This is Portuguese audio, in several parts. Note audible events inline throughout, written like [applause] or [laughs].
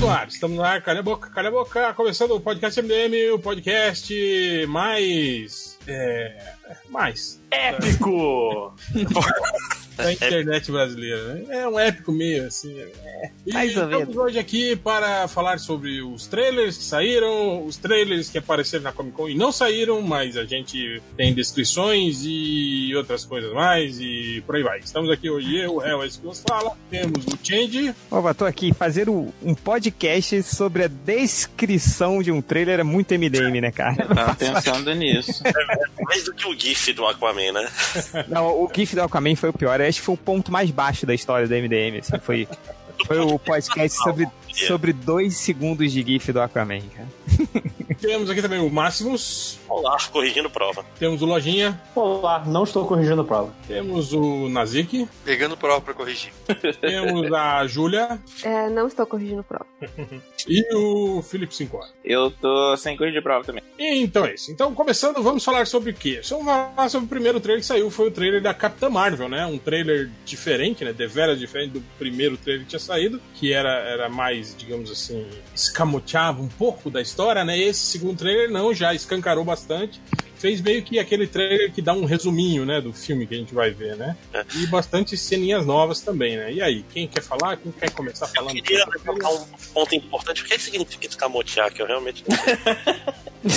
no ar, estamos no ar, calha a boca, calha a boca. Começando o podcast MDM, o podcast mais. É, mais. Épico! É. Da internet brasileira, né? É um épico meio, assim. é. E Mais ou estamos hoje aqui para falar sobre os trailers que saíram, os trailers que apareceram na Comic Con e não saíram, mas a gente tem descrições e outras coisas mais e por aí vai. Estamos aqui hoje, eu, o Hell, é isso que nos fala. Temos o Change, Opa, tô aqui fazer o- um podcast sobre a descrição de um trailer é muito MDM, né, cara? Tava pensando nisso. Mais do que o GIF do Aquaman, né? [laughs] Não, o GIF do Aquaman foi o pior. Acho que foi o ponto mais baixo da história do MDM, assim. Foi, foi o podcast sobre, sobre dois segundos de GIF do Aquaman, cara. temos aqui também o Máximos, Olá, corrigindo prova. temos o Lojinha, Olá, não estou corrigindo a prova. temos o Nazik, Pegando prova pra corrigir. temos a Júlia É, não estou corrigindo prova. e o Felipe Cinco. Eu tô sem corrigir prova também. [laughs] Então é isso. Então, começando, vamos falar sobre o quê? Vamos falar sobre o primeiro trailer que saiu, foi o trailer da Capitã Marvel, né? Um trailer diferente, né? Deveras diferente do primeiro trailer que tinha saído, que era, era mais, digamos assim, escamoteava um pouco da história, né? E esse segundo trailer não, já escancarou bastante. Fez meio que aquele trailer que dá um resuminho, né, do filme que a gente vai ver, né? É. E bastante ceninhas novas também, né? E aí, quem quer falar? Quem quer começar Eu falando? queria colocar um ponto importante. O que, é que significa escamotear? Que eu realmente. [laughs]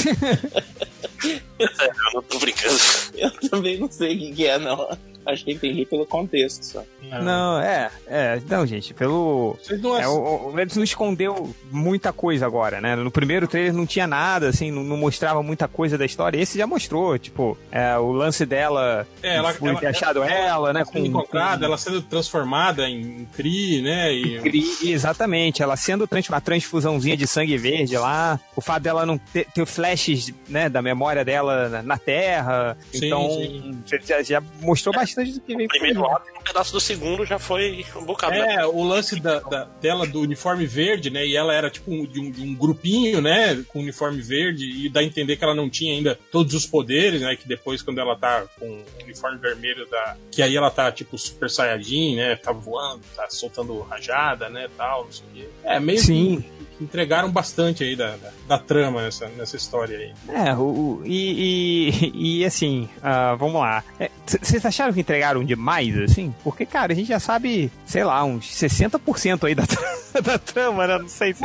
Sério, É, eu não tô brincando. Eu também não sei o que, que é, não. Acho que entendi pelo contexto só. um Não, é, é. Não, gente, pelo. Vocês não É, o, o Reddit não escondeu muita coisa agora, né? No primeiro trailer não tinha nada, assim, não, não mostrava muita coisa da história. Esse já mostrou, tipo, é, o lance dela, É, ela- foi ela- ter achado ela, né? sendo encontrada, ela sendo transformada em Kree, né? E E- Exatamente, ela sendo trans- uma transfusãozinha de sangue verde lá, o fato dela não ter, ter flashes né, da memória dela na, na Terra, Sim, então sim. Já, já mostrou bastante do que É, O veio por primeiro aí. ato, um pedaço do segundo já foi um bocado. né? É, o lance da, da- dela do uniforme verde, né? E ela era tipo um- de, um, de um grupinho, né? Com uniforme verde, e dá a entender que ela não tinha ainda todos os poderes, né? Que depois, quando ela tá com o uniforme vermelho, da, que aí ela tá tipo super saiyajin, né? Tá voando, tá soltando rajada, né? Tal, não sei o quê. É, meio Sim. que entregaram bastante aí da, da, da trama nessa, nessa história aí. É, o, o- e, e, [laughs] e, assim, ah, vamos lá. É, c- Vocês acharam que entregaram demais, assim? Porque, cara, a gente já sabe, sei lá, uns 60% aí da, tra- [laughs] da trama, né? Não sei se.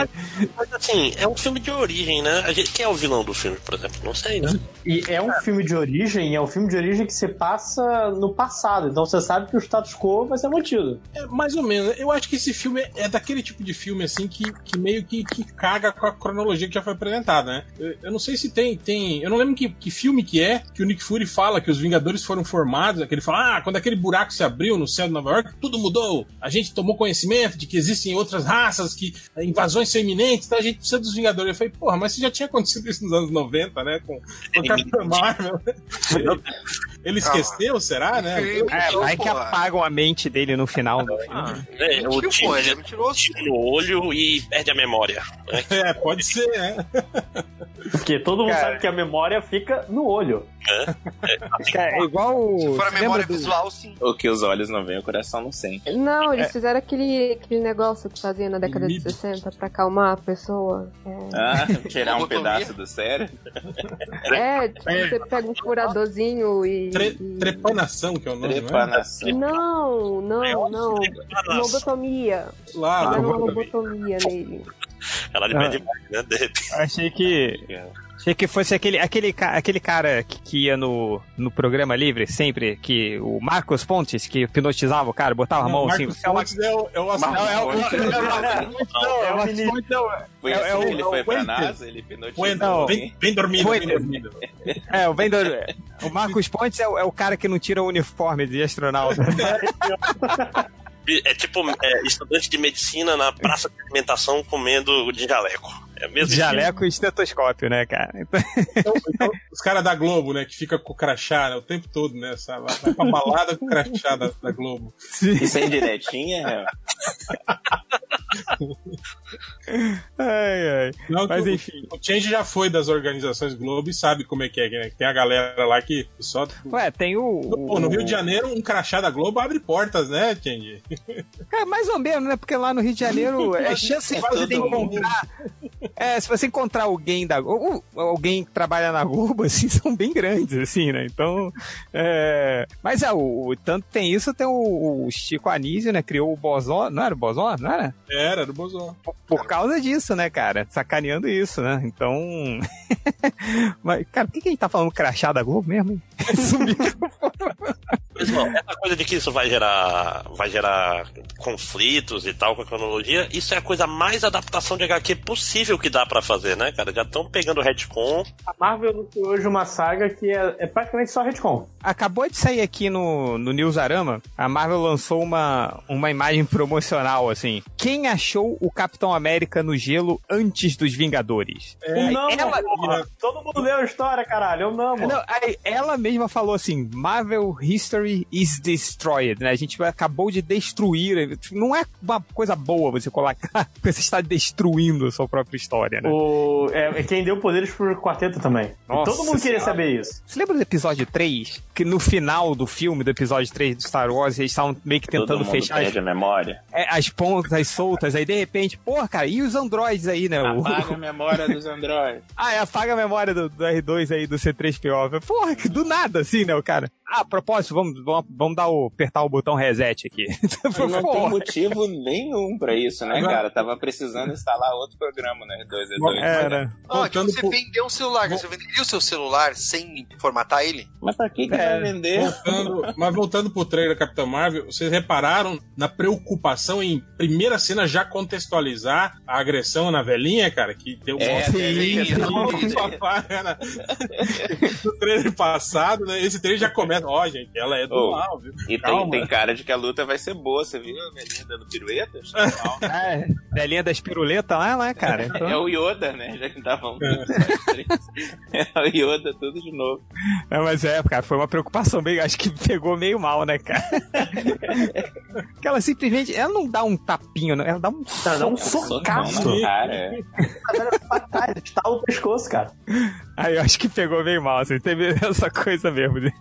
Mas assim, é um filme de origem, né? A gente- quem é o vilão do filme, por exemplo? Não sei, né? E é um filme de origem, é um filme de origem que se passa no passado, então você sabe que o status quo vai ser mantido. É, mais ou menos. Eu acho que esse filme é daquele tipo de filme, assim, que, que meio que, que caga com a cronologia que já foi apresentada, né? Eu, eu não sei se tem. tem eu não lembro que, que filme que é que o Nick Fury fala que os Vingadores foram formados. Que ele fala, ah, quando aquele buraco se abriu no céu de Nova York, tudo mudou. A gente tomou conhecimento de que existem outras raças, que eh, invasões são iminentes, então a gente precisa dos Vingadores. Eu falei, porra, mas isso já tinha acontecido isso nos anos 90, né? Com, com a Capitã Marvel. Ele esqueceu, será, né? Ele É, mentiu, vai que pô. Ah, apagam a mente dele no final né? do filme. É, Mentiu, o pô, tiro, ele ele mentirou. tiro no olho e perde a memória. É, pode ser, né? Porque todo mundo Cara. sabe que a memória fica no olho. Cara, é igual. o- Se for a você memória lembra do- visual, sim. O que os olhos não veem, o coração não sente. Não, eles fizeram aquele, aquele negócio que faziam na década de Mid. 60 pra acalmar a pessoa. Ah, tirar um Lobotomia. pedaço do cérebro. É, tipo, você pega um furadorzinho e. Tre- e- trepanação, que é o nome, né? Trepanação. Não, não, não. Lobotomia. Lá, Fizeram uma lá, lobotomia nele. Ela depende mais, né? De repente. Achei que. Achei que fosse aquele, aquele, ca- aquele cara que, que ia no, no programa livre sempre, que o Marcos Pontes, que hipnotizava o cara, botava a mão assim. Marcos "Você é uma Pontes é o, é o Marcos não, é o- Pontes. Não, é o assim. Marcos Pontes, Foi É- é assim, o- ele é o foi pra Quentin. NASA, ele não. hipnotizou Não, alguém. Vem, vem dormindo, vem Coitas. dormindo. É, o vendedor. O Marcos Pontes é o, é o cara que não tira o uniforme de astronauta. É tipo é, estudante de medicina na praça de alimentação comendo de jaleco. É a mesma Jaleco e estetoscópio, né, cara? Então, Então, [laughs] então, os caras da Globo, né? Que fica com o crachá né, o tempo todo, né? Sabe? Vai- Vai pra balada com o crachá da, da Globo. Isso é indiretinha, é? ai, ai. Não, Mas que o- enfim. O Change já foi das organizações Globo e sabe como é que é, né? Tem a galera lá que só. Ué, tem o. Pô, no Rio de Janeiro, um crachá da Globo abre portas, né, Change? Cara, mais ou menos, né? Porque lá no Rio de Janeiro é chance de você todo encontrar. É, se você encontrar alguém da Globo, ou alguém que trabalha na Globo, [laughs] assim, são bem grandes, assim, né? Então. é, Mas é, o, o- tanto tem isso, tem o, o Chico Anísio, né? Criou o Bozó. Não era o Bozó? Não era? Era, do Bozó. Por causa disso, né, cara? Sacaneando isso, né? Então. [laughs] Mas, cara, por que, que a gente tá falando crachá da Globo mesmo, hein? Sumiu. Mas, bom, essa coisa de que isso vai gerar, vai gerar conflitos e tal com a cronologia, isso é a coisa mais adaptação de HQ possível que dá pra fazer, né, cara? Já estão pegando o retcon. A Marvel lançou hoje uma saga que é, é praticamente só retcon. Acabou de sair aqui no, no Newsarama, a Marvel lançou uma, uma imagem promocional, assim. Quem achou o Capitão América no gelo antes dos Vingadores? É, não, ela- porra, todo mundo leu a história, caralho. Eu não, mano. Não, aí ela mesma falou assim, Marvel History is destroyed, né? A gente acabou de destruir. Não é uma coisa boa você colocar, [laughs] porque você está destruindo a sua própria história, né? O, é, é quem deu poderes pro quarteto também. Nossa todo mundo queria Senhora. saber isso. Você lembra do episódio 3? Que no final do filme, do episódio 3 do Star Wars, eles estavam meio que Todo tentando mundo fechar as perde a memória. é, as pontas soltas, aí de repente, porra, cara, e os androides aí, né? O- Apaga a memória dos [laughs] androides. ah, é, apaga a memória do, do R2 aí, do C3PO. Porra, que do nada, assim, né, o cara? Ah, a propósito, vamos, vamos, vamos dar o, apertar o botão reset aqui. [laughs] Não tem Porra. motivo nenhum pra isso, né, cara? Tava precisando instalar outro programa no R2-E2. né? Era. Ó, Ah, que Voltando você pro- vendeu um celular, você venderia o seu celular sem formatar ele? Mas pra que, que É. vai vender? Voltando- mas voltando pro trailer da Capitã Marvel, vocês repararam na preocupação em primeira cena já contextualizar a agressão na velhinha, cara? Que deu É, um sim, Sim, não, com [laughs] sim. papai, né? No trailer passado, né? Esse trailer já começa, ó, gente, ela é do Ô, mal, viu? E tem, Calma. tem cara de que a luta vai ser boa, você viu a velhinha dando pirueta? É, velhinha das piruletas lá, né, cara? Então, É o Yoda, né? Já que tava um, dois, três. É o Yoda, tudo de novo. é, mas é, cara, foi uma preocupação meio. Acho que pegou meio mal, né, cara? [laughs] que ela simplesmente. Ela não dá um tapinho, não, ela dá um. Cara, dá um Não, socaço. não, Cara, é. Cara, estala o pescoço, cara. Aí eu acho que pegou meio mal, assim, teve [laughs] essa coisa mesmo. de-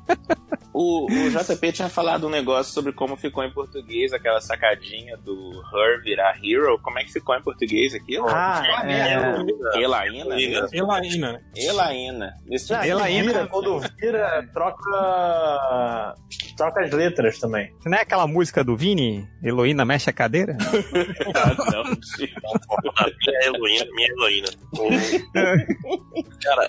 o, o JP tinha falado um negócio sobre como ficou em português aquela sacadinha do Her virar Hero. Como é que ficou em português aquilo? Ah, é. Elaína, mesmo? Elaína, né? Elaína. Esse Não, Ela quando entra- vira, quando vira, troca. troca as letras também. Não é aquela música do Vini? Heloína mexe a cadeira? não, tio. Minha é heroína, minha heroína.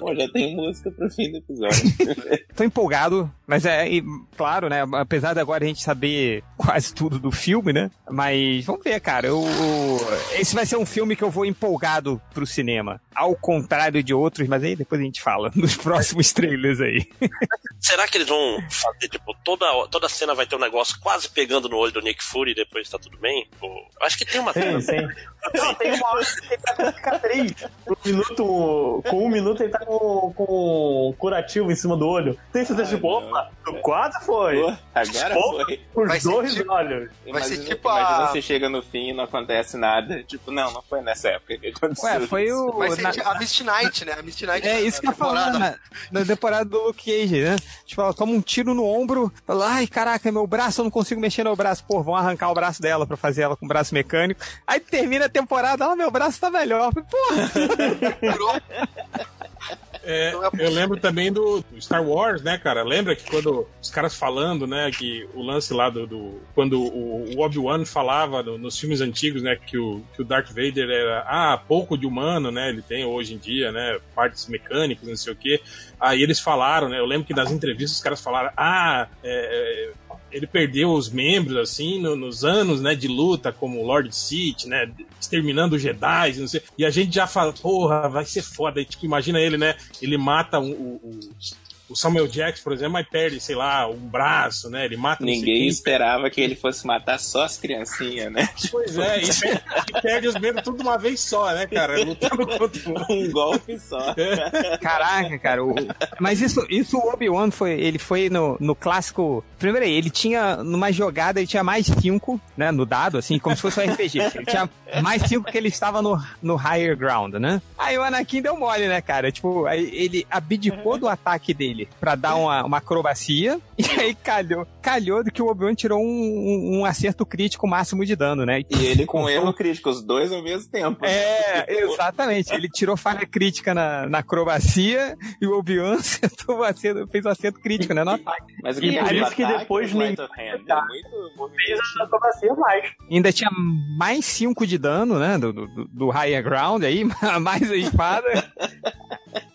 Pô, já tem música pro fim do episódio. [laughs] Tô empolgado, mas é, e, claro, né? Apesar de agora a gente saber quase tudo do filme, né? Mas vamos ver, cara. Eu, eu- esse vai ser um filme que eu vou empolgado pro cinema. Ao contrário de outros, mas aí depois a gente fala [laughs] nos próximos trailers aí. Será que eles vão fazer, tipo, toda, toda cena vai ter um negócio quase pegando no olho do Nick Fury e depois tá tudo bem? Ou- eu acho que tem uma Sim, cena. sim. Não, tem uma hora que ele tá com cicatriz. Um minuto, com um minuto ele tá com, com um curativo em cima do olho. Tem certeza, Ai, tipo, não. opa, quase foi. Pô, Agora Pô. foi. Os Vai ser dois tipo- olhos. Vai ser Imagina- tipo imagina a- você chega no fim e não acontece nada. Tipo, não, não foi nessa época que aconteceu. Ué, foi isso. o. Vai ser na- a Misty Knight, né? A Misty Knight É da- isso que da eu falando temporada. na, na temporada do Luke Cage, né? Tipo, ela toma um tiro no ombro, fala, ai, caraca, meu braço, eu não consigo mexer no braço. Pô, vão arrancar o braço dela pra fazer ela com o braço mecânico. Aí termina a temporada, ela, meu braço tá melhor. Porra! Durou- É, Não é possível. eu lembro também do do Star Wars, né, cara? Lembra que quando os caras falando, né, que o lance lá do. do- quando o, o Obi-Wan falava no- nos filmes antigos, né, que o, que o Darth Vader era, ah, pouco de humano, né, ele tem hoje em dia, né, partes mecânicas, não sei o quê. Aí eles falaram, né, eu lembro que nas entrevistas os caras falaram, ah, é, é, ele perdeu os membros, assim, no- nos anos, né, de luta, como o Lord Sith, né, exterminando os Jedi, não sei. E a gente já fala, porra, vai ser foda. E, tipo, imagina ele, né? Ele mata um- o, o, o Samuel Jackson, por exemplo, mas perde, sei lá, um braço, né? Ele mata não sei Ninguém quem. esperava que ele fosse matar só as criancinhas, né? [laughs] Pois é, e perde, e perde os membros tudo de uma vez só, né, cara? Lutando [laughs] contra o. Um golpe só. Caraca, cara. o- Mas isso, isso o Obi-Wan foi. Ele foi no, no clássico. Primeiro aí, ele tinha, numa jogada, ele tinha mais cinco, né? No dado, assim, como se fosse um RPG. Ele tinha mais cinco que ele estava no, no higher ground, né? Aí o Anakin deu mole, né, cara? Tipo, aí ele abdicou do ataque dele pra dar uma, uma acrobacia. E aí calhou. Calhou do que o Obi-Wan tirou um, um- um acerto crítico máximo de dano, né? E ele com erro crítico, os dois ao mesmo tempo. É, exatamente. Ele tirou falha crítica na, na acrobacia e o Obi-Wan [laughs] acertou o acento- fez o acerto crítico, né? no ataque. Mas o E que por isso que depois nem... nem- Hand, é muito movimento. acrobacia mais. Ainda tinha mais 5 de dano, né? Do, do, do higher ground aí, [laughs] mais a espada.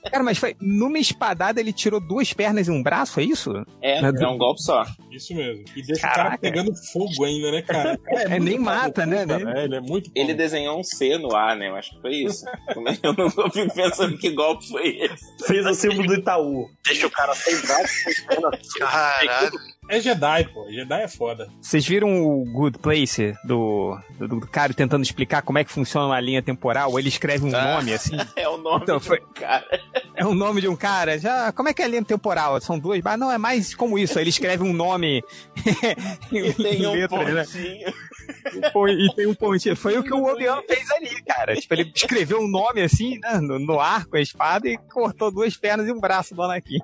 Cara, mas foi numa espadada ele tirou duas pernas e um braço, é isso? É, é um golpe só. Isso mesmo. E deixa o Caraca. cara pegando fogo ainda, né, cara? É, nem mata, né? né? É, ele é muito. bom. Ele desenhou um C no ar, né? Eu acho que foi isso. é Eu não tô pensando que golpe foi esse. Fez o símbolo do Itaú. Deixa o cara sem braço, sem perna. Caralho. É Jedi, pô. Jedi é foda. Vocês viram o Good Place do, do, do cara tentando explicar como é que funciona uma linha temporal? Ele escreve um Ah. nome assim. [laughs] É o nome Então, do foi- cara. [laughs] É o nome de um cara. Já, como é que é a linha temporal? São duas. Ah, não, é mais como isso. Aí ele escreve um nome em [laughs] [laughs] E tem um letras, né? pontinho. Pô, E tem um pontinho. Foi o que o Obi-Wan fez ali, cara. Tipo, ele escreveu um nome assim, né, no, no ar com a espada e cortou duas pernas e um braço do Anakin.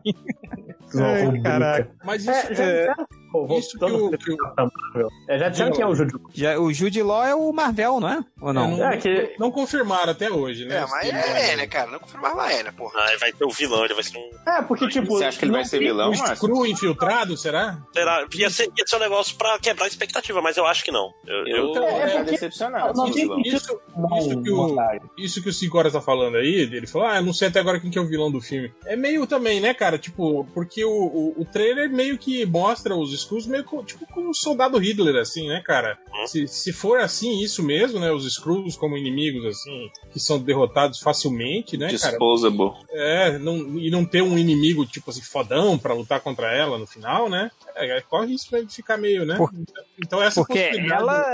Ai, Rubrica. caraca. Mas isso. É, já disseram- Pô, Isso que o- voltando que o- pra Marvel. É, já disseram quem é o Juju. Já, o Jude Law é o Marvel, não é? Ou não? É, É, que Não confirmaram até hoje, né? É, mas é L, cara. Não confirmava L, porra. Ah, vai ter o vilão, ele vai ser um. É, porque, tipo. Você acha que ele vai não ser tem- vilão, Um Márcio? cru infiltrado, será? Será? Ia ser, ia ser um negócio pra quebrar a expectativa, mas eu acho que não. Eu, Eu eu- tô É, porque- decepcionado Não com o tem vilão. Isso, Não, isso que o- não. isso que o Cinco Horas tá falando aí, ele falou, ah, eu não sei até agora quem que é o vilão do filme. É meio também, né, cara? Tipo, porque o, o, o trailer meio que mostra os Skrulls meio co- tipo como um soldado Hitler, assim, né, cara? Hum? Se, se for assim, isso mesmo, né? Os Skrulls como inimigos, assim, que são derrotados facilmente, né, cara? Disposable. É, não- e não ter um inimigo, tipo assim, fodão pra lutar contra ela no final, né? É, é, corre isso pra ele ficar meio, né? Por- então essa Porque possibilidade ela.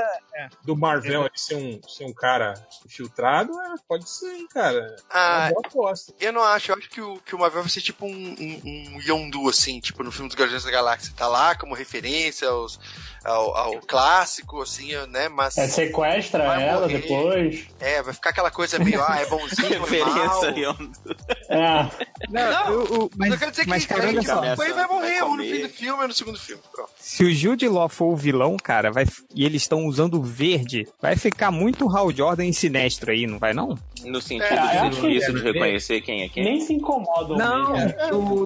do Marvel aí ser um, ser um cara infiltrado, é, pode ser, hein, cara. Ah, é uma boa aposta. eu não acho. Eu acho que o, que o Marvel vai ser tipo um, um, um Yondu, assim, tipo no filme dos Guardiões da Galáxia. Tá lá como referência aos, ao, ao clássico, assim, né? Mas É, sequestra Vai ela morrer. depois. é, vai ficar aquela coisa meio, ah, [laughs] é bonzinho, é mal. Referência ali, ó. É. Não, o- o- mas, eu quero dizer que mas, cara, olha ele, só. ele vai morrer Vai ou no comer. fim do filme ou no segundo filme. Pronto. Se o Jude Law for o vilão, cara, vai, e eles estão usando o verde, vai ficar muito Hal Jordan em sinestro aí, não vai não? No É, eu sentido de acho que- difícil de reconhecer quem é quem. Nem se incomodam. mesmo.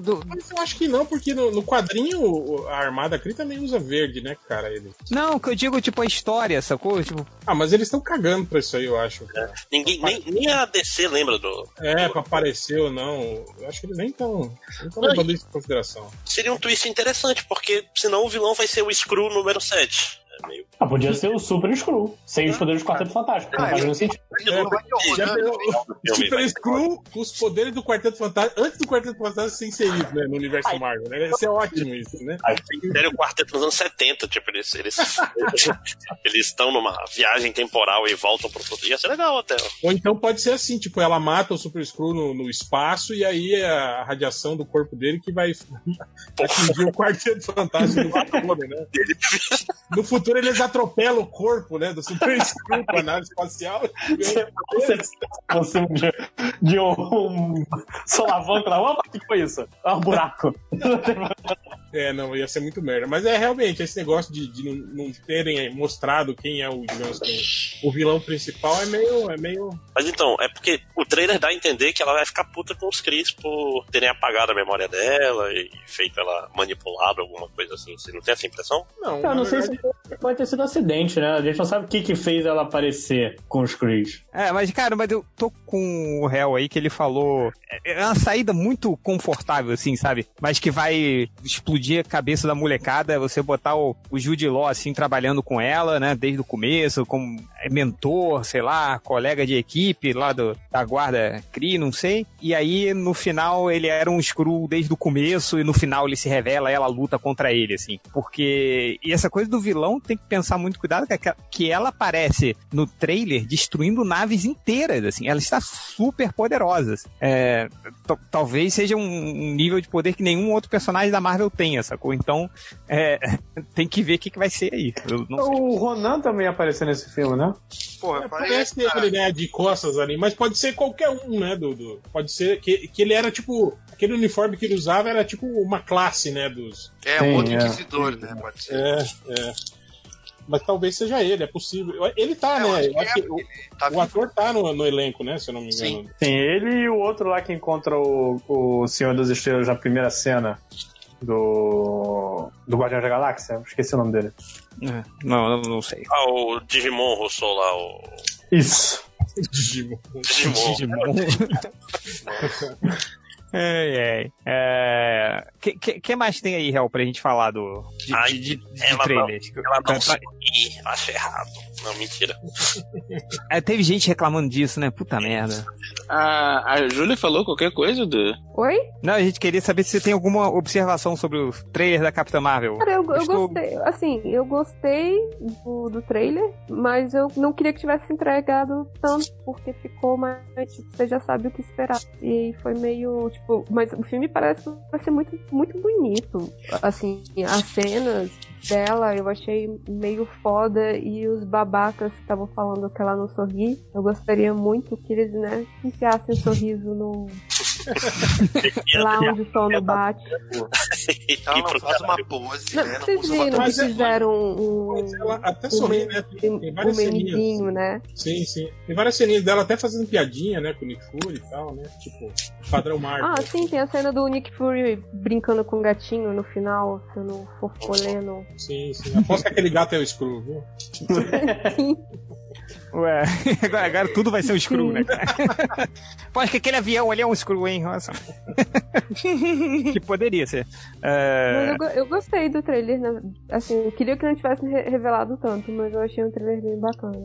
do, do- Mas eu acho que não, porque no, no quadrinho o- a Armada Kree também usa verde, né, cara? Ele. não, que eu digo, tipo, a história, sacou? Tipo, Ah, mas eles estão cagando pra isso aí, eu acho. ninguém, nem, nem a DC lembra do. É, pra aparecer ou não. Eu acho que eles nem estão levando isso em consideração. Seria um twist interessante, porque senão o vilão vai ser o Screw número 7. É meio. Ah, podia ser o Super Screw, sem os poderes do Quarteto Fantástico. Não Ah, faz é. nenhum sentido. Não vai ter Já Orlando, pegou- né? Eu me- Super Screw, os poderes do Quarteto Fantástico, antes do Quarteto Fantástico ser inserido né, no universo Marvel, né? Isso é ótimo isso, né? Sério, o quarteto nos anos 70, tipo, eles, eles, eles estão numa viagem temporal e voltam pro futuro. Ia ser legal até. Ou então pode ser assim, tipo, ela mata o Super Screw no, no espaço e aí é a radiação do corpo dele que vai atingir o Quarteto Fantástico no futuro, né? No futuro eles atropelam o corpo, né, do Super Screw com a nave espacial. Você por cima um de, de um solavanco lá. Opa, o que foi isso? Ah, um buraco. É, não, ia ser muito merda. Mas é realmente, esse negócio de, de não, não terem mostrado quem é o, digamos, quem- o vilão principal é meio... É meio... Mas então, é porque o trailer dá a entender que ela vai ficar puta com os Cris por terem apagado a memória dela e feito ela manipulada, alguma coisa assim. Você não tem essa impressão? Não, Eu na não sei se verdade, Pode ter sido um acidente, né? A gente não sabe o que, que fez ela aparecer com os Creed. É, mas, cara, mas eu tô com o réu aí que ele falou. É é uma saída muito confortável, assim, sabe? Mas que vai explodir a cabeça da molecada, você botar o, o Jude Law, assim, trabalhando com ela, né? Desde o começo, como mentor, sei lá, colega de equipe lá do, da guarda CRI, não sei. E aí, no final, ele era um Skrull desde o começo, e no final ele se revela, ela luta contra ele, assim. Porque. E essa coisa do vilão tem que pensar muito cuidado, que aquela- que ela aparece no trailer destruindo naves inteiras, assim. Ela está super poderosa. É, t- talvez seja um- um nível de poder que nenhum outro personagem da Marvel tenha, sacou? Então, é, [laughs] tem que ver o que, que vai ser aí. Eu não sei. O Ronan também apareceu nesse filme, né? Porra, É, parece. Parece ele, né, de costas ali, mas pode ser qualquer um, né, do, do- Pode ser que, que ele era tipo. Aquele uniforme que ele usava era tipo uma classe, né, dos. É, um Sim, outro é. inquisidor, né? Pode ser. É, é. Mas talvez seja ele, é possível. Eu- Ele tá, Eu né? acho Eu que acho é, que o, Tá o vivo. ator tá no, no elenco, né? Se eu não me engano. Sim, ele e o outro lá que encontra o, o Senhor das Estrelas na primeira cena do. do Guardião da Galáxia. Esqueci o nome dele. É, Não, não, não sei. Ah, o Digimon Rousseau lá, o Isso. Digimon. Digimon. [laughs] É, é. é. Que, que, que mais tem aí, Hel, pra gente falar do de, Ai, de, de, de ela não- trailers? Ela não Tá- sabe. Ih, acho errado. Não, mentira. É, teve gente reclamando disso, né? Puta merda. A, a Júlia falou qualquer coisa, do Oi? Não, a gente queria saber se você tem alguma observação sobre o trailer da Capitã Marvel. Cara, eu, eu Estou- gostei. Assim, eu gostei do, do trailer, mas eu não queria que tivesse entregado tanto, porque ficou mais. Tipo, você já sabe o que esperar. E foi meio. Tipo, mas o filme parece que vai ser muito, muito bonito. Assim, as cenas dela eu achei meio foda e os babacas que estavam falando que ela não sorri, eu gostaria muito que eles, né, enfiassem o sorriso no. lá onde o sol não bate. Então Ela não pro faz uma caralho. pose, Não, né? Não vocês usa uma viram que Mas é- fizeram um, Mas um, ela até sorri, né? Tem, tem um várias ceninhas. assim. memezinho, né? Sim, sim. Tem várias ceninhas dela até fazendo piadinha, né? Com o Nick Fury e tal, né? Tipo, padrão Marvel. Ah, sim, tem a cena do Nick Fury brincando com o gatinho no final, se eu não for colhendo. Sim, sim. Aposto que aquele gato é o Screw, viu? Ué, [laughs] agora, agora tudo vai ser um Screw, né, [laughs] cara? Pode que aquele avião ali é um Screw, hein? Olha só. [laughs] que poderia ser. Mas É, eu, go- eu gostei do trailer, né? assim, eu queria que não tivesse re- revelado tanto, mas eu achei um trailer bem bacana.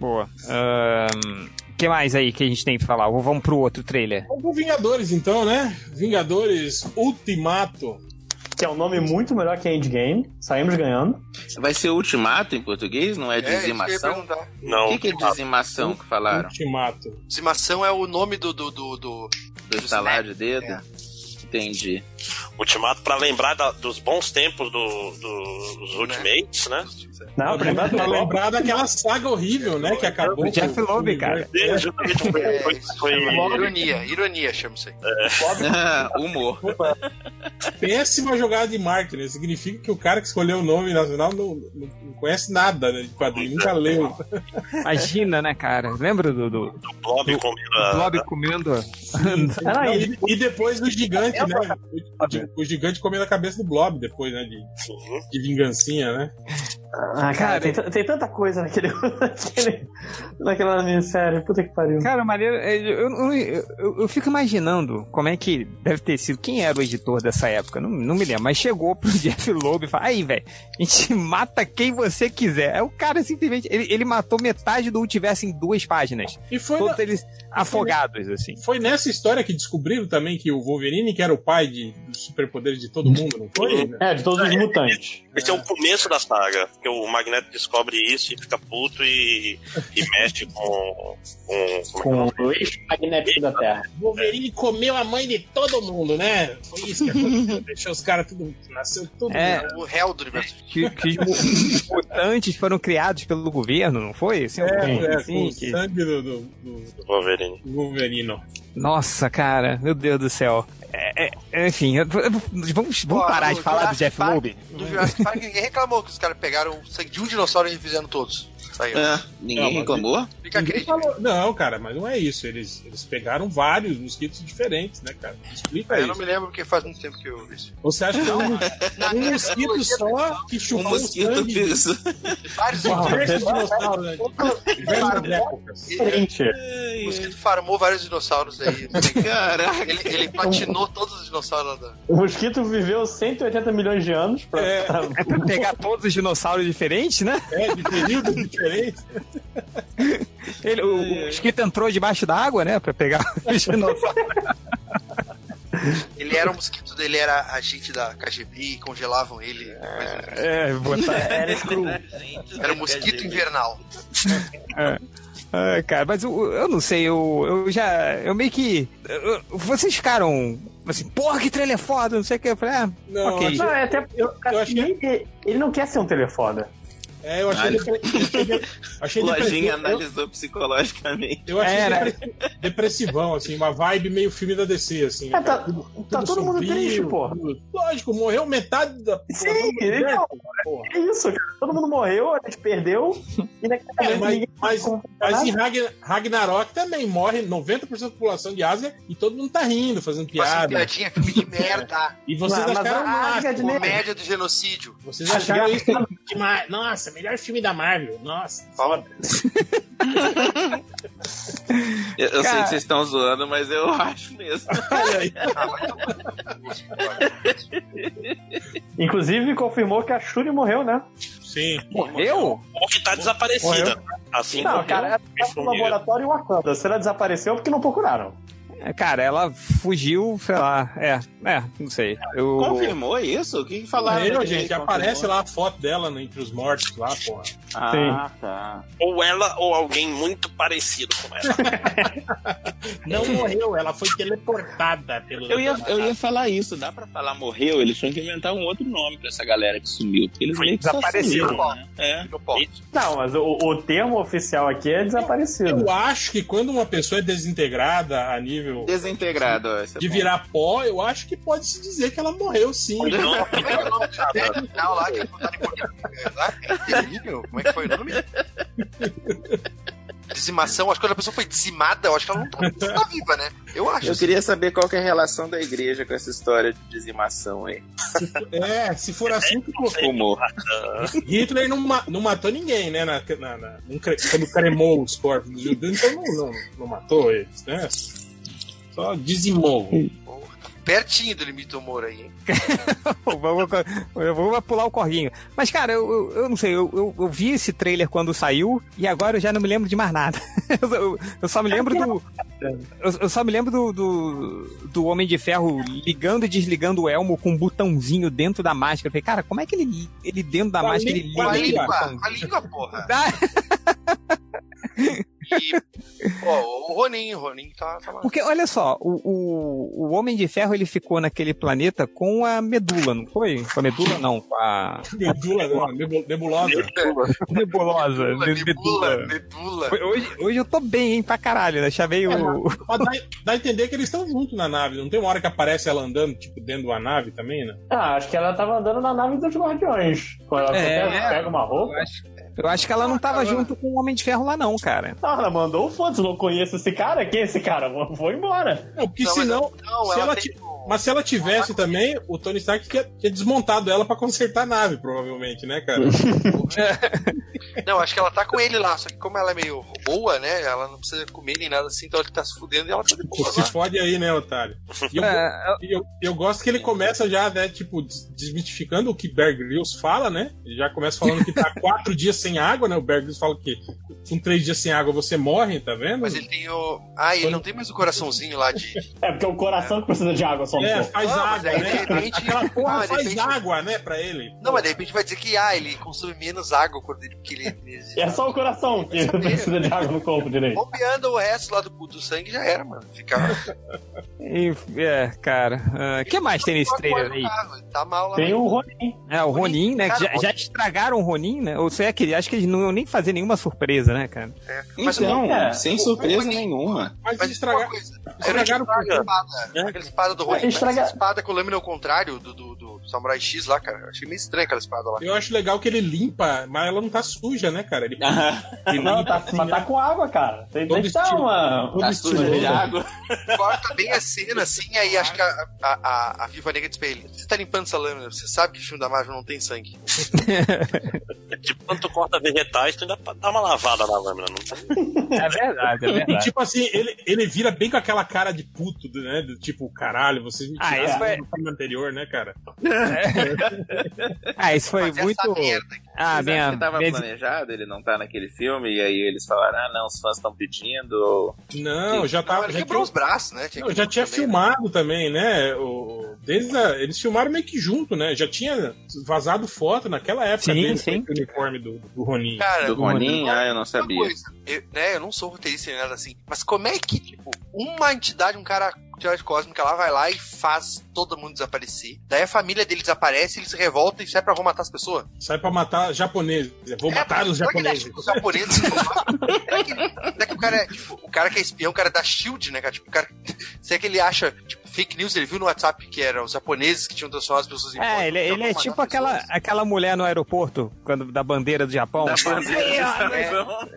Boa. Ahn, que mais aí que a gente tem pra falar? Ou vamos pro outro trailer? Vamos pro Vingadores, então, né? Vingadores Ultimato. Que é um nome muito melhor que Endgame. Saímos ganhando. Vai ser ultimato em português? Não é É, isso que eu ia dizimação? perguntar. o Não, que, que é dizimação que falaram? Ultimato. Dizimação é o nome do. do, do, do- Do estalar de dedo? É. Entendi. Ultimato, pra lembrar da- dos bons tempos do- do- dos Ultimates, né? Não, né? pra lembrar do Pra Loki. lembrar daquela saga horrível, né? Que acabou. O Jeff com- Loeb, com- cara. É, Justamente foi, É, foi, isso foi- chama- Ironia, ironia chama isso aí. É. [laughs] Humor. Péssima jogada de marketing. Significa que o cara que escolheu o nome nacional não, não- não conhece nada né, de quadrinho, nunca leu. Imagina, né, cara? Lembra do, do, do Blob comendo a- Blob comendo? Era Não, ele. e, e depois do gigante, né? O, gi- o gigante comendo a cabeça do Blob depois, né? De, assim, de vingancinha, né? Ah, cara, tem, t- tem tanta coisa naquele, [laughs] naquele, naquela minissérie. Puta que pariu. Cara, maneiro, é, eu, eu, eu- eu fico imaginando como é que deve ter sido. Quem era o editor dessa época? Não, não me lembro, mas chegou pro [laughs] Jeff Loeb e falou: Aí, velho, a gente [laughs] mata quem você quiser. Aí o cara simplesmente. Ele, ele matou metade do universo em duas páginas. E foi, é. Todos eles afogados, assim. na- foi nessa história que descobriram também que o Wolverine, que era o pai de, dos superpoderes de todo mundo, não foi? É, de todos os mutantes. Esse é o começo da saga, porque o Magneto descobre isso e fica puto e, e mexe com, com, como é Com o ex-magnético da Terra. O Wolverine comeu a mãe de todo mundo, né? Foi isso que aconteceu. Deixou os caras tudo. Nasceu tudo. É, O réu do universo. que, que [laughs] os mu- mutantes foram criados pelo governo, não foi? Assim, alguma coisa É, assim, com que- o sangue do, do, do que é o Wolverine. Wolverino. Nossa, cara, meu Deus do céu. É, é, enfim, eu- eu- vamos, vamos Ó, parar no de falar do Jurassic Jeff Park- Loeb. No Jurassic Park ninguém reclamou que os caras pegaram o sangue de um dinossauro e fizeram todos. Saiu. É, ninguém Não, mas- é reclamou? Fica a Ninguém crítica. falou- Não, cara, mas não é isso. Eles, eles pegaram vários mosquitos diferentes, né, cara? Explica Eu isso. É, não me lembro porque faz muito tempo que eu vi isso. Ou Você acha que é um, um mosquito só que Um chupou o mosquito sangue de piso. [laughs] Vários diversos dinossauros né? de diversas épocas? O mosquito farmou vários dinossauros aí. tá Caraca. Ele, ele platinou todos os dinossauros lá da. O mosquito viveu 180 milhões de anos pra. É. pra- É pra pegar todos os dinossauros diferentes, né? É, de períodos diferentes. Ele, o, o mosquito entrou debaixo da água, né? Pra pegar [laughs] os dinossauros. Ele era um mosquito dele, era agente da KGB e congelavam ele. coisa- É, botar. Era um mosquito invernal. Ah, cara, mas eu, eu não sei, eu, eu já. Eu meio que. eu- eu- vocês ficaram assim, porra, que trailer foda, não sei o que. Eu falei, ah, Não, Ok. acho- Não, é até porque Eu- eu achei- ele, ele não quer ser um telefone. é, eu achei. Caralho. ele- Achei Lojinha depressivo. Eu- analisou psicologicamente. Eu achei É, né? depre- depressivão, assim, uma vibe meio filme da DC, assim. É, tá- tá todo mundo triste, pô. tudo- Lógico, morreu metade da. Sim, né, legal. É isso, cara. Todo mundo morreu, a gente perdeu. E naquele É, momento mas- ninguém mas- compra Mas Tá nada. em Ragn- Ragnarok também morre 90% da população de Ásia e todo mundo tá rindo, fazendo Passando piada. assim, piadinha, filme de merda. E vocês Mas- mas acharam né? a Ásia máximo, É de Neve- Comédia do genocídio. Vocês acharam isso demais. Nossa, melhor filme da Marvel. Nossa. Foda. Eu, eu sei Cara. que vocês estão zoando, mas eu [laughs] acho mesmo. Olha aí. Ah, vai tomar no cu, cara. Inclusive, confirmou que a Shuri morreu, né? Sim. morreu? Ou que tá desaparecida. né? Assim Não, como cara, ela tá no Confirmou. laboratório em Wakanda. Se ela desapareceu, porque não procuraram. É, Cara, ela fugiu, sei lá. É, é, não sei. Eu. Confirmou isso? O que que falaram? Morreu, Quem gente. confirmou? Aparece lá a foto dela no- entre os mortos lá, porra. Ah, tá. ou ela ou alguém muito parecido com ela. Não [laughs] morreu, ela foi teleportada pelo. Eu ia, eu ia falar isso, dá pra falar morreu? Eles tinham que inventar um outro nome pra essa galera que sumiu. Porque eles meio que só Desapareceu. sumiram, né? É. No pau. Não, mas o, o termo oficial aqui é desaparecido. Eu acho que quando uma pessoa é desintegrada a nível Desintegrado, ó. esse é de bom. virar pó, eu acho que pode se dizer que ela morreu sim. Ou não, Como é que é o nome do técnico final lá que botaram em português lá? É terrível. Como é que foi o nome? Dizimação, acho que quando a pessoa foi dizimada, eu acho que ela não tá, não tá viva, né? Eu acho. Eu queria saber qual que é a relação da igreja com essa história de dizimação aí. É, se for assim, tipo, Humor. Hitler não, ma- não matou ninguém, né? Na, na, na- não cre- quando cremou os corpos dos judeus, então não, não, não matou eles, né? Só dizimou. Pertinho do limite do humor aí, hein? Pô, vamos- Eu vou pular o corguinho. Mas, cara, eu, eu, eu não sei, eu, eu, eu vi esse trailer quando saiu e agora eu já não me lembro de mais nada. [laughs] Eu, eu- eu só me lembro do. Eu, eu só me lembro do, do, do Homem de Ferro ligando e desligando o elmo com um botãozinho dentro da máscara. Eu falei, cara, como é que ele, ele dentro da Com a máscara ele língua, Com a liga? aquele língua, botão? com a [laughs] língua, porra. Ah, E, ó, o Ronin, o Ronin tá, tá lá. Porque, olha só, o, o, o Homem de Ferro ele ficou naquele planeta com a medula, não foi? Com a medula, não, com a Nebula, não, né, nebu- nebulosa. [laughs] nebulosa. Nebula, nebula. Hoje, hoje eu tô bem, hein, pra caralho, né? Chamei o, Mas dá, dá a entender que eles estão juntos na nave. Não tem uma hora que aparece ela andando, tipo, dentro de uma nave também, né? Ah, acho que ela tava andando na nave dos Guardiões. Quando ela É. pega, pega uma roupa. Eu acho, eu acho que ela não tava junto com o Homem de Ferro lá, não, cara. Ah, ela mandou foda-se, não conheço esse cara. Quem é esse cara? Vou, vou embora. Não, porque Não, mas senão. Não, se ela, ela tem ti- um- Mas se ela tivesse também, o Tony Stark tinha, tinha desmontado ela pra consertar a nave, provavelmente, né, [laughs] cara? Não, acho que ela tá com ele lá, só que como ela é meio boa, né? Ela não precisa comer nem nada assim, então ela tá se fudendo e ela tá de boa Se lá. fode aí, né, otário? E eu, É, eu- e eu, eu gosto que ele começa já, né, tipo, des- desmitificando o que Bear Grylls fala, né? Ele já começa falando que tá [laughs] quatro dias sem água, né? O Bear Grylls fala que com três dias sem água você morre, tá vendo? Mas ele tem o. Ah, ele não tem mais o coraçãozinho lá de. de- É porque é o coração que precisa de água só um no É, corpo. faz Não, mas água, aí, né? de repente- Aquela porra Ah, de faz repente- água, né, pra ele. Não, mas de repente vai dizer que ah, ele consome menos água quando ele. Porque ele, ele É só o coração que Sabia. precisa de água no corpo direito. bombeando o resto lá do, do sangue já era, mano. Ficava. e- é, cara. O que mais tem nesse trailer aí? Tá mal lá. Tem um- o Ronin. É, o Ronin, né? que Já, já estragaram o Ronin, né? Ou seja, que, acho que eles não iam nem fazer nenhuma surpresa, né, cara? Mas Então, é, sem o- surpresa o- nenhuma. Mas, Mas estragar. estragar. Coisa, estragaram era tipo por quê? aquela espada, aquela espada do Ronin. Estraga- Essa espada com lâmina ao contrário do, do, do, Samurai X lá, cara. Eu achei meio estranho aquela espada [laughs] lá. Eu acho legal que ele limpa, mas ela não tá suja, né, cara? Ele Não, tá, mas tá com água, cara. Tem Todo que deixar estilo. uma. Todo Tá estilo. suja de água. Corta bem a cena, assim, aí acho que a, a, a, a Viva Negra diz pra ele: Você tá limpando essa lâmina, você sabe que filme da Marvel não tem sangue. Tipo, quando tu corta vegetais, tu ainda dá uma lavada na lâmina. Não É verdade, é E, verdade. tipo assim, ele, ele vira bem com aquela cara de puto, né? Do tipo, caralho, vocês me Ah, tiraram isso foi- do filme anterior, né, cara? Ah, isso foi Mas muito. essa merda. então Ah, Vocês acham minha. é que tava minha- planejado ele não tá naquele filme, e aí eles falaram, ah não, os fãs estão pedindo, ou... Não, já Ah, tava. ele tá, Já quebrou tinha, os braços, né? não, já tinha também, né? filmado também, né? O, desde a- eles filmaram meio que junto, né? Já tinha vazado foto naquela época Sim, dele, sim. com o uniforme do, do Ronin. Cara, do Ronin, ah, eu não uma sabia. coisa, eu, né, eu não sou roteirista nem nada assim, mas como é que, tipo, uma entidade, um cara de arte cósmica lá vai lá e faz todo mundo desaparecer, daí a família dele desaparece, ele se revolta e sai pra arrumar matar as pessoas? Sai pra matar japoneses. Vou matar os será que ele japoneses. acha que os japoneses não matam? será, que, ele- será que o cara é, tipo, o cara que é espião, o cara da Shield, né, cara? Tipo, o cara, será que ele acha, tipo, fake news, ele viu no WhatsApp que eram os japoneses que tinham transformado as pessoas em porco, É, ele, então ele é vamos tipo matar aquela, pessoas. aquela mulher no aeroporto, quando da bandeira do Japão. Da bandeira do Japão.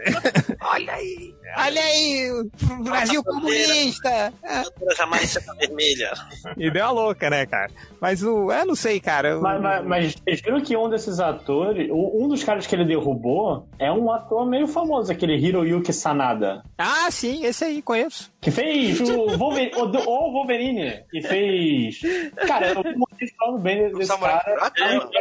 Olha aí! Olha aí, o Brasil comunista! tem jamais seta vermelha. E deu a louca, né, cara? Mas o. Eu não sei, cara. o- Mas, mas, mas vocês viram que um desses atores, o- um dos caras que ele derrubou, é um ator meio famoso, aquele Hiroyuki Sanada. Ah, sim, esse aí, conheço. Que fez o Wolverine, o, do- o Wolverine. E fez. Cara, eu não sei falando bem O desse samurai cara. pirata, É, é, né, mano?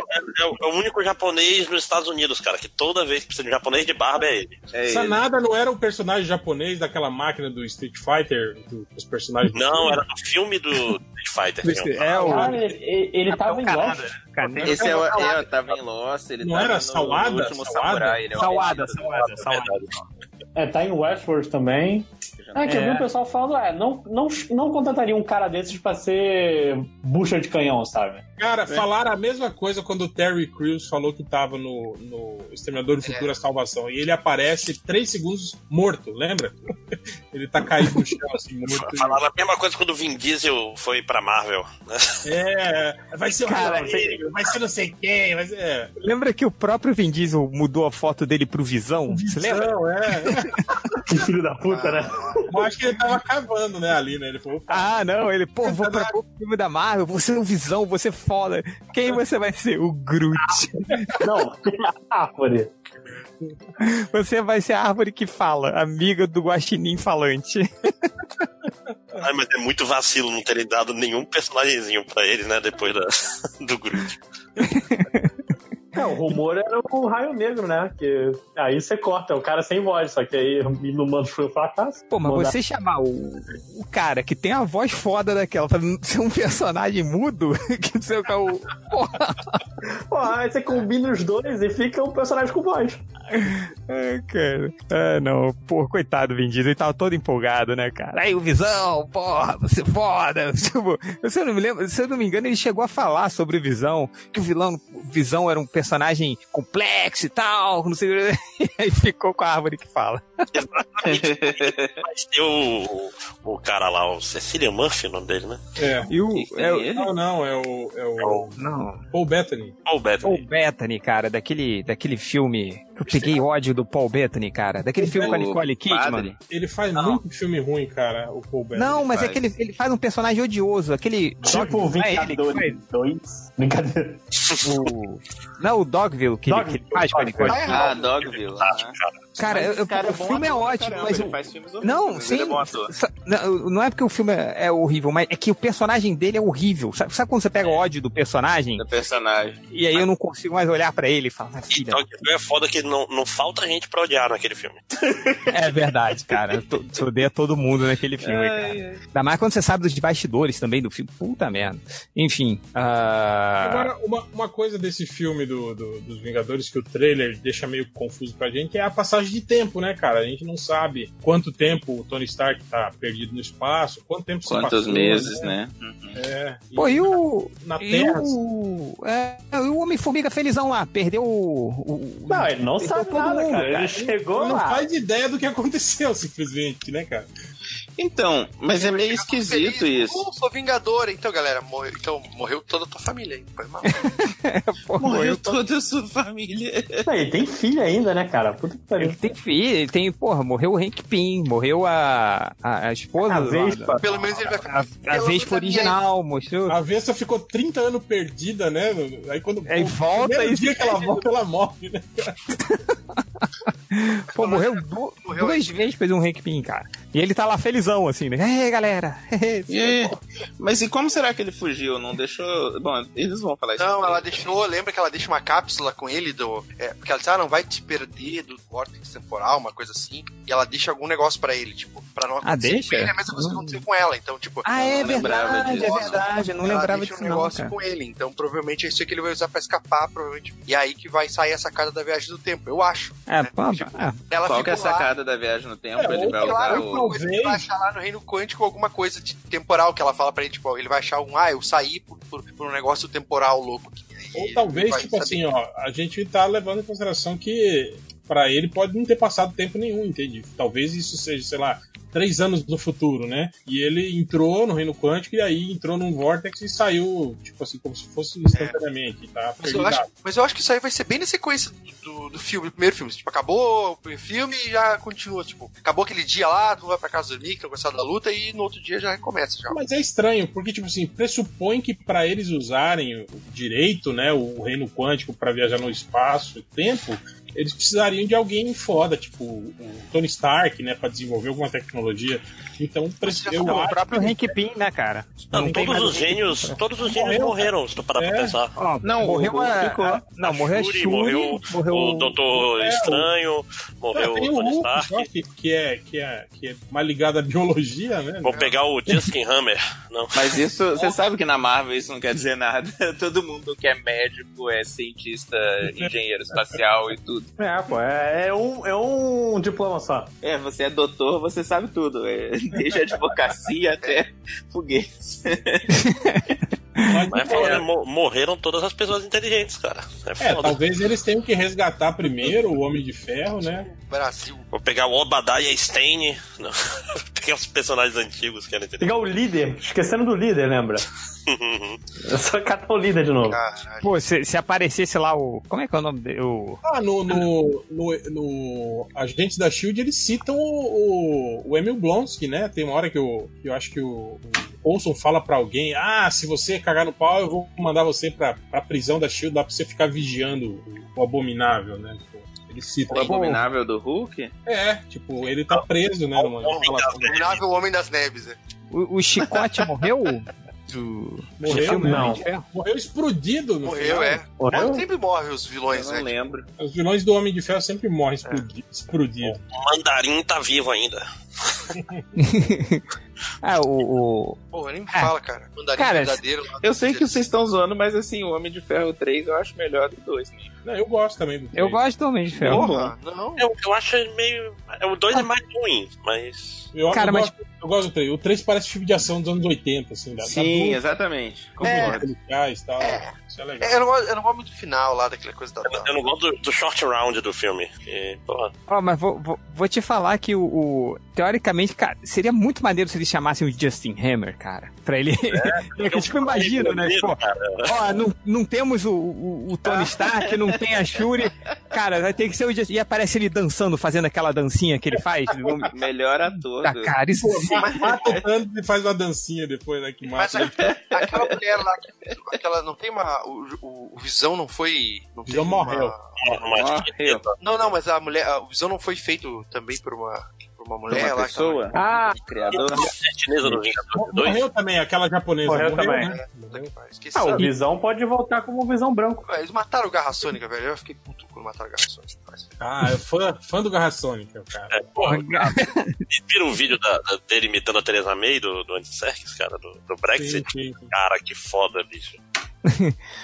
é o- é o único japonês nos Estados Unidos, cara, que toda vez que precisa de um japonês de barba é ele. É ele. Sanada não era o personagem japonês daquela máquina do Street Fighter, do- dos personagens. do Não, filme? era do filme do Street Fighter. que eu- É o. Cara, ele, ele tava em Lost. Cara, Esse é, o- é, tava em Lost, ele Não tava era no, Salada? no último Salada? samurai. Ele é o Salada, apelido do Salada, Lost, Salada. na verdade. É, tá em Westworld também. É, que eu vi É. o pessoal falando, é, não, não, não contrataria um cara desses pra ser bucha de canhão, sabe? Cara, falaram a mesma coisa quando o Terry Crews falou que tava no, no Exterminador do Futuro a Salvação. E ele aparece três segundos morto, lembra? [laughs] ele tá caído no chão, assim, morto. [laughs] Falaram a mesma coisa quando o Vin Diesel foi pra Marvel. né? É, vai ser o Cara, Rodrigo, vai ser não sei quem, vai ser. É, Lembra que o próprio Vin Diesel mudou a foto dele pro Visão? Você lembra? Não, é. Que filho da puta, né? Eu acho que ele tava cavando, né, ali, né? Ele falou, "Opa, Ah, não, ele, pô, vou pra o filme da Marvel, você é um Visão, você é foda. Quem você vai ser? O Groot. [laughs] Não, árvore. Você vai ser a árvore que fala, amiga do guaxinim falante. Ai, mas é muito vacilo não terem dado nenhum personagemzinho pra eles, né? Depois da, [laughs] do Groot. É, o rumor era o raio negro, né? Que aí você corta, é o cara sem voz, só que aí no mando foi o fracasso. Pô, mas Mandar- você chamar o, o cara que tem a voz foda daquela pra ser um personagem mudo, [laughs] que não sei o que é o. Porra! Pô, aí você combina os dois e fica um personagem com voz. É, cara. Ah, não. Pô, coitado do Vin Diesel, ele tava todo empolgado, né, cara? Aí o Visão, porra, você é foda. [laughs] Tipo, se eu não me lembro, se eu não me engano, ele chegou a falar sobre o Visão, que o vilão, o Visão era um personagem complexo e tal, não sei o que. [laughs] Aí ficou com a árvore que fala. Mas tem o, o, o cara lá, o Cecília Murphy, o nome dele, né? é. E o. é o- Não, não, é o. É o não. Paul Bettany. Ou o Batman. Paul Bettany, cara, daquele, daquele filme. Eu peguei ódio do Paul Bettany, cara. Daquele filme com a O Nicole Kidman. padre. Ele faz muito filme ruim, cara, o Paul Bettany. Não, mas é faz. que ele, ele faz um personagem odioso. Aquele. Tipo o Dog- é ele que Vingadores 2. Brincadeira. faz o- Não, o Dogville, que, ele- que ele Dogville, faz com a Nicole Dogville. Kidman. Ah, Dogville. aham. Tá Cara, eu- Esse cara o bom filme é ator pra ótimo, caramba, mas. ele o- faz filmes horríveis, Não, mas sim. Ele é bom ator. sa- Não, não é porque o filme é é horrível, mas é que o personagem dele é horrível. Sabe, sabe quando você É. pega ódio do personagem Do personagem. e aí eu não consigo mais olhar pra ele e E falar, Então, filha, Dogville é foda que não, não falta gente pra odiar naquele filme. É verdade, cara. To- Você odeia todo mundo naquele filme, cara. Ainda mais quando você sabe dos bastidores também do filme. Puta merda. Enfim. ah, Agora, uma, uma coisa desse filme do, do- dos Vingadores que o trailer deixa meio confuso pra gente é a passagem de tempo, né, cara? A gente não sabe quanto tempo o Tony Stark tá perdido no espaço, quanto tempo se Quantos passou, meses, né? É, e Pô, e o. tá na E Terra. o, é, e o Homem-Formiga Felizão lá, perdeu o. o- o- Ah, Não, ele não Ele sabe todo nada, mundo, cara. cara. Ele chegou Não lá. [laughs] faz ideia do que aconteceu, simplesmente, né, cara? Então, mas é meio esquisito Feliz. isso. Uh, sou vingadora. Então, galera, morreu, então, morreu toda a tua família. Hein? Foi mal. Pô, Morreu toda a sua família. Aí, tem filho ainda, né, cara? Puta que pariu. Ele tem filho, ele tem, porra, morreu o Hank Pym, morreu a, a, a esposa. A do- Vespa. Pelo menos ele vai ficar. A, a Vespa Pelo menos a minha- original, mostrou. A Vespa ficou 30 anos perdida, né? Aí quando. Aí o volta primeiro É, e- dia que ela volta, ela morre, né? Pô, morreu, du- Morreu duas vezes fez um Hank Pym, cara. E ele tá lá felizão, assim, né? Ei, galera! [laughs] E aí? Mas e como será que ele fugiu? Não deixou. Bom, eles vão falar isso. Não, ela deixou, lembra que ela deixa uma cápsula com ele do. é, porque ela disse, ah, não vai te perder do vórtice temporal, uma coisa assim. E ela deixa algum negócio pra ele, tipo, pra não Ah, deixa? com ele, é a mesma coisa que aconteceu com ela. Então, tipo, Ah, é Eu não lembrava verdade, é disso. verdade. Eu não ela lembrava deixa disso, um não, negócio cara. com ele. Então, provavelmente é isso que ele vai usar pra escapar, provavelmente. E é aí que vai sair a sacada da viagem do tempo, eu acho. É, pô, é. Ela Qual ficou que é a lá, sacada da viagem no tempo? É, ele ou vai sei usar lá, o. ou- coisa que ele vai achar lá no reino quântico alguma coisa de temporal que ela fala pra ele, tipo, ele vai achar um, ah, eu saí por, por, por um negócio temporal louco. que- Ou e talvez, vai tipo saber. assim, ó, a gente tá levando em consideração que pra ele pode não ter passado tempo nenhum, entende? Talvez isso seja, sei lá, três anos no futuro, né? E ele entrou no reino quântico e aí entrou num vortex e saiu, tipo assim, como se fosse instantaneamente, tá? Mas eu, acho, mas eu acho que isso aí vai ser bem na sequência do, do, do filme, do primeiro filme. Tipo, acabou o primeiro filme e já continua. Tipo, acabou aquele dia lá, tu vai pra casa dormir, que eu gostava da luta, e no outro dia já recomeça já. Mas é estranho, porque, tipo assim, pressupõe que pra eles usarem o direito, né, o reino quântico pra viajar no espaço e tempo, eles precisariam de alguém foda, tipo o Tony Stark, né, pra desenvolver alguma tecnologia. Então, pres- já eu falou, Não, o acho próprio Hank Pym, né, cara? Não, Não tem todos mais os gênios, todos os gênios Morreu, morreram, se tu parar É. pra pensar. Ó, Não, morreu o- a, ficou- a- Não, morreu a Shuri, Shuri, morreu morreu O Doutor É, o- Estranho, morreu Ah, tem o o Tony Hulk, Stark. só que, que, é, que, é, que é mais ligado à biologia, né? Vou pegar o Justin Hammer. Não. Mas isso, você sabe que na Marvel isso não quer dizer nada. [laughs] Todo mundo que é médico é cientista, engenheiro espacial e tudo. É, pô, é, é um, é um diploma só. É, você é doutor, você sabe tudo. É, desde advocacia até foguetes. Mas, Mas falando, né, mo- morreram todas as pessoas inteligentes, cara. É é, foda. talvez eles tenham que resgatar primeiro o Homem de Ferro, né? Brasil. Vou pegar o Obadiah Stane. Não. [laughs] pegar os personagens antigos que eram inteligentes. Pegar o líder, esquecendo do líder, lembra? Só catar o líder de novo. Caralho. Pô, se, se aparecesse lá o. Como é que é o nome dele? O... Ah, no, no, no, no Agentes da Shield eles citam o, o, o Emil Blonsky, né? Tem uma hora que eu, que eu acho que o, o Olson fala pra alguém: Ah, se você cagar no pau, eu vou mandar você pra, pra prisão da Shield, dá pra você ficar vigiando o, o abominável, né? Tipo, Ele cita. O abominável do Hulk? É, tipo, ele tá preso, né? Numa instalação. Abominável Homem das Neves, né? O, o Chicote morreu? Do... Morreu, né?" do filme, não. Homem de Ferro? Morreu explodido no Morreu, final. é. Morreu? Sempre morre os Eu vilões, não né? lembro. Os vilões do Homem de Ferro sempre morrem explodi- explodidos. O Mandarim tá vivo ainda. Ah, o. o... Porra, nem é. me É. fala, cara. Mandarim Cara, verdadeiro lá. Eu sei que vocês estão zoando, mas assim, o Homem de Ferro 3 eu acho melhor do 2, né? Não, eu gosto também do Eu trailer. gosto do Homem de Ferro. Porra, Ah, não. Eu, eu acho ele meio. O 2 é mais ruim, mas. Eu, Cara, eu mas- gosto, eu gosto do trailer. O 3 parece filme de ação dos anos 80, assim. Da, Sim, da exatamente. como é. os policiais e tal. Isso é legal. É, Eu não, gosto- eu não gosto muito do final lá, daquela coisa da. Eu não- eu não gosto do, do short round do filme. que, porra, Ó, mas vou, vou, vou te falar que o, o- Teoricamente, cara, seria muito maneiro se eles chamassem o Justin Hammer, cara. Pra ele. [laughs] tipo, imagina, né? Tipo, cara. ó, não, não temos o, o, o Tony Stark, não tem a Shuri. Cara, vai ter que ser o Justin. E aparece ele dançando, fazendo aquela dancinha que ele faz. do- Melhor ator. É. Da do- cara, isso Pô, mata o Thanos e faz uma dancinha depois, né? Que Mas mata. a- aquela mulher lá, que- aquela não tem uma. O, o- o Visão não foi. Visão Não teve uma- morreu. Mas, Ah, Morreu. Não, não, mas a mulher. a- O Visão não foi feito também por uma, por uma Por mulher uma lá. pessoa? Ah, Criador? a chinesa do Vingadores 2. Morreu também, aquela japonesa. Morreu também. né? Puta que pariu, Esqueci. Ah, o Sabe, Visão pode voltar como Visão Branco. Eles mataram o Garra Sônica, velho. Eu fiquei puto quando mataram o Garra Sônica. Mas- Ah, eu fã, fã do Garra Sônica, cara. É, porra, Viram o um vídeo da- da- dele É imitando a Theresa May do, do Anti-Serkis, cara, do, do Brexit? Sim, sim. Cara, que foda, bicho.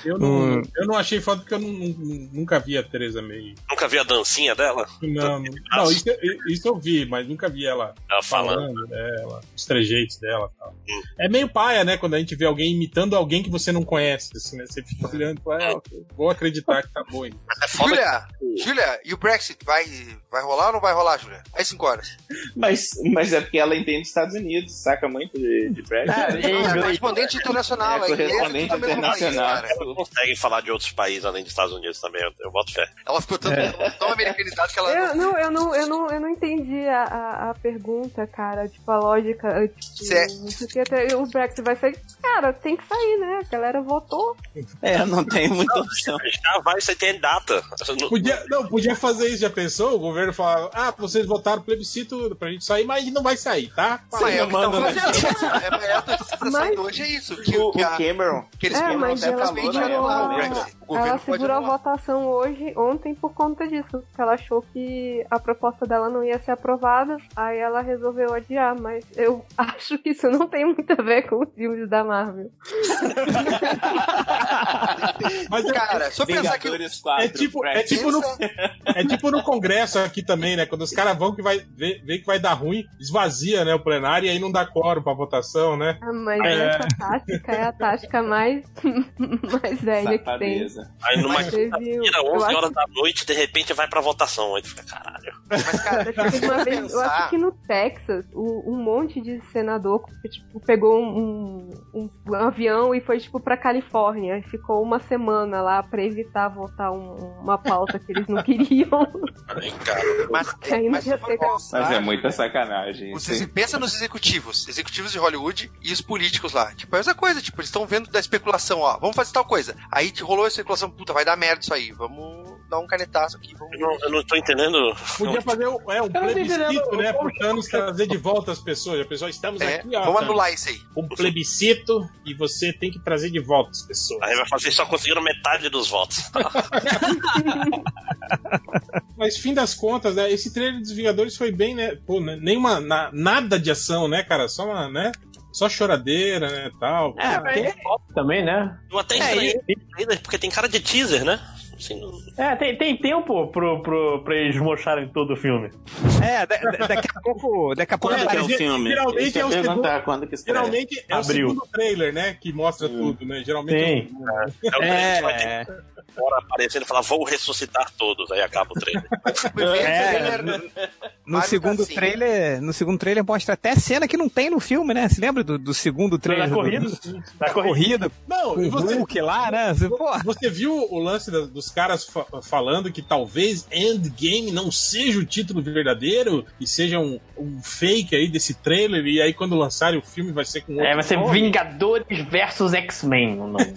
Eu Hum. não, eu não achei foda porque eu não- não- nunca vi a Teresa May. Nunca vi a dancinha dela? Não, não isso, isso eu vi, mas nunca vi ela Ela falando. falando, é, ela, os trejeitos dela e tal. É meio paia, né? Quando a gente vê alguém imitando alguém que você não conhece, assim, né? Você fica olhando e fala, ah, ok, vou acreditar que tá bom. hein?" É foda Júlia, Júlia, e o Brexit? Vai, vai rolar ou não vai rolar, Júlia? Às 5 horas. Mas, mas é porque ela entende Estados Unidos, saca muito de, de Brexit. É correspondente internacional, é, É, inglesa, correspondente tudo no mesmo internacional. país, cara. que conseguem falar de outros países além dos Estados Unidos também, eu, eu boto fé. Ela ficou tão, tão americanizada que ela. Eu não, eu não, eu não, eu não entendi a, a, a pergunta, cara. Tipo, a lógica. Tipo, Certo. não sei o que, até o Brexit vai sair. Cara, tem que sair, né? A galera votou. É, não tem muita opção. Já vai, você tem data. Não- Podia, não, podia fazer isso, já pensou? O governo fala, ah, vocês votaram plebiscito pra gente sair, mas não vai sair, tá? Mas é o que estão manda, né? fazendo. [laughs] É, é a notificação Mas- de hoje é isso. Que, O, que a- o Cameron. que eles É, querem mas até ela falar, segurou né? a- O Brexit. O governo Ela pode segurou a anular. votação hoje, ontem, por conta disso. Porque ela achou que a proposta dela não ia ser aprovada. Aí ela resolveu adiar. Mas eu [laughs] acho que isso não tem muito a ver com os filmes da Marvel. Mas é, Cara, só pensar que. Vingadores 4. é tipo, é Brexit. tipo no, é tipo no Congresso aqui também, né? Quando os caras vão que vai vê, vê que vai dar ruim, esvazia, né, o plenário e aí não dá quórum pra votação, né? Ah, Mas É. essa tática é a tática mais, [laughs] mais velha que tem. Safadeza. Aí numa Mas teve. quinta-feira, eu 11 acho horas da noite, de repente vai pra votação. Aí tu fica, caralho. Mas, [laughs] cara, Acho que teve uma vez- eu acho que no Texas, o- um monte de senador tipo, pegou um, um- um avião e foi tipo pra Califórnia. E Ficou uma semana lá pra evitar votar um- uma pauta que eles não [laughs] queriam. Aí, cara. mas, Que ainda mas, ia ter que- Mas é muita sacanagem. isso, Você hein? pensa nos executivos, executivos de Hollywood e os políticos lá. Tipo, é a mesma coisa, tipo, eles estão vendo da especulação, ó, vamos fazer tal coisa. Aí te rolou a especulação, puta, vai dar merda isso aí, vamos dar um canetaço aqui, vamos. Eu não, eu não tô entendendo. Podia fazer um, é, um plebiscito, né? Pro Thanos trazer de volta as pessoas. A pessoa, estamos É, aqui, ó. vamos Thanos, anular isso aí. Um plebiscito e você tem que trazer de volta as pessoas. Aí vai falar, vocês só conseguiram metade dos votos. Mas fim das contas, né? Esse trailer dos Vingadores foi bem, né? Pô, né, nenhuma. na- nada de ação, né, cara? Só uma, né? Só choradeira, né? Tal. É, porque Também, né? Eu É, até estranhei o trailer, porque tem cara de teaser, né? Assim, não- É, tem, tem tempo pro, pro, pra eles mocharem todo o filme. é, da- da- daqui a pouco, daqui a pouco Quando Quando que é o Mas, filme? geralmente Deixa eu é o perguntar segundo- quando que estreia. Geralmente é Abril. o segundo trailer, né? Que mostra tudo, né? Geralmente é o é Sim. tá o trailer que vai ter É, é. fora aparecendo e falar, vou ressuscitar todos. Aí acaba o trailer. Tipo, [laughs] É, No Mario segundo Cassinha. trailer, no segundo trailer mostra até cena que não tem no filme, né? Se lembra do, do segundo trailer? é Na do- corrida. Na da corrida. corrida, Não, Uhum. o e você, Hulk lá, né? Você- Pô, Você viu o lance da- dos caras fa- falando que talvez Endgame não seja o título verdadeiro e seja um, um fake aí desse trailer e aí quando lançarem o filme vai ser com outro É, vai ser nome? Vingadores versus X-Men o [laughs] nome.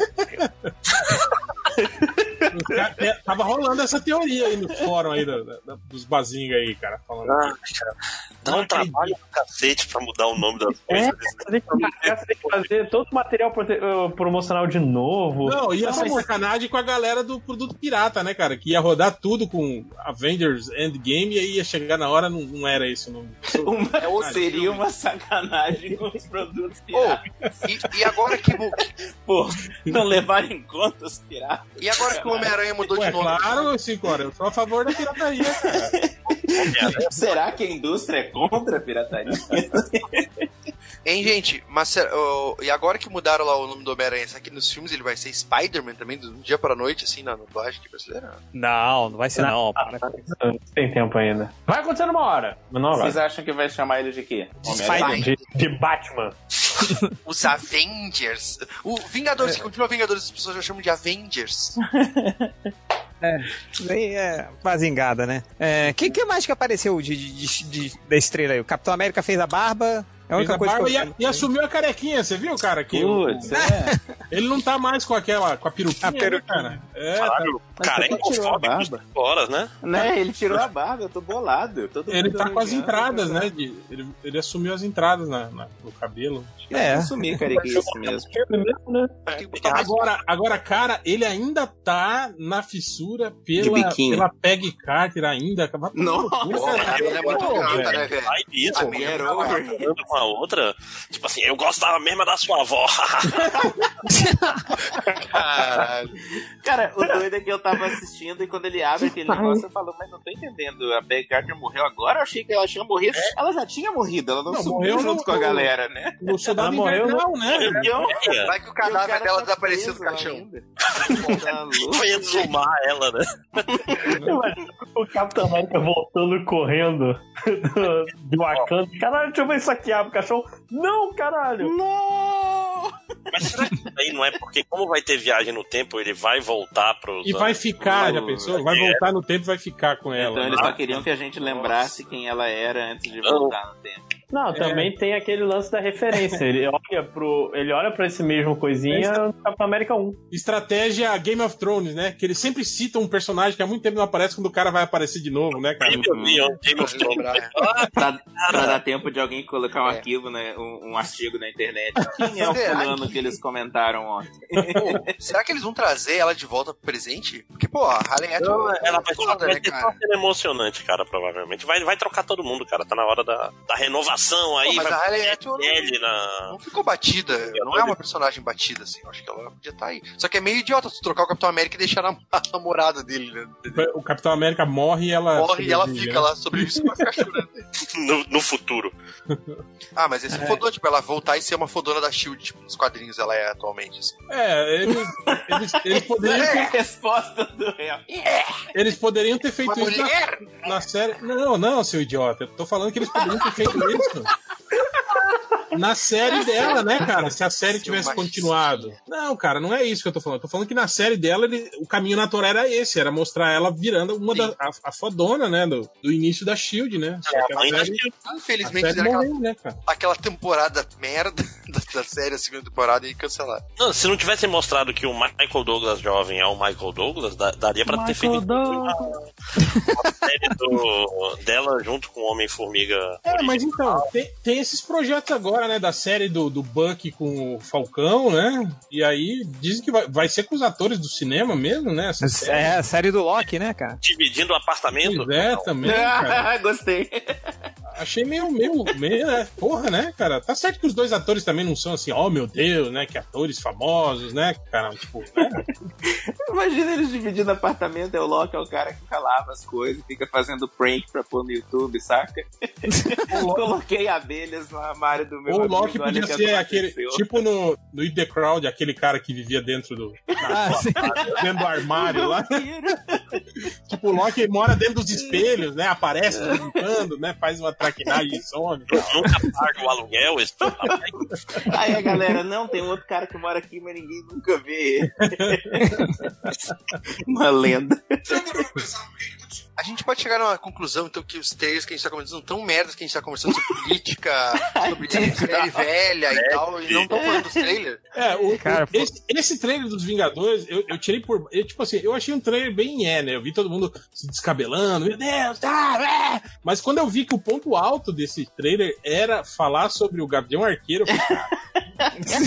Cara, é, Tava rolando essa teoria aí no fórum aí da- da- da- dos bazinga aí, cara, falando. [laughs] Ah, cara, Dá um trabalho do cacete pra mudar o nome das coisas. Você tem que fazer- tem que fazer todo o material prote- eh, promocional de novo. Não, ia ser Nossa, sacanagem com a galera do produto pirata, né, cara? Que ia rodar tudo com Avengers Endgame e aí ia chegar na hora, não, não era esse o nome. Uma- Ah, ou é seria uma sacanagem com os produtos Ou, piratas. e, e agora que o- Pô, não levar em conta os piratas. e agora que o Homem-Aranha mudou Ué, de nome? claro, cinco horas. Eu sou a favor da pirataria, cara. Será que a indústria é contra a pirataria? Hein, gente? Mas será- ô, e agora que mudaram lá o nome do Homem-Aranha, será que nos filmes ele vai ser Spider-Man também, do dia pra noite, assim, na dublagem aqui brasileira? não, não vai ser não. Ah, tá. para com isso. Tem tempo ainda. Vai acontecer numa hora. Mas não agora. Vocês acham que vai chamar ele de quê? É, Spider- Homem-Aranha? De, de Batman. Os Avengers. O É. Vingadores, que continua Vingadores, as pessoas já chamam de Avengers. Isso aí é bazingada, né? É, quem que mais que apareceu de, de- de- de- da estrela aí? O Capitão América fez a barba. É a Fez única a coisa barba que e, a- e assumiu a carequinha, você viu, cara? Que o- Putz, é. ele não tá mais com aquela, com a peruquinha, A peruquinha. né, cara? É, tá- Caralho, careca Mas você tirou a fóbico barba. cinco horas, né? Né, ele tirou a barba, eu tô bolado. Todo ele mundo tá com as elogiando, entradas, eu né? de- ele, ele assumiu as entradas na, na- no cabelo. acho que eu É. vou Sumir, cara, que é isso mesmo. É. Tem que botar mais Agora, agora, cara, ele ainda tá na fissura De pela, biquinho. pela Peg Carter ainda. Vai tomar no cu, Nossa. cara. Porra, a mina é muito Pô, gata, velho. né, velho? Ai, isso. A mina é muito gata. Com a outra, tipo assim, eu gosto da mesma da sua avó. [laughs] Caralho. Cara, o doido é que eu tava assistindo e quando ele abre aquele negócio, eu falo, mas não tô entendendo. A Peggy Carter morreu agora? Eu achei que ela tinha morrido. É? Ela já tinha morrido, ela não, Não, sumiu morreu junto no- com a galera, né? O soldado Ela morreu, invernal, né? Então, é, Vai que o E o cadáver cara dela tá desapareceu do preso caixão. ainda. Tá louco? Foi exumar ela, né? O Capitão América voltando correndo do, [laughs] do Wakanda. Caralho, deixa eu ver isso aqui. Abre o cachorro. Não, caralho. Mas será que isso aí não é porque, como vai ter viagem no tempo, ele vai voltar pros. E vai ficar, já Não, pensou? Vai é. voltar no tempo e vai ficar com ela. Então eles né? tá- só queriam que a gente lembrasse quem ela era antes de voltar né? no tempo. Não, também tem aquele lance da referência. Ele olha pro, ele olha pra esse mesmo coisinha no Capitão América 1. Estratégia Game of Thrones, né? Que eles sempre citam um personagem que há muito tempo não aparece quando o cara vai aparecer de novo, né, cara? Game of Thrones, Game of Thrones. [laughs] Lembrar. Pra, Ah. pra dar tempo de alguém colocar um É. arquivo, né, um, um artigo na [laughs] internet. Quem é o Será fulano que- que eles comentaram ontem? Será que eles vão trazer ela de volta pro presente? Porque, pô, a Harley Então, Atwell é ela vai, foda, vai né, ter cara? só cena emocionante, cara, provavelmente. Vai, vai trocar todo mundo, cara. Tá na hora da, da renovação aí. Pô, mas vai é, a Harley Atwell não- L na. Não ficou batida, não é uma personagem batida, assim. Eu acho que ela podia estar aí. Só que é meio idiota tu trocar o Capitão América e deixar [laughs] a a namorada dele, né? O Capitão América morre e ela. Morre e ela sobrevive, fica né? lá sobre isso e vai ficar chorando. No, no futuro. Ah, mas esse fodou, tipo, ela voltar e ser uma fodona da Shield, tipo, nos quadrinhos ela é atualmente. Assim. É, eles, eles, eles É. poderiam, A [laughs] resposta do réu. eles poderiam ter feito Uma isso na, mulher! na série. Não, não, seu idiota. Eu tô falando que eles poderiam ter feito isso. Na série dela, né, cara? Se a série Seu tivesse machista. continuado. Não, cara, não é isso que eu tô falando. Eu tô falando que na série dela, ele- o caminho natural era esse, era mostrar ela virando uma Sim. da, a, a fodona, né? Do, do início da Shield, né? Só que a Ainda série, que- a Infelizmente, série fizeram aquela, morreu, né, cara? aquela temporada merda [laughs] da, da série, a segunda temporada, e cancelaram. não, se não tivessem mostrado que o Michael Douglas jovem é o Michael Douglas, da- daria pra ter feito uma série do- dela junto com o Homem-Formiga. É, mas então, tem, tem esses projetos agora, né? Da série do, do Buck com o Falcão, né? E aí dizem que vai, vai ser com os atores do cinema mesmo, né? Essa série. É a série do Loki, né, cara? Dividindo o apartamento. Pois é, também, cara. [laughs] Gostei. Achei meio, meio, meio, né? Porra, né, cara? Tá certo que os dois atores também não são assim, oh meu Deus, né? Que atores famosos, né, cara? Tipo, né? Imagina eles dividindo apartamento, é o Loki é o cara que calava as coisas, fica fazendo prank pra pôr no YouTube, [laughs] saca? Coloquei abelhas no armário do [laughs] meu Ou o amigo, Loki olha podia o que ser aquele, aconteceu. [laughs] tipo no, no It The Crowd, aquele cara que vivia dentro do, Ah, sim. dentro do armário [laughs] lá. Tipo, o Loki mora dentro dos espelhos, né? Aparece de vez em quando, né? Faz uma traquinagem e some. Nunca paga o aluguel. Esse... Aí a galera, não, tem um outro cara que mora aqui, mas ninguém nunca vê [laughs] ele. Uma lenda. A gente pode chegar numa conclusão, então, que os trailers que a gente tá comentando são tão merdas que a gente tá conversando sobre política, sobre série velha e tal, e não tão falando dos trailers. É, o, Cara, o- esse, esse trailer dos Vingadores, eu, eu tirei por. Eu, tipo assim, eu achei um trailer bem é, né? Eu vi todo mundo se descabelando, meu Deus, tá, é. Mas quando eu vi que o ponto alto desse trailer era falar sobre o Gavião Arqueiro, eu falei,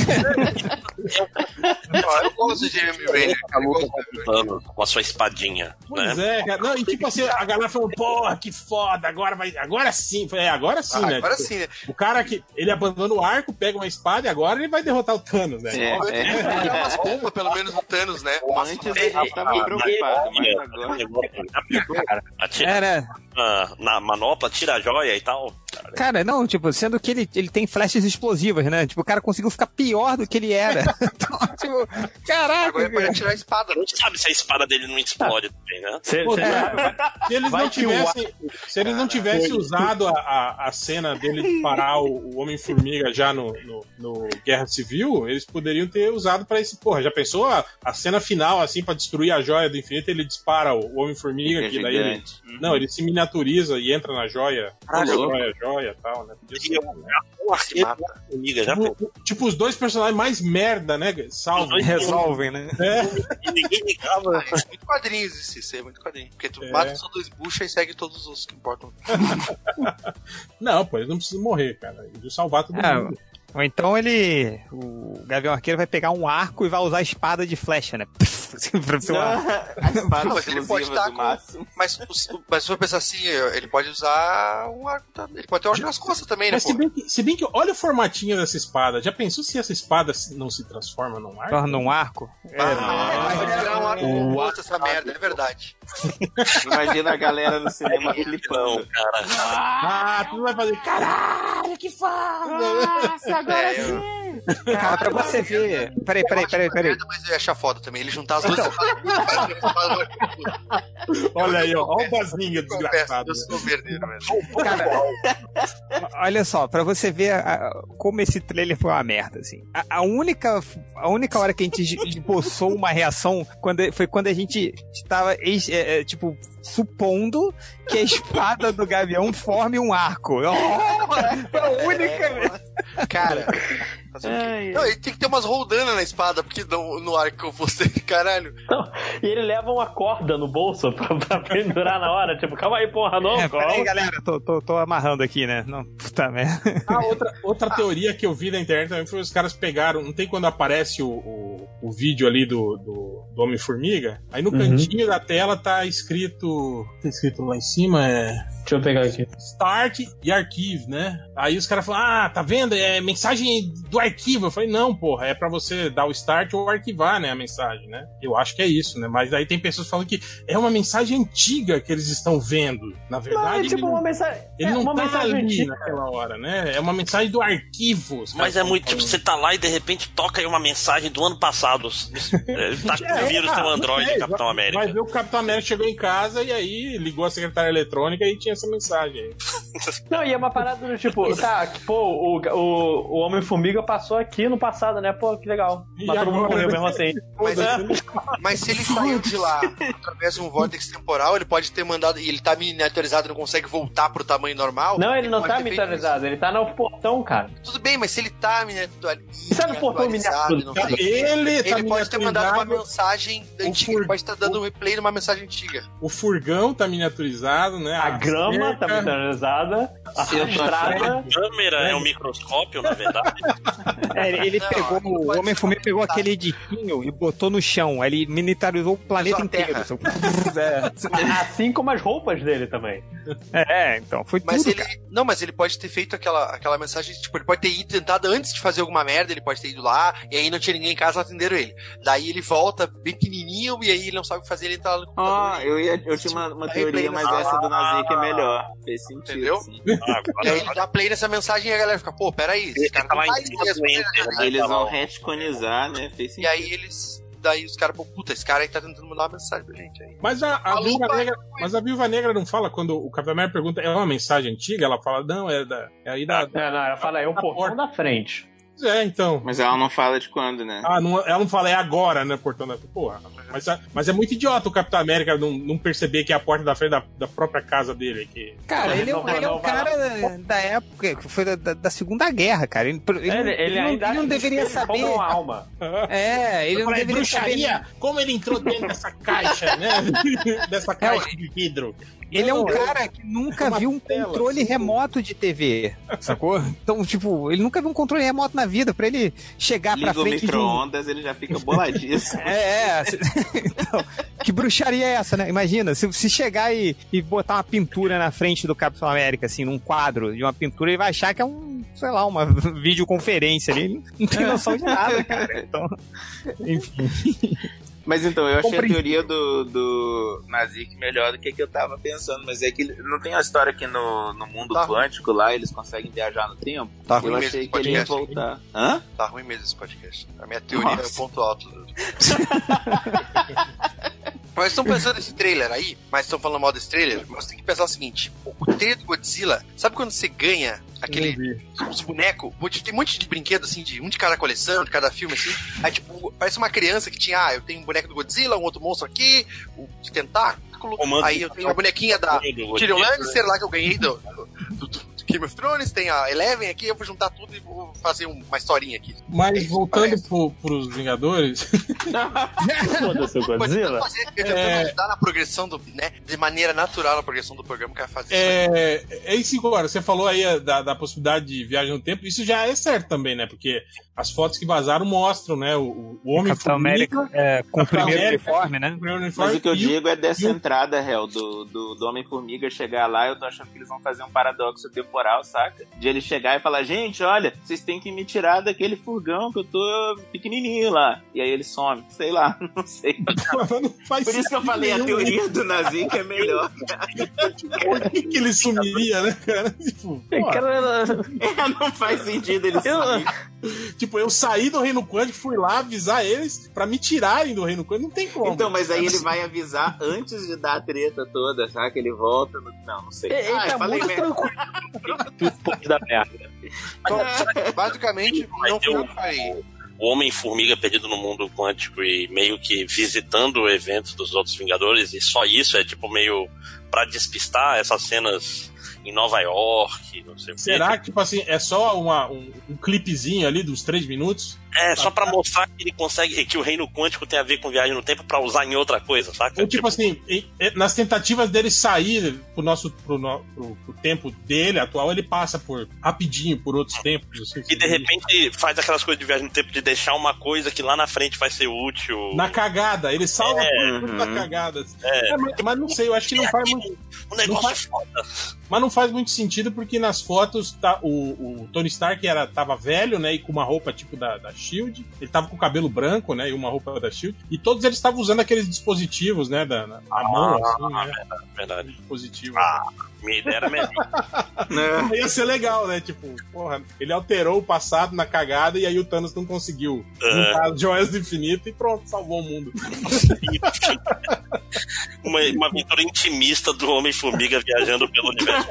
Ó, Eu gosto de Jeremy Renner. cara, eu gosto. Thanos com a sua espadinha. pois né? é, cara. Não, e tipo assim, a galera falou, porra, que foda, agora vai. Agora sim. Eu falei, É, agora sim, Ah, né? agora Tipo, sim, né? O cara que. Ele abandona o arco, pega uma espada e agora ele vai derrotar o Thanos, né? É, é. Ele dá umas bombas, pelo menos, no Thanos, né? Umas Antes a gente Ah, tava preocupado, mas agora. Atira É, né? na- na manopla, tira a joia e tal. Cara, não, tipo, sendo que ele, ele tem flechas explosivas, né? Tipo, o cara conseguiu ficar pior do que ele era. [laughs] Então, tipo, é Agora caraca, ele pode cara. tirar a espada. Não sabe se a espada dele não explode Tá. também, né? Cê, Pô, cê- é. Se eles Vai não que o tivessem, se eles não tivessem usado a, a, a cena dele de parar o, o Homem-Formiga já no, no, no Guerra Civil, eles poderiam ter usado pra esse. Porra, já pensou a, a cena final, assim, pra destruir a joia do infinito? Ele dispara o, o É Homem-Formiga, que daí ele. Uhum. gigante. Não, ele se miniaturiza e entra na joia. Uhum. Caralho. joia, joia e tal, né? Podia ser, né? O arqueiro da formiga já pô, Tipo, tipo, os dois personagens mais merda, né? Salvo. Os dois- [laughs] Resolvem, né? É. e ninguém ligava. É muito quadrinhos isso, isso aí é muito quadrinho. Porque tu É. mata só dois buchas e segue todos os outros que importam. Não, pô, eles não precisam morrer, cara. Eles precisam salvar todo É, Ah, mundo. Ou então ele. O Gavião Arqueiro vai pegar um arco e vai usar a espada de flecha, né? [laughs] Assim, pra ser uma- [laughs] A espada Não, mas ele pode um- exclusiva estar do com- máximo. Mas, o- mas se for pensar assim, ele pode usar um arco também. Ele pode ter um arco nas costas também, né, Mas se pô? bem, que, se bem que olha o formatinho dessa espada. Já pensou se essa espada se- não se transforma num arco? Torna um arco. Ah, vai virar um arco O no rosto essa merda, é verdade. Imagina a galera [laughs] no cinema flipando. Ah, tu vai fazer. Caralho, que foda! Agora é, sim. Cara, pra você ver. Peraí, peraí, peraí, peraí. Mas eu ia achar foda também. Ele juntar as duas. Então. Olha aí, ó. Olha o bazinho desgraçado. né? Eu sou um verdadeiro mesmo. Olha só, pra você ver a- a- como esse trailer foi uma merda, assim. A, a única, a única hora que a gente [laughs] esboçou uma reação quando, foi quando a gente estava, ex- é, é, tipo, supondo que a espada do Gavião forme um arco. Oh, a única... Cara. fazer o quê? Não, ele tem que ter umas roldanas na espada, porque no, no arco que eu vou ser, [laughs] caralho. E ele leva uma corda no bolso pra, pra pendurar na hora. Tipo, calma aí, porra, não, É, peraí, calma. galera, tô, tô, tô amarrando aqui, né? Não, puta merda. Ah, outra, outra teoria que eu vi na internet também foi os caras pegaram. Não tem quando aparece o, o, o vídeo ali do, do, do Homem-Formiga? Aí no Uhum. cantinho da tela tá escrito. Tá escrito lá em cima é. Deixa eu pegar aqui. Start e Archive, né? Aí os caras falaram: Ah, tá vendo? É mensagem do arquivo. Eu falei: Não, porra, é pra você dar o start ou arquivar, né? A mensagem, né? Eu acho que é isso, né? Mas aí tem pessoas falando que é uma mensagem antiga que eles estão vendo. Na Não, verdade, é tipo ele não uma mensagem. ele é não uma tá mensagem ali antiga. naquela hora, né? É uma mensagem do arquivo. os Mas caras é tão muito tipo, falando. você tá lá e de repente toca aí uma mensagem do ano passado. É, [laughs] Tá com o vírus ah, tem um não Android sei, Capitão vai- América. Vai ver o Capitão América chegou em casa e aí ligou a secretária eletrônica e tinha essa mensagem. aí. Não, e é uma parada do tipo, tá, que, pô, o, o, o Homem-Formiga passou aqui no passado, né? Pô, que legal. E Mas todo mundo agora? morreu mesmo assim. Mas, mas se ele saiu de lá através de um vórtex temporal, ele pode ter mandado. E ele tá miniaturizado e não consegue voltar pro tamanho normal. Não, ele não pode tá ter feito militarizado, ele tá no portão, cara. isso. Tudo bem, mas se ele tá miniaturizado. Sabe por que o miniaturizado? não sei. Ele, tá Ele pode ter mandado uma miniaturizado, mensagem antiga. fur- Ele pode estar dando um replay numa mensagem antiga. O furgão tá miniaturizado, né? A grama tá cerca. militarizada, a Sim, eu tô estrada. Câmera é um microscópio, na verdade. É, ele ele Não, pegou, não o pode Homem-Formiga ser pegou militar. aquele diquinho e botou no chão. Aí Ele militarizou o planeta Usou a inteiro. Terra. Assim, é. Assim como as roupas dele também. [laughs] É, então, foi Mas tudo, ele. Não, mas ele pode ter feito aquela, aquela mensagem, tipo, ele pode ter ido tentado antes de fazer alguma merda, ele pode ter ido lá, e aí não tinha ninguém em casa, atenderam ele. Daí ele volta bem pequenininho, e aí ele não sabe o que fazer, ele entra lá no computador. Ah, eu ia, eu tinha uma, uma Aí teoria, play mas nessa- essa do Nazi que é melhor. Fez sentido. Entendeu? sim. [laughs] Ah, E aí Agora, ele dá play nessa mensagem e a galera fica, pô, peraí, esse Ele cara tá não lá tá em aí cima mesmo. do Enter, né? Eles vão retconizar, né? Fez E sentido. aí eles. Daí os caras, pô, puta, esse cara aí tá tentando mandar uma mensagem pra gente aí. Mas a, a A Viúva lupa- Negra, mas a Viúva Negra não fala quando o Capitão América pergunta, é uma mensagem antiga? Ela fala, não, é, da, é aí da. É, não, ela fala, é o portão da frente. Pois É, então. Mas ela não fala de quando, né? Ah, não- ela não fala, é agora, né, portão da. Porra. Mas, a- mas é muito idiota o Capitão América não, não perceber que é a porta da frente da, da própria casa dele aqui. Cara, ele é, um- Não, ele é um não, cara da época, que foi da, da- da Segunda Guerra, cara. Ele, ele É, não- ele não, ele não deveria ele saber. roubam a alma. É, ele não Fala, é deveria saber. né? bruxaria? Como ele entrou dentro dessa caixa, [laughs] né? dessa caixa de vidro. É, Ele é um Não, eu- cara que nunca uma viu um tela, controle assim. remoto de TV, sacou? Então, tipo, ele nunca viu um controle remoto na vida. Pra ele chegar Liga pra o frente. de um- micro-ondas, ele já fica [laughs] boladíssimo. É, é. Então, que bruxaria é essa, né? Imagina, se, se chegar e, e botar uma pintura na frente do Capitão América, assim, num quadro de uma pintura, ele vai achar que é um, sei lá, uma [laughs] videoconferência ali. Ele não tem noção É de nada, cara. Então, enfim. Mas então, eu achei a Compreensível. teoria do, do Nazik melhor do que, que eu tava pensando. Mas é que ele- não tem a história que no, no mundo Tá. quântico lá eles conseguem viajar no tempo? Tá eu achei que ele ia voltar. Hã? Tá ruim mesmo esse podcast. A minha teoria é o Nossa. ponto alto. mas estão pensando nesse trailer aí, mas estão falando mal desse trailer, mas tem que pensar o seguinte: o trailer do Godzilla, sabe quando você ganha aquele os bonecos? Tem um monte de brinquedo assim, de um de cada coleção, de cada filme, assim. Aí, tipo, parece uma criança que tinha, ah, eu tenho um boneco do Godzilla, um outro monstro aqui, o de tentáculo, Comando aí eu tenho uma bonequinha Ah, da, Tyrion Lannister lá que eu ganhei do, do- do Game of Thrones, tem a Eleven aqui, eu vou juntar tudo e vou fazer um- uma historinha aqui. Mas voltando pro, pros Vingadores, Foda-se o Pô, tentando Godzilla. fazer- eu tentando É. ajudar na progressão do. né? De maneira natural na progressão do programa que vai fazer É, é isso agora. Você falou aí eh, da, da possibilidade de viagem no tempo. Isso já é certo também, né? Porque as fotos que vazaram mostram, né? O, o homem Capitão América é, com o Capitão primeiro América. uniforme, né? Mas o que eu digo é dessa entrada, réu, do, do, do Homem-Formiga chegar lá, eu tô achando que eles vão fazer um paradoxo temporal, saca? De ele chegar e falar, gente, olha, vocês têm que me tirar daquele furgão que eu tô pequenininho lá. E aí ele some, sei lá, [laughs] não sei. Por isso que eu falei, a teoria do Nazi que é melhor. Por que, que ele sumiria, né, cara? [laughs] Tipo, pô, É, não faz sentido ele Eu- sumir. tipo, eu saí do Reino Quântico, fui lá avisar eles pra me tirarem do Reino Quântico. Não tem como. Então, mas aí ele vai avisar antes de dar a treta toda, saca? Ele volta. No... Não, não sei. Ele Ah, eu tá falei muito merda. tranquilo. Pouco da merda. [laughs] isso. Basicamente, não foi eu que falei. o Homem-Formiga perdido no mundo quântico e meio que visitando o evento dos outros Vingadores, e só isso é tipo meio pra despistar essas cenas em Nova York, não sei o quê. Será que, tipo assim, é só uma- um, um clipezinho ali dos três minutos? É, só pra mostrar que ele consegue, que o reino quântico tem a ver com viagem no tempo pra usar em outra coisa, saca? Ou tipo assim, em- em- nas tentativas dele sair pro nosso pro, no- pro- pro tempo dele atual, ele passa por rapidinho por outros tempos. assim, E de repente faz aquelas coisas de viagem no tempo de deixar uma coisa que lá na frente vai ser útil. Na cagada, ele salva É, tudo na cagada. É, mas, mas não sei, eu acho que não faz muito, Um negócio faz- foda. mas não faz muito sentido porque nas fotos tá, o, o Tony Stark era, tava velho, né, e com uma roupa tipo da, da Shield. Ele tava com o cabelo branco, né, e uma roupa da Shield. E todos eles estavam usando aqueles dispositivos, né, da, na, na mão, assim, né, na Verdade. dispositivo. Ah, minha ideia era [laughs] melhor. Ia ser legal, né? Tipo, porra, ele alterou o passado na cagada e aí o Thanos não conseguiu É. ah, juntar as joias do infinito e pronto, salvou o mundo. [laughs] uma, uma aventura intimista do Homem-Formiga viajando pelo universo.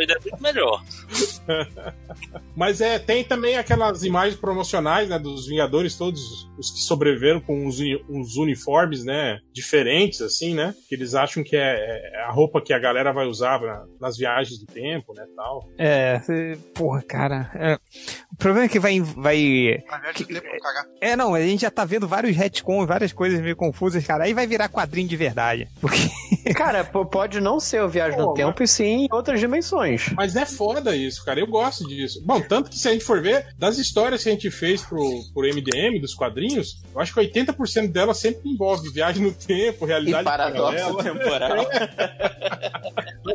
Ele é muito melhor. Mas é, tem também aquelas imagens promocionais, né, dos Vingadores, todos os que sobreviveram com uns, uni- uns uniformes, né, diferentes, assim, né, que eles acham que é, é a roupa que a galera vai usar na- nas viagens do tempo, né, tal. É, cê- porra, cara. é. o problema é que vai, vai. Na verdade, eu tempo pra cagar. É, não, a gente já tá vendo vários retcons, várias coisas meio confusas, cara. Aí vai virar quadrinho de verdade. Porque [laughs] [laughs] Cara, pô, pode não ser o Viagem Pô, no mas- Tempo e sim em outras dimensões. Mas é foda isso, cara, eu gosto disso. Bom, tanto que se a gente for ver, das histórias que a gente fez pro, pro MDM, dos quadrinhos, eu acho que 80% delas sempre envolve viagem no tempo, realidade E paradoxo né, temporal. paralela.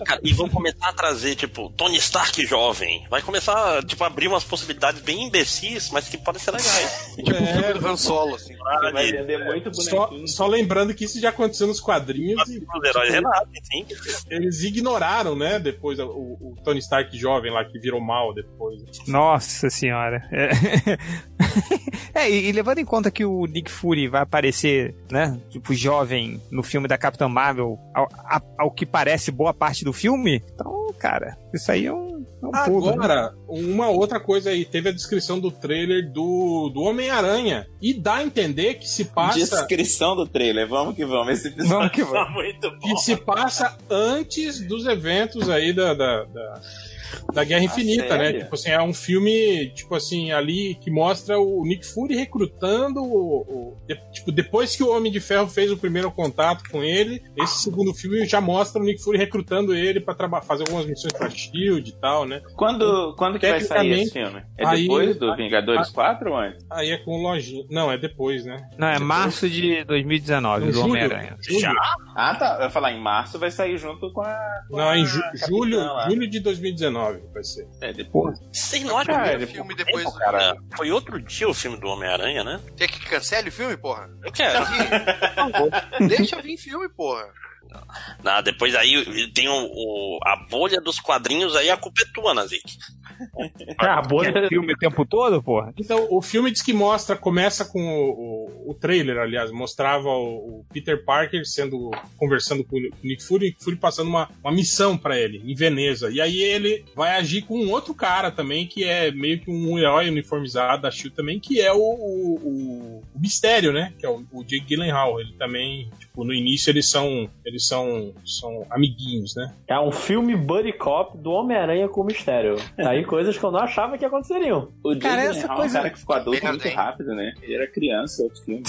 Cara, e vão começar a trazer, tipo, Tony Stark jovem. Vai começar, tipo, a abrir umas possibilidades bem imbecis, mas que podem [laughs] ser legais. É, Han Solo, assim. Cara, Vai de- vender muito só, bonequinho. só lembrando que isso já aconteceu nos quadrinhos e Os heróis renascem, sim. eles ignoraram, né? Depois o, o Tony Stark jovem lá que virou mal depois. Tá Nossa senhora. É, [laughs] É, e, e levando em conta que o Nick Fury vai aparecer, né, tipo, jovem no filme da Capitã Marvel, ao, a- ao que parece boa parte do filme, então, cara, isso aí é um, é um pulo, né? Agora, uma outra coisa aí, teve a descrição do trailer do, do Homem-Aranha e dá a entender que se passa Descrição do trailer, vamos que vamos. Esse episódio Vamos que tá vamos. muito bom. que se passa antes dos eventos aí da, da, da, da Guerra Infinita, né? sério? Tipo assim, é um filme, tipo assim, ali que mostra o Nick Fury recrutando o. o- de- tipo, depois que o Homem de Ferro fez o primeiro contato com ele, esse segundo filme já mostra o Nick Fury recrutando ele pra traba- fazer algumas missões pra Shield e tal, né? Quando, quando que vai sair esse filme? É aí- depois do Vingadores 4 ou antes? Aí é com o Lojinha. Não, é depois, né? Não, é março de 2019, do Julho? Homem-Aranha. Julho? Ah, tá. Eu ia falar, em março vai sair junto com a. com Não, a em ju- Capitã julho, lá. julho de 2019 vai ser. É, depois. Vocês Ah, é não acham Primeiro ele- filme depois. Tempo, cara. Foi outro dia o filme do Homem-Aranha, né? Tem que cancele o filme, porra? [laughs] Eu quero. Deixa vir filme, porra. Na, Né? depois aí tem o, o- a bolha dos quadrinhos aí, a culpa é tua, Nazik. Acabou o filme o tempo todo, porra? Então, o filme diz que mostra, começa com o, o, o trailer, aliás, mostrava o, o Peter Parker sendo conversando com o Nick Fury, Nick Fury passando uma, uma missão pra ele em Veneza. E aí ele vai agir com um outro cara também, que é meio que um herói uniformizado da Shield também, que é o, o, o- o Mistério, né? Que é o, o Jake Gyllenhaal. Ele também, tipo, no início eles são eles são, são amiguinhos, né? É um filme buddy cop do Homem-Aranha com o Mistério. Tá aí coisas que eu não achava que aconteceriam. O Cara, Jake essa Gyllenhaal coisa- é um cara que ficou adulto Merda, muito hein? rápido, né? Ele era criança, outro filme.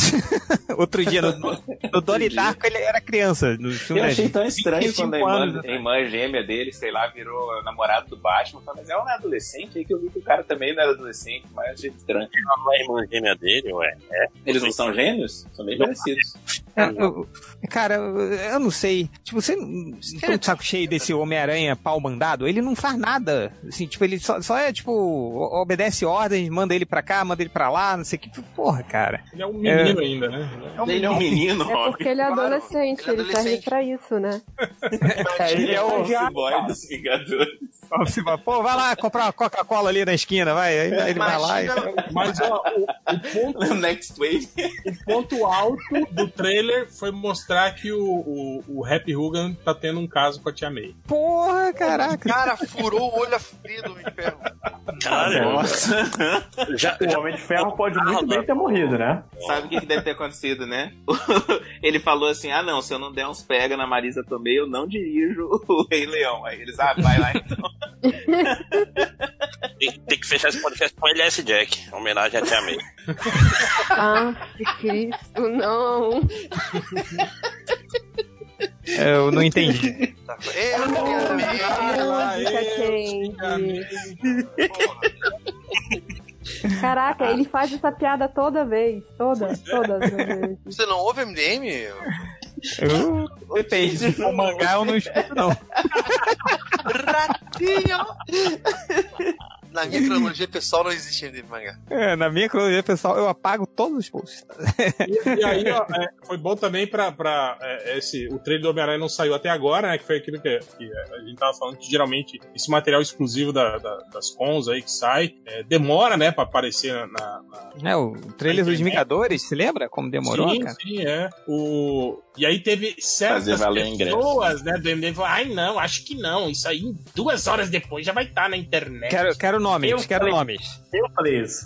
Outro dia, no, no Donnie Darko, ele era criança. No filme Eu da achei tão estranho 25 quando a irmã, anos, a irmã gêmea dele, sei lá, virou namorado do Batman. Eu falei, Mas ela não é adolescente? Aí que eu vi que o cara também não era adolescente, mas eu achei estranho. A é irmã gêmea dele, ué. Eles não são gênios? São bem parecidos. É, eu- Cara, eu eu não sei. Tipo, você não tá de saco cheio desse Homem-Aranha pau mandado? Ele não faz nada. Assim, tipo, ele só, só é, tipo, o- obedece ordens, manda ele pra cá, manda ele pra lá, não sei o que. Porra, cara. Ele é um menino ainda, né? Ele é um menino, É porque ele é adolescente, Ele é ele serve adolescente. pra isso, né? Ele é o boy dos Vingadores. [laughs] Pô, vai lá comprar uma Coca-Cola ali na esquina, vai. Aí ele vai lá e... Mas ó, o, o ponto, No Next Wave. o ponto alto do trailer foi mostrar que o, o, o Happy Hogan tá tendo um caso com a Tia May. Porra, O caraca. cara furou o olho a fudido do inferno. Caralho. Já, O Homem de Ferro pode muito bem ter morrido, né? Sabe o que, que deve ter acontecido, né? [laughs] Ele falou assim: ah, não, se eu não der uns pega na Marisa Tomei, eu não dirijo o Rei Leão. Aí eles, ah, vai lá [laughs] então. tem, tem que fechar esse podcast com LS Jack. em Homenagem a Tia [laughs] May. Ah, Cristo, não. É, Eu não entendi. Eu me amei. Música quente. Caraca, ele faz essa piada toda vez. Toda, todas as vezes. Você não ouve MDM? Eu, depende, se for mangá eu não escuto, não. é Na minha cronologia pessoal não existe MDM mangá. É, na minha cronologia, pessoal, eu apago todos os posts. tá? E, e aí, ó, é, foi bom também pra. pra é, esse, o trailer do Homem-Aranha não saiu até agora, né? Que foi aquilo que, que a gente tava falando, que geralmente esse material exclusivo da- da- das cons aí que sai é, demora, né, pra aparecer na- na, É, o trailer dos Vingadores, se lembra como demorou, sim, cara? Sim, é. O... E aí teve Fazer certas valer o ingresso. pessoas né, do MDM falaram, ai não, acho que não, isso aí duas horas depois já vai estar na internet. Quero, quero nomes, Eu quero falei- nomes. [laughs] Eu falei isso.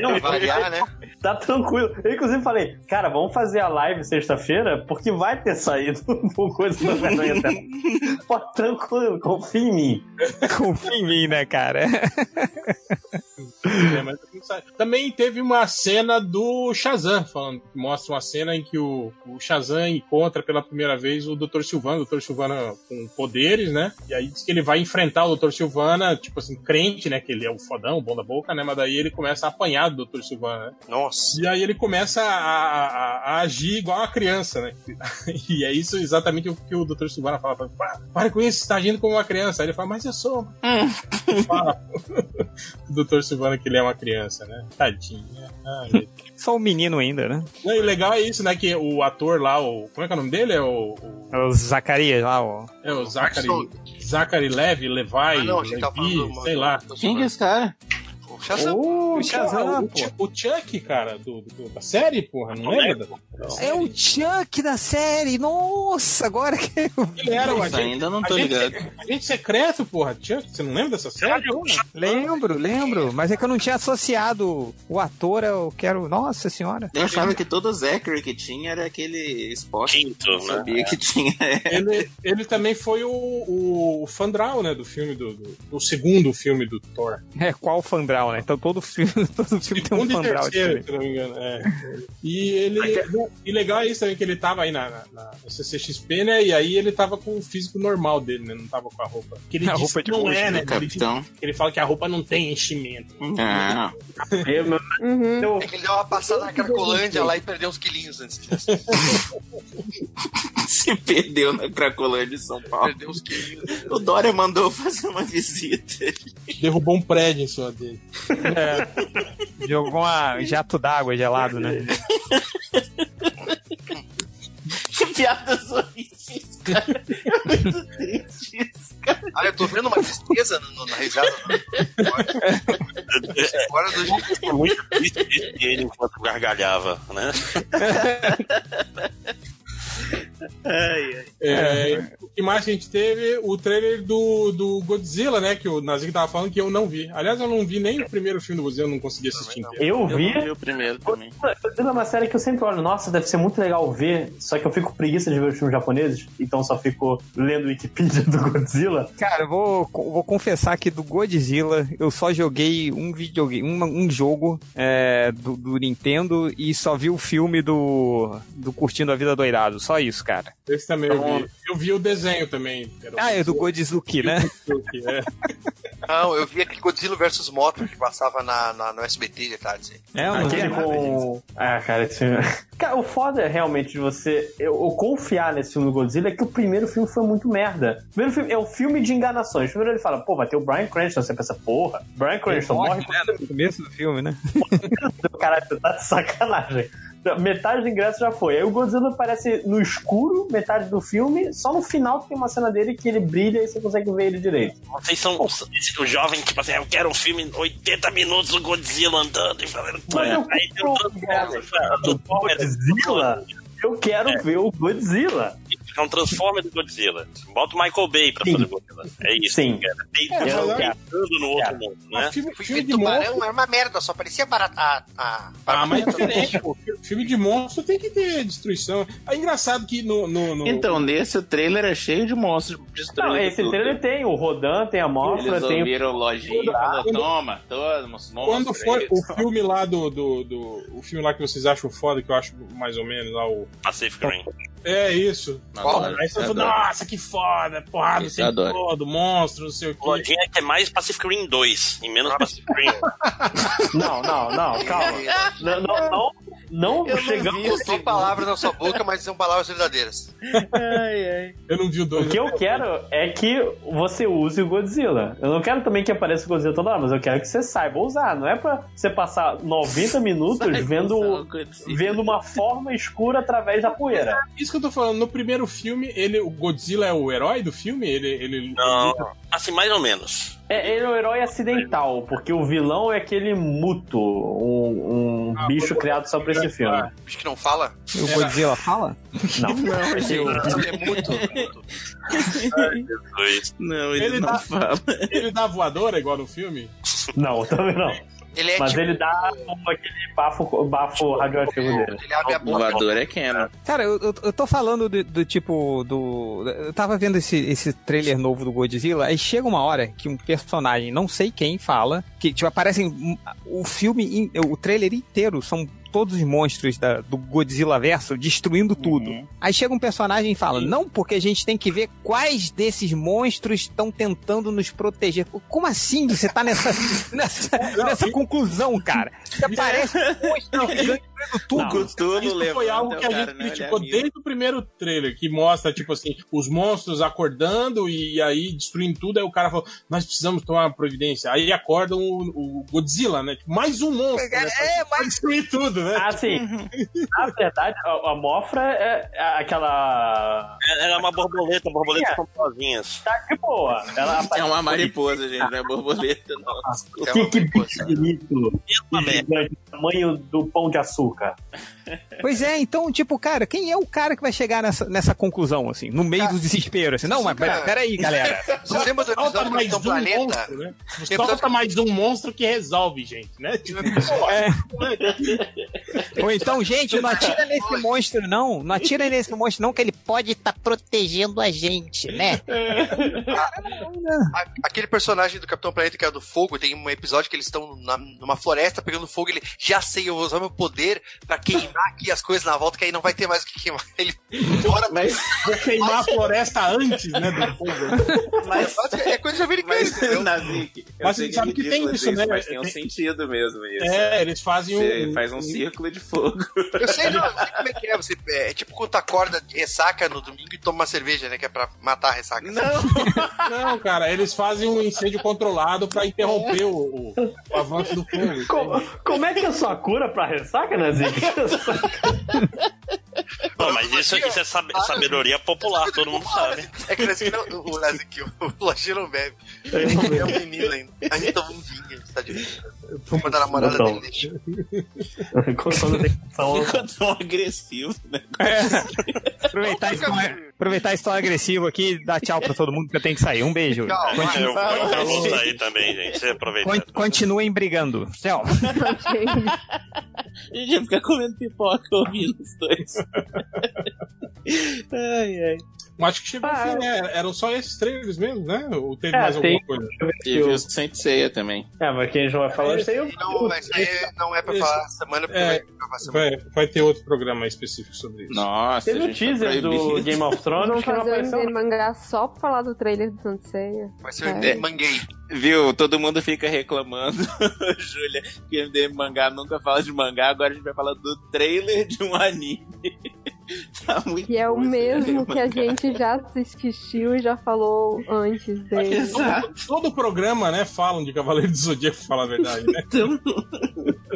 Vai variar, né? Tá tranquilo. Eu, inclusive, falei, cara, vamos fazer a live sexta-feira, porque vai ter saído [laughs] alguma coisa do Homem-Aranha até lá. Pô, tranquilo, confia em mim. Confia em mim, né, cara? [laughs] É, mas não sai. Também teve uma cena do Shazam, falando, que mostra uma cena em que o, o Shazam encontra pela primeira vez o Dr. Silvana, o Dr. Silvana com poderes, né? E aí diz que ele vai enfrentar o Dr. Silvana, tipo assim, crente, né? Que ele é o fodão, o bom da boca, né? Mas daí ele começa a apanhar do Dr. Silvana, né? Nossa. E aí ele começa a, a- a- a agir igual uma criança, né? [laughs] E é isso exatamente o que o Dr. Silvana fala. fala "Pa- para com isso, você tá agindo como uma criança. Aí ele fala, mas eu sou. fala [laughs] o Dr. Silvana que ele é uma criança, né? Tadinha. Ai. Sou um menino ainda, né? Não, e o legal é isso, né? Que o ator lá, o. Como é que é o nome dele? É o. o- O Zacarias lá, ó. é o Zachary. Zachary Levy, Levi, Ah, não, a gente tá Levi, falando. do- sei lá. Quem que é esse cara? O Shazam. o Shazam, o, pô. Ch- o Chuck, cara, do, do- da série, porra, não lembra? É o Chuck da série! Nossa, agora que eu Ele era o Isso agente ainda não a tô gente- ligado. [laughs] Agente secreto, porra. Chuck, você não lembra dessa série? lembro, lembro. Mas é que eu não tinha associado o ator ao que era o... Nossa senhora. Eu achava que todo Zachary que tinha era aquele esporte. Quinto, Eu né? sabia que tinha. né? [laughs] Ele, ele também foi o, o Fandral, né? Do filme do, do, do segundo filme do Thor. É, qual o Fandral, né? Então todo filme, [laughs] todo filme tem um Segundo e Fandral. terceiro, diferente. se não me engano. é. E ele. E legal é isso também, que ele tava aí na, na, na CCXP, né? E aí ele tava com o físico normal dele, né? Não tava com a roupa. Que ele A diz roupa que de não monge, é, né? Ele, diz- Capitão. ele fala que a roupa não tem enchimento. Ah, Eu, meu, Uhum. eu, É que ele deu uma passada na Cracolândia lá e perdeu uns quilinhos antes disso. [laughs] se perdeu na Cracolândia de São Paulo. Perdeu uns quilinhos. O Dória mandou fazer uma visita. Derrubou um prédio em cima dele. Jogou uma jato d'água gelado, né? Que piadas horríveis, cara. É muito triste isso, cara. Ah, eu tô vendo uma tristeza no- na risada. Agora do jeito É muito triste isso que ele enquanto gargalhava, né? É, que mais que a gente teve? O trailer do, do Godzilla, né? Que o Nazik tava falando que eu não vi. Aliás, eu não vi nem o primeiro filme do Godzilla, eu não consegui assistir inteiro. Eu Eu vi. não vi o primeiro também. Godzilla é uma série que eu sempre olho, nossa, deve ser muito legal ver, só que eu fico com preguiça de ver os filmes japoneses, então só fico lendo Wikipedia [laughs] do Godzilla. Cara, eu vou, vou confessar que do Godzilla eu só joguei um videogame, um, um jogo é, do, do Nintendo e só vi o filme do, do Curtindo a Vida Doirado. Só isso, cara. Esse também eu vi. Eu vi o desenho também. Era o Ah, é do Godzuki, né? Godzilla, é. Não, eu vi aquele Godzilla vs. Mothra que passava na, na- no SBT de tarde. assim. É, mano. Aquele com. Ah, cara, esse filme. [laughs] Cara, o foda é realmente de você eu, eu confiar nesse filme do Godzilla é que o primeiro filme foi muito merda. O primeiro filme é um filme de enganações. Primeiro ele fala, pô, vai ter o Brian Cranston. Você pensa, porra, Brian Cranston morre, Morre, né, no começo do filme, né? Caralho, você tá de sacanagem. Metade do ingresso já foi. Aí o Godzilla aparece no escuro, metade do filme, só no final tem uma cena dele que ele brilha e você consegue ver ele direito. Vocês são esse- o jovem que, tipo assim, eu quero um filme em 80 minutos do Godzilla andando e falando. Mas eu Aí tem compro um o ingresso Transformer, do Godzilla? Eu quero ver o Godzilla. É um Transformer do Godzilla. Bota o Michael Bay pra Sim. fazer o Godzilla. É isso. Sim. Cara. Tem É, mas tem- eu- tem tudo no outro Cara. mundo, né? Mas filme, Fui filme ver de monstro. Tubarão, era uma merda, só parecia barata. Ah, ah, Ah, mas é diferente, Tipo, pô. Filme de monstro tem que ter destruição. É engraçado que no. no, no- Então, nesse o trailer é cheio de monstros destruindo Não, esse tudo. trailer tem o Rodan, tem a Mofra, Eles tem o Ah, ouviram lojinha e falou, Quando- toma, toma, os Quando monstros. é foi aí. o filme lá do, do, do- O filme lá que vocês acham foda, que eu acho mais ou menos lá o. Pacific Rim. É isso. Adoro, Aí você "Ah, adoro. falou, nossa, que foda, porrada, não sei o que, Adoro. todo, monstro, não sei o O que. Lojinha é mais Pacific Rim 2 e menos Pacific Rim. Não, não, não, calma. Não, não, não, não Eu não chegamos. vi né? Eu tenho palavras na sua boca, mas são palavras verdadeiras. Eu não vi o dois. O que eu quero é que você use o Godzilla. Eu não quero também que apareça o Godzilla toda hora, mas eu quero que você saiba usar. Não é pra você passar 90 minutos vendo, vendo uma forma escura através da poeira. Isso que eu tô falando, no primeiro filme, ele, o Godzilla é o herói do filme? Ele. ele... Não. Assim, mais ou menos. É, ele é um herói acidental, porque o vilão é aquele muto, um, um Ah, bicho vou- criado só pra esse filme. Bicho que não fala. O É. Godzilla fala? Não. [laughs] Ele é muito. Dois. Não, Ele tá dá- [laughs] fala. Ele dá voadora igual no filme? Não, também não. Ele é Mas tipo. ele dá um- aquele bafo, bafo radioativo [laughs] dele. Ele abre a O boca. voador é Canon. Cara, eu, eu, eu tô falando do, do tipo do. Eu tava vendo esse, esse trailer novo do Godzilla, aí chega uma hora que um personagem, não sei quem, fala, que tipo, aparecem. um- O filme, in- o trailer inteiro são todos os monstros da- do Godzilla verso destruindo tudo. Aí chega um personagem e fala: Não, porque a gente tem que ver quais desses monstros estão tentando nos proteger. Como assim você tá nessa, [laughs] nessa, nessa conclusão, cara? Você aparece um monstro gigante destruindo tudo. Tudo Isso foi algo que é a né? gente é criticou desde o primeiro trailer, que mostra, tipo assim, os monstros acordando e aí destruindo tudo. Aí o cara falou, nós precisamos tomar uma providência. Aí acordam o, o Godzilla, né? Tipo, mais um monstro. né? É, Pra destruir tudo, Ah, né? Assim, Uhum. na verdade, a, a Mofra é a- aquela. É- Era uma borboleta, borboletas com pozinhas. Tá de boa. Ela É uma mariposa, gente, não é borboleta, não. [laughs] É Que, uma que bicho coisa. bonito. Uma merda. Gigante, tamanho do pão de açúcar. Pois é, então, tipo, cara, quem é o cara que vai chegar nessa, nessa conclusão, assim, no meio do desespero, assim? Não, mas pera- cara- peraí, galera. Você lembra do Falta episódio do mais um Capitão Planeta? monstro, né? Tem Só episódio- Falta mais um monstro que resolve, gente, né? Tipo, Ou então, gente, não atira nesse monstro, não. Não atira nesse monstro, não, que ele pode estar protegendo a gente, né? A- Aquele personagem do Capitão Planeta que é do fogo, tem um episódio que eles estão na- numa floresta pegando fogo, ele já sei, eu vou usar meu poder pra queimar aqui as coisas na volta, que aí não vai ter mais o que queimar. [laughs] Ele bora Mas, vou [laughs] queimar a floresta antes, né? do fogo. mas, É coisa americana. mas entendeu? Nazik, eu Mas sei sabe é que tem ridículo isso, né? Mas tem um Tem- sentido mesmo isso. É, eles fazem Você um. faz um círculo de fogo. [laughs] Eu sei, não, eu sei como é que é. Você, é, é tipo quando tu acorda de ressaca no domingo e toma uma cerveja, né? Que é pra matar a ressaca. Não, cara, eles fazem um incêndio controlado pra interromper o, o- o avanço do fogo. [laughs] Co- Como, é que é a sua cura pra ressaca, né, Zico? Não, mas isso, isso é sab- sabedoria popular, todo mundo sabe. É que parece que não, o Lázaro aqui, [laughs] o Lojinha não bebe. Ele é um menino ainda. A gente toma um vinho, a gente tá de Vou mandar a namorada Então. dele deixa. Quando tem que falar um- Ficou tão é agressivo, né? Aproveitar, a história, aproveitar a história agressiva aqui e dar tchau pra todo mundo que eu tenho que sair. Um beijo. Tchau, Eu, vai. eu, eu vou sair também, gente. Você Con- aproveitando. Continuem brigando. Tchau. A gente ia ficar comendo pipoca ouvindo os dois. ai, ai. Eu Acho que chegou Ah, ao fim, né? Eram só esses trailers mesmo, né? Ou teve É, mais tem- alguma coisa? E viu o Saint Seiya também. É, mas quem já vai falar, isso aí eu- Não, mas aí não é pra Esse- falar semana, porque é. vai gravar semana. Vai, vai ter outro programa específico sobre isso. Nossa, Teve o gente, tá teaser do proibido. Game of Thrones que não Fazer apareceu. um mangá só pra falar do trailer do Sanseia. Vai ser É. o Manguei. Viu? Todo mundo fica reclamando, [laughs] Júlia, que MDM mangá nunca fala de mangá, agora a gente vai falar do trailer de um anime. [laughs] tá muito Que é o bom esse mesmo MDM que a mangá. gente já assistiu e já falou antes dele. Exato. Todo programa, né? Falam de Cavaleiro do Zodíaco, pra falar a verdade, [laughs] né?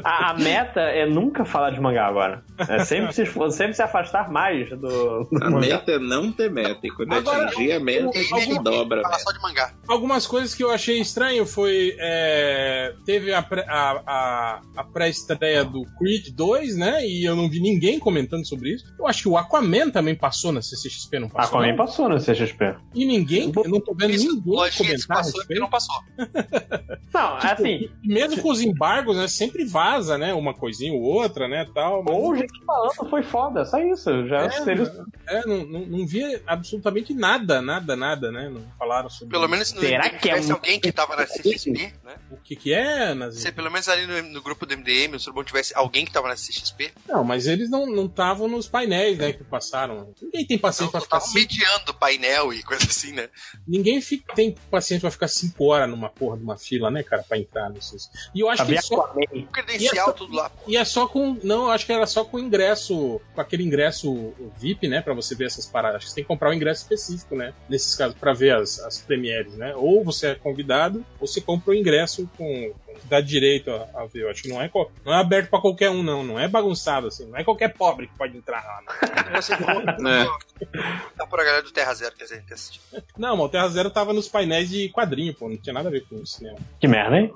A, a meta é nunca falar de mangá agora. É sempre se, esfor- sempre se afastar mais do, do A mangá. meta é não ter meta. E quando Agora, atingir a meta, a gente alguma- dobra. né? a Falar meta. só de mangá. Algumas coisas que eu achei estranho foi. é, teve a, pré- a- a- a pré-estreia do Creed 2, né? E eu não vi ninguém comentando sobre isso. Eu acho que o Aquaman também passou na CCXP, não passou? Aquaman não? Ah, passou no CXP. E ninguém, eu não tô vendo Isso, ninguém Lojinha, isso comentar a passou e respeito. não passou. Não, assim, E Mesmo com os embargos, né? Sempre vaza, né? Uma coisinha ou outra, né? Tal, mas- ou gente falando foi foda, só isso. Já É, teve- É, não, não, não vi absolutamente nada, nada, nada, né? Não falaram sobre Pelo menos no Será MDM que é tivesse um- alguém que tava na CXP, né? o que, que é, Se Nazir. pelo menos ali no, no grupo do MDM, o Surbon tivesse alguém que tava na CXP, Não, mas eles não estavam não tavam nos painéis, né, que passaram. Ninguém tem então paciência pra ficar tava cinco. mediando painel e coisa assim, né? Ninguém fi- tem paciência pra ficar cinco horas numa porra de uma fila, né, cara, pra entrar nesses. E eu acho Pra ver que só, Aquaman. O Um credencial, tudo lá. e é só com. Não, eu acho que era só com ingresso, com aquele ingresso VIP, né? Pra você ver essas paradas. Acho que você tem que comprar um ingresso específico, né? Nesses casos, pra ver as, as premieres, né? Ou você é convidado, ou você compra o ingresso com. com- que Dá direito a, a ver. Eu acho que não é, co- não é aberto pra qualquer um, não. Não é bagunçado assim. Não é qualquer pobre que pode entrar lá. Não, Você falou. É. Tá pra galera do Terra Zero, quer dizer, que assistiu. não mas o Terra Zero tava nos painéis de quadrinho, pô. Não tinha nada a ver com né? o cinema. Que merda, hein?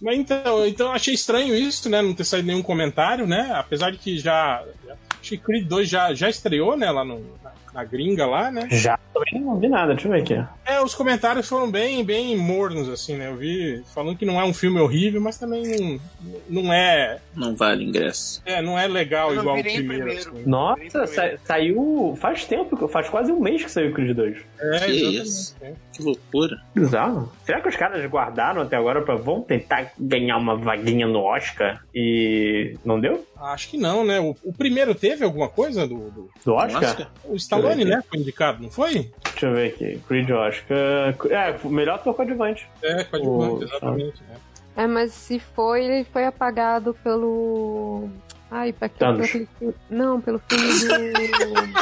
Mas então, então eu achei estranho isso, né? Não ter saído nenhum comentário, né? Apesar de que já. já- Acho que Creed 2 já, já estreou, né? Lá no, na, na gringa lá, né? Já também não vi nada, deixa eu ver aqui. É, os comentários foram bem, bem mornos, assim, né? Eu vi falando que não é um filme horrível, mas também não, não é, Não vale ingresso. é. Não é legal Eu não igual o vi nem primeiro. primeiro. assim. Nossa, sa- saiu. Faz tempo, que- faz quase um mês que saiu o Creed 2. É, Que exatamente, isso. né. Que loucura. Bizarro. Será que os caras guardaram até agora pra vão tentar ganhar uma vaguinha no Oscar e não deu? Acho que não, né? O, o primeiro teve alguma coisa do. do- Do Oscar? Oscar? O Stallone, né? Foi indicado, não foi? Deixa eu ver aqui. Creed Oscar. É, o melhor ator coadjuvante. É, com a Adjuvante, O- exatamente. né. É, mas se foi, ele foi apagado pelo. Ai, pra que Thanos. aquele filme- Não, pelo filme [laughs] do.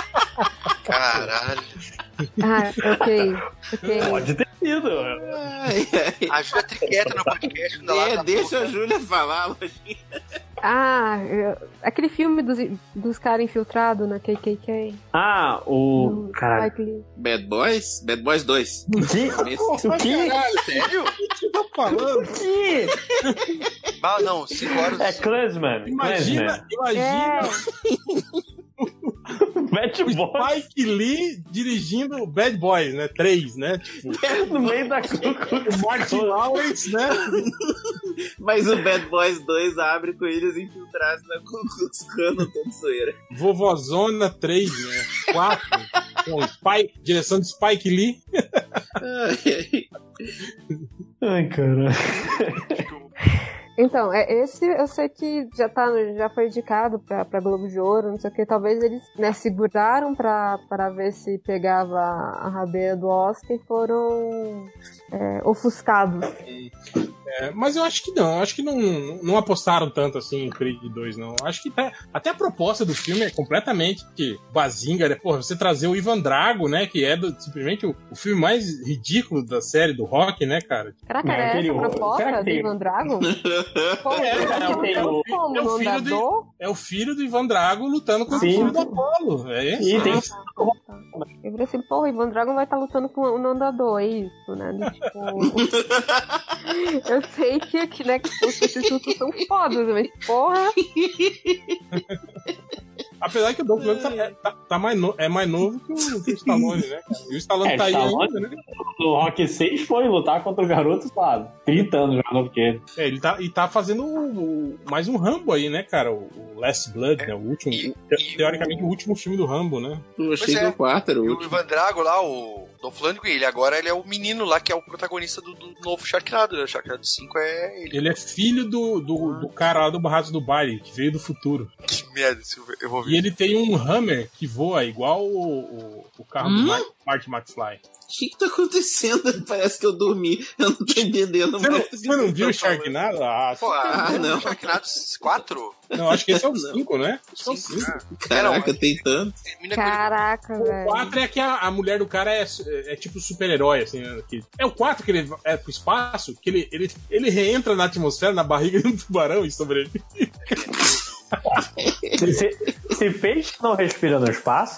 Caralho. ah, ok. Ok. Pode ter sido. Ajuda a triqueta no podcast. quando ela É, tá deixa a puta. Júlia falar, mas Ah, eu- aquele filme dos, dos caras infiltrados na KKK. Ah, o. do Caralho. Spike Lee. Bad Boys? Bad Boys 2. Que? O que? Sério? Tô tá falando. que? Ah, não, 5 horas. É Klansman. Klansman. Imagina, imagina É, [laughs] Matt Boss Spike Lee dirigindo o Bad Boys, né? Três, né? Tipo, no meio da cucu. o Martin Lawrence, né? Mas o Bad Boys 2 abre com eles infiltrados na Cucuzcana, todo zoeira. Vovozona 3, né? 4. Com o Spike, direção de Spike Lee. Ai, cara. Então, é, esse eu sei que já, tá, no- já foi indicado pra, pra Globo de Ouro, não sei o que. Talvez eles né, seguraram pra, pra ver se pegava a rabeia do Oscar e foram é, ofuscados. É, mas eu acho que não, eu acho que não, não apostaram tanto assim em Creed 2, não. Eu acho que até, até a proposta do filme é completamente que bazinga, né? Porra, você trazer o Ivan Drago, né? Que é do- simplesmente o, o filme mais ridículo da série do rock, né, cara? Caraca, Não, era aquele essa a o- será proposta que do tem- Ivan Drago? Pô, É, cara, eu tem não o- como, é o filho do- nadador? É o filho do Ivan Drago lutando com Sim. o filho do Apolo. É isso. E tem Eu falei assim, porra, Ivan Dragon vai estar lutando com o Nandador, é isso, né? Do [laughs] Tipo... [laughs] eu sei que, que, né, que os substitutos são fodas, mas [laughs] porra, Apesar que o Dolph Lundgren tá, é, tá- tá mais no- é mais novo que o, que o Stallone, né? cara? E o Stallone É, tá aí Stallone- ainda, né? o Rock 6 foi lutar contra o garoto, claro, 30 anos mais novo que ele. É, ele tá, e tá fazendo o- o- mais um Rambo aí, né, cara? O, o Last Blood, né? O último. te- teoricamente, o último filme do Rambo, né? Não Pois achei é. do 4, E o o último. Ivan Drago lá, o do Flanagan, ele agora ele é o menino lá que é o protagonista do, do novo Sharknado, né? O Sharknado 5 é ele. Ele é filho do, do, do cara lá do Barrados do Baile, que veio do futuro. Que merda, esse- eu vou E ver. ele tem um Hammer que voa igual o, o, o carro Hum? do Mar- Marty McFly. O que que tá acontecendo? [laughs] Parece que eu dormi. Eu não tô entendendo Você não, mais. você não viu o Sharknado? Ah, Pô, a- Ah, não. o Sharknado 4? não, acho que esse é o Não. 5, né? Esse é o Sim, 5. cara. Caraca, tem tanto. Termina com ele. caraca, O velho. 4 é que a, a mulher do cara é, é tipo super-herói, assim, né? Que- é o 4 que ele é pro espaço, que ele, ele, ele reentra na atmosfera, na barriga [laughs] de um tubarão e sobrevive. Se, se peixe não respira no espaço,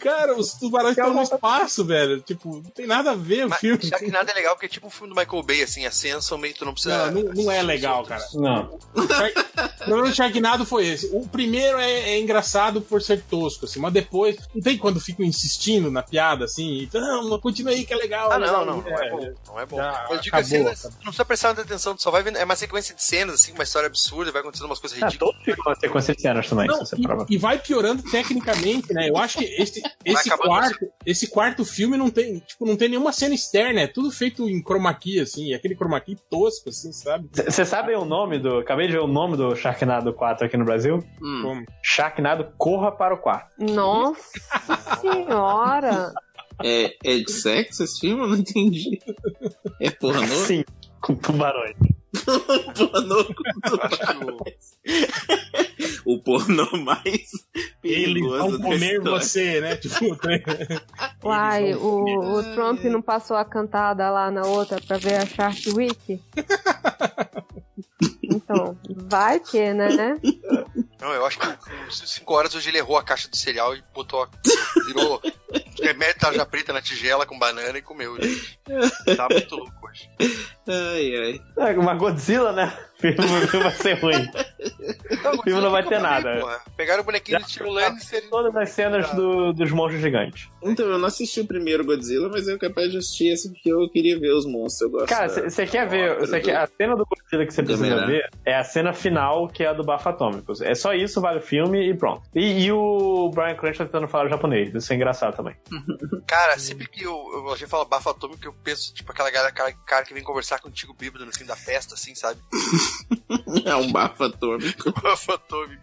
Cara, os tubarões Tem estão no alguma- espaço, velho. Tipo, não tem nada a ver o Mas filme. Sharknado é legal porque é tipo um filme do Michael Bay, assim, Ascension, meio que tu não precisa. Não, não, não é legal, cara. não. O problema do Sharknado foi esse. O primeiro é, é engraçado por ser tosco, assim, mas depois. Não tem quando ficam insistindo na piada, assim, então, não, continua aí que é legal. Ah, é não, legal. não, não É. é bom. Não é bom. Já Mas eu digo que as acabou, cenas, não precisa prestar muita atenção, tu só vai vendo. É uma sequência de cenas, assim, uma história absurda, vai acontecendo umas coisas É, ridículas. todos ficam a sequência de cenas também, Não, se você e- prova. e, vai piorando tecnicamente, né? Eu acho que [laughs] esse, esse acabando quarto, assim. esse quarto filme não tem, tipo, não tem nenhuma cena externa, é tudo feito em chroma key, assim, e aquele chroma key tosco, assim, sabe? Você sabe o nome do. Acabei de ver o nome do Sharknado 4 aqui no Brasil? Hum. Como? Sharknado Corra para o Quarto. Nossa senhora! É, é de sexo esse filme? Eu não entendi. É pornô? Sim, com tubarões. pornô com tubarão. [laughs] o pornô mais Eles perigoso vão da é um comer história. você, né? [laughs] Tipo, né? Uai, o, o Trump não passou a cantada lá na outra pra ver a Shark [laughs] Week? Então, vai que, né? Não, eu acho que com 5 horas hoje ele errou a caixa do cereal e botou. A... Virou remédio de tarja preta na tigela com banana e comeu. gente. Tá muito louco hoje. Ai, ai. É, uma Godzilla, né? [laughs] O filme vai ser ruim. O filme não vai ter nada. Pegaram o bonequinho Já- do Tiro Lannister. Todas as cenas do- dos monstros gigantes. Então, eu não assisti o primeiro Godzilla, mas eu capaz de assistir esse porque eu queria ver os monstros. Eu gosto. Cara, da- você quer da ver. ópera Cê do- quer, a cena do Godzilla que você precisa Gamerá. ver é a cena final, que é a do Bafo Atômico. É só isso, vale o filme e pronto. E, e o Brian Cranston tentando falar japonês. Isso é engraçado também. Cara, sempre que eu, eu, a gente fala bafo atômico, eu penso, tipo, aquela galera, cara, cara que vem conversar contigo bêbado no fim da festa, assim, sabe? [laughs] É um [laughs] bafo atômico. Bafo atômico.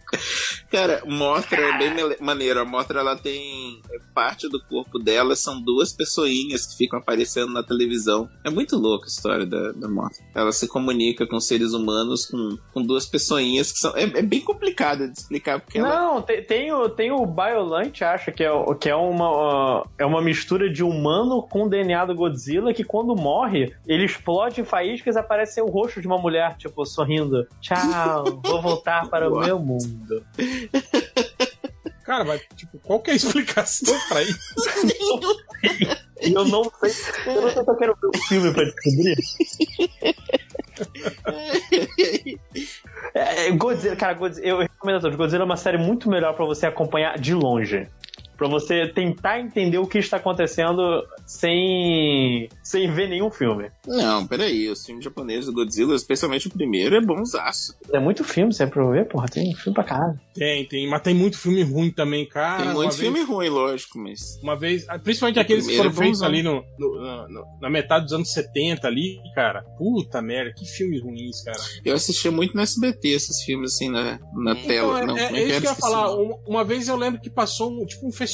Cara, Mothra é bem mele- maneiro. A Mothra, ela tem... é, Parte do corpo dela são duas pessoinhas que ficam aparecendo na televisão. É muito louca a história da, da Mothra. Ela se comunica com seres humanos com, com duas pessoinhas que são... É, é bem complicado de explicar, porque ela... Não, te- tem, o, tem o Biolante, acho, que, é, o- que é, uma, ó, é uma mistura de humano com DNA do Godzilla, que quando morre, ele explode em faíscas e aparece o rosto de uma mulher, tipo, sorrindo. Tchau, vou voltar para o meu mundo. Cara, mas, tipo, qual que é a explicação pra isso? E eu não sei. Eu não sei se eu quero ver o filme pra descobrir. [laughs] É, é, Godzilla, cara, Godzilla, eu recomendo a todos. Godzilla é uma série muito melhor pra você acompanhar de longe. Pra você tentar entender o que está acontecendo sem, sem ver nenhum filme. Não, peraí. Os filmes japoneses do Godzilla, especialmente o primeiro, é bonzaço. É muito filme, você é pra ver, porra, tem filme pra caralho. Tem, tem, mas tem muito filme ruim também, cara. Tem Ah, uma muito vez- filme ruim, lógico, mas... Uma vez, ah, principalmente aqueles que Primeiro é foram feitos bonzão. ali no, no- na- no- na metade dos anos 70 ali, cara. Puta merda, que filmes ruins, cara. Eu assistia muito no SBT esses filmes, assim, na, na Então, tela. Então, não, é, é como que isso que eu ia Esqueci o falar. nome. Um- Uma, vez eu lembro que passou um, tipo um festival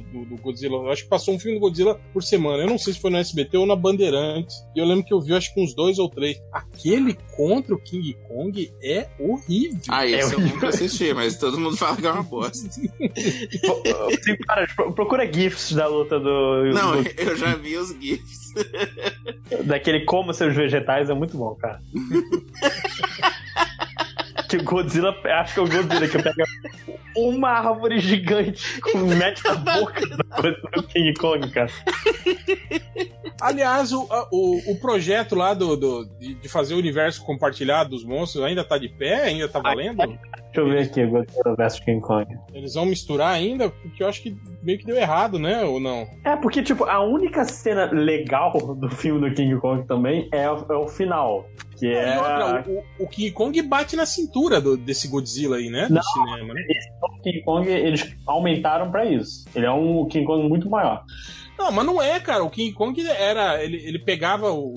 do, do Godzilla. Eu acho que passou um filme do Godzilla por semana. Eu não sei se foi no SBT ou na Bandeirantes. E eu lembro que eu vi, acho que uns dois ou três. Aquele contra o King Kong é horrível. Ah, esse eu nunca assisti, mas todo mundo [laughs] fala que é uma bosta. Tem várias. Pro- Procura GIFs da luta do. Não, do- eu já vi os GIFs. daquele Coma Seus Vegetais, é muito [laughs] bom, cara. que o Godzilla. Acho que é o Godzilla que pega uma árvore gigante com mete tá na boca da coisa do King Kong, cara. Aliás, o, a- o, o projeto lá do, do- de de fazer o universo compartilhado dos monstros ainda tá de pé? Ainda tá valendo? Deixa eu ver aqui, Godzilla vs King Kong. Eles vão misturar ainda? Porque eu acho que meio que deu errado, né? Ou não? É, porque, tipo, a única cena legal do filme do King Kong também é, o- é o final. Que é. E outra, o, o King Kong bate na cintura do- desse Godzilla aí, né? Do Não. cinema, né? o King Kong, eles aumentaram pra isso. Ele é um King Kong muito maior. Não, mas não é, cara. O King Kong era. Ele, ele pegava o.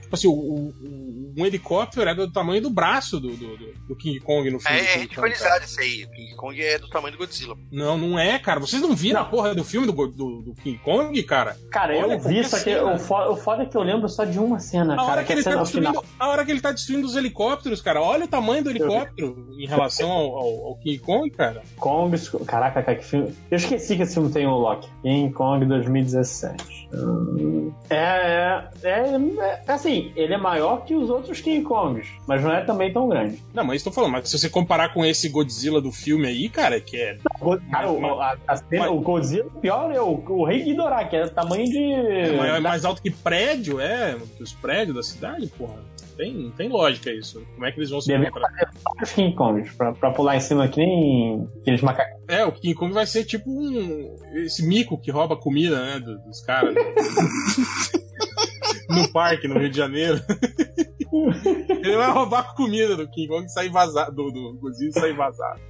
Tipo assim, o- o- um helicóptero era do tamanho do braço do, do, do- do King Kong no filme. É, do é King Kong, cara. ridicularizado isso aí. O King Kong é do tamanho do Godzilla. Não, não é, cara. Vocês não viram a porra do filme do, Go- do, do King Kong, cara? Cara, eu Olha vi, qualquer só que cena. o fo- o foda é que eu lembro só de uma cena, A cara, hora que que, é a ele tá cena final. destruindo, a hora que ele tá destruindo os helicópteros, cara. Olha o tamanho do helicóptero em relação ao, ao- ao King Kong, cara. Kong. Caraca, cara, que filme. Eu esqueci que esse filme tem o Loki. King Kong 2017. Hum. É, é, é, é. Assim, ele é maior que os outros King Kongs, mas não é também tão grande. Não, mas estou falando, mas se você comparar com esse Godzilla do filme aí, cara, que é Go- Cara, o, a- a cena- Mas- o Godzilla, o pior é o, o Rei Ghidorah, que é o tamanho de. É, mas é mais alto que prédio, é? Que os prédios da cidade, porra. Não Tem, não tem lógica isso. Como é que eles vão se Deve- encontrar? vários King Kongs, pra, pra pular em cima que nem aqueles macacos. É, o King Kong vai ser tipo um. Esse mico que rouba comida, né? do- Dos caras. né? no parque, no Rio de Janeiro. Ele vai roubar a comida do King Kong e sair vazado. Do, do Godzilla e sair vazado.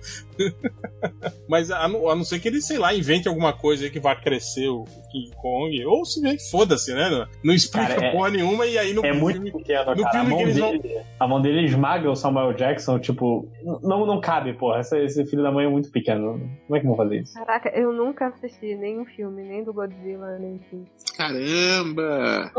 Mas a, não- a não ser que ele, sei lá, invente alguma coisa aí que vá crescer o King Kong. Ou se bem que foda-se, né? Não, não explica Cara, é- porra nenhuma e aí no É muito filme- pequeno, no cara. A filme mão, que eles dele, a mão dele esmaga o Samuel Jackson, tipo. Não, não cabe, porra. Esse, esse filho da mãe é muito pequeno. Como é que vão fazer isso? Caraca, eu nunca assisti nenhum filme, nem do Godzilla, nem do... Caramba!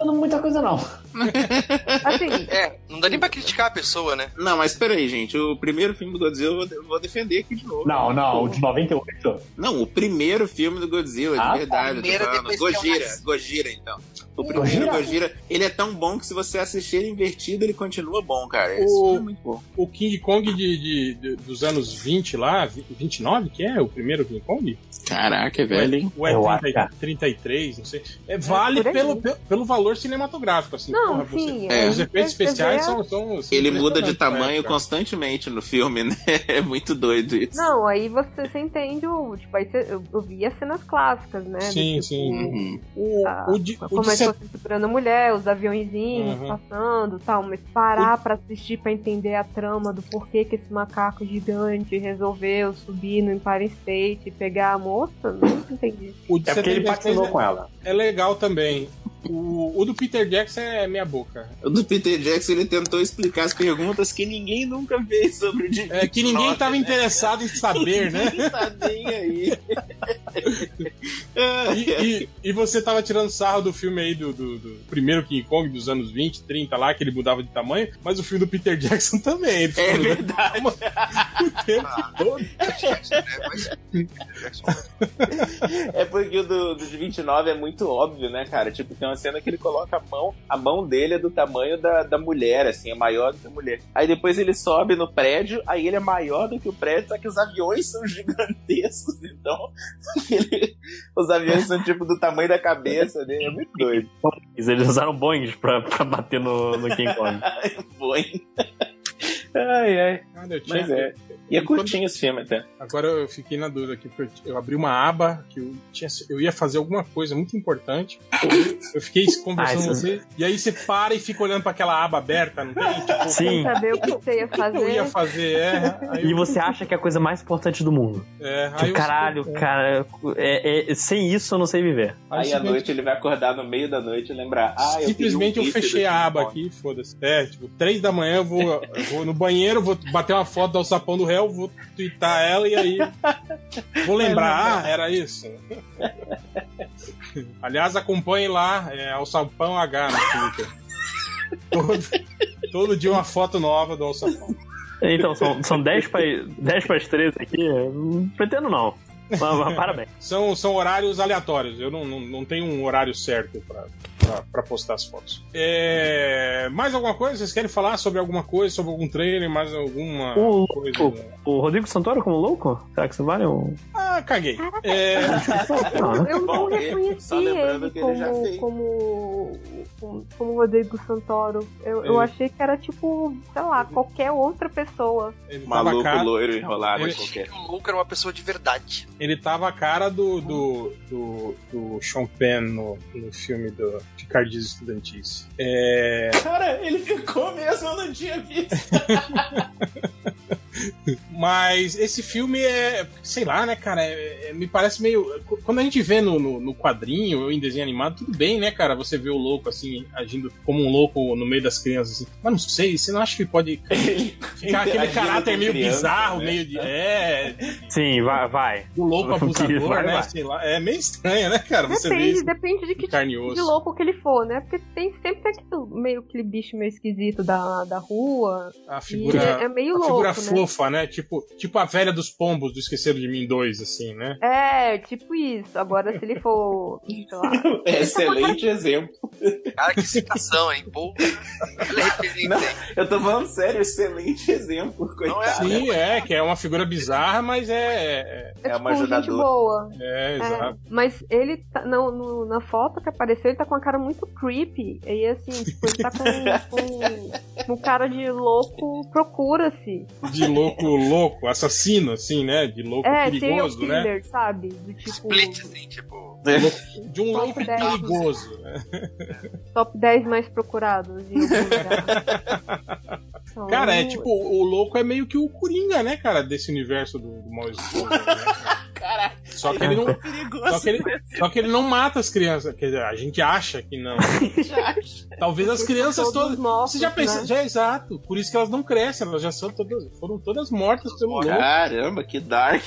Não, muita coisa não. Assim, É, não dá nem pra criticar a pessoa, né? Não, mas peraí, gente. O primeiro filme do Godzilla eu vou, eu vou defender aqui de novo. Não, não, o de 98. Não, o primeiro filme do Godzilla, Ah, tá. de verdade. Primeiro, eu tô falando. depois que eu Gojira, nasci. Hum. Gojira, então. O primeiro Gojira? Gojira. ele é tão bom que se você assistir ele invertido, ele continua bom, cara. Esse O- filme é muito bom. o King Kong de, de- de- dos anos 20 lá, vi- 29 que é o primeiro King Kong? Caraca, velho, hein? Ou é Eu acho 30 33, não sei. É, vale por aí. pelo, pe- pelo valor cinematográfico, assim. não, porra, você- sim. É. Os efeitos você vê especiais a- são, são- são Ele muda de impressionantes né, pra tamanho época. constantemente no filme, né? [laughs] É muito doido isso. Não, aí você, você entende o. Tipo, aí você, eu, eu vi as cenas clássicas, né? Sim, Do tipo, sim. Uhum. O, a- o de, o como de é que set- você segurando a mulher, os aviõezinhos Uhum. passando e tal, mas parar pra assistir pra entender a trama do porquê que esse macaco gigante resolveu subir no Empire State e pegar a moça, não entendi. o de É porque ele 73 patinou com ela. é, é legal também. O, o do Peter Jackson é minha boca. O do Peter Jackson, ele tentou explicar as perguntas que ninguém nunca fez sobre o Divino. É que ninguém Nossa, tava né? interessado em [laughs] saber, né? Ninguém tá nem aí. E, e- e você tava tirando sarro do filme aí do, do- do primeiro King Kong dos anos 20, 30 lá, que ele mudava de tamanho, mas o filme do Peter [laughs] Jackson também. É Ele ficou mudando verdade. né? o tempo todo. É, mas- Jackson. É porque o do, do de 29 é muito óbvio, né, cara? Tipo, tem uma cena que ele coloca a mão, a mão dele é do tamanho da, da mulher, assim, é maior do que a mulher. Aí depois ele sobe no prédio, aí ele é maior do que o prédio, só que os aviões são [laughs] gigantescos, então [laughs] ele- os aviões são tipo do tamanho da cabeça dele, é muito doido. Eles usaram boings pra, pra bater no, no King Kong. Foi. Ai, ai. Cara, eu tinha- Mas é. E é curtinho esse filme até. Agora eu fiquei na dúvida aqui, porque eu t- eu abri uma aba que eu, tinha, eu ia fazer alguma coisa muito importante. Eu fiquei conversando Ah, com você, e aí você para e fica olhando pra aquela aba aberta, não tem? Tipo, [laughs] Sem Sim. saber o que você ia o que [laughs] eu ia fazer. fazer? É, aí, E você acha que é a coisa mais importante do mundo. é, aí Tipo, eu- caralho, cara, é- é- sem isso eu não sei aí viver. eu Aí à simplesmente- noite ele vai acordar no meio da noite e lembrar. Ah, eu Simplesmente vi um eu gif do fechei a King aba Kong. [laughs] aqui, foda-se. É, tipo, três da manhã eu vou, eu vou no banheiro, vou bater bater uma foto do alçapão do réu, vou twittar ela e aí. Vou lembrar, ah, era isso. [laughs] Aliás, acompanhe lá, é Alçapão H no Twitter. [laughs] Todo, todo dia uma foto nova do alçapão. Então, são, são 10 para 10 para as 13 aqui. eu Não pretendo, não. Mas, mas parabéns. São, são horários aleatórios. Eu não, não, não tenho um horário certo pra, pra, pra postar as fotos. É, mais alguma coisa? Vocês querem falar sobre alguma coisa, sobre algum trailer, mais alguma O, coisa? o, o Rodrigo Santoro como louco? Será que isso vale um. Ah, caguei. É, Não, né? Eu não Ah, Bom, reconheci só lembrando ele que ele já como, fez. como, como, como Rodrigo Santoro. Eu, eu É. Ele- achei que era tipo, sei lá, qualquer outra pessoa. ele tava a Maluco, cara, loiro, enrolado, Ele- qualquer. que o Luke era uma pessoa de verdade. ele tava a cara do, do, do, do Sean Penn no, no filme do, de Cardíacos Estudantis. É, Cara, ele ficou mesmo, eu não tinha [laughs] visto. Mas esse filme é, sei lá, né, cara? é- é- me parece meio. Quando a gente vê no, no, no quadrinho ou em desenho animado, tudo bem, né, cara? Você vê o louco assim, agindo como um louco no meio das crianças. Assim. Mas não sei, você não acha que pode ficar aquele interagindo caráter com meio criança, bizarro, né? meio de. É, Sim, vai, [laughs] vai. o louco abusador, Vai, né? vai. Sei lá. É meio estranho, né, cara? Você vê Depende, isso depende de que tipo de carne e de osso. louco que ele for, né? Porque tem sempre tem aquele, meio, aquele bicho meio esquisito da, da rua. A e figura. é, é meio A louco, figura né? fofa, né? Tipo, tipo a velha dos pombos do Esqueceram de Mim 2, assim, né? É, tipo isso. Agora, se ele for, sei [laughs] lá, É é tipo Excelente exemplo. Cara, que citação, hein? Pô, [laughs] ele é referência, Não. hein? Eu tô falando sério, excelente exemplo, Não é- coitado. Sim, é, que é uma figura bizarra, mas é. É, é, É uma tipo gente ajudadora. boa. é, É, exato. mas ele, tá, não, no- na foto que apareceu, ele tá com uma cara muito creepy. E assim, tipo, ele [laughs] tá com, com, com cara de louco, procura-se. de louco louco, assassino, assim, né? De louco É, serial perigoso, né? killer, sabe? Do tipo, Split, assim, tipo. De um Top louco 10, perigoso. né? top 10 mais procurados. em algum lugar. [laughs] Então, Cara, é tipo, o louco é meio que o Coringa, né, cara, desse universo do, do mal escuro, né? Caraca, Só que ele não. perigoso. Só que, ele, só que ele não mata as crianças. Quer dizer, a gente acha que não. Talvez as crianças Todos todas. mortos, Você já pensa, né? já é exato. Por isso que elas não crescem, elas já são todas. Foram todas mortas pelo louco. Caramba, que dark.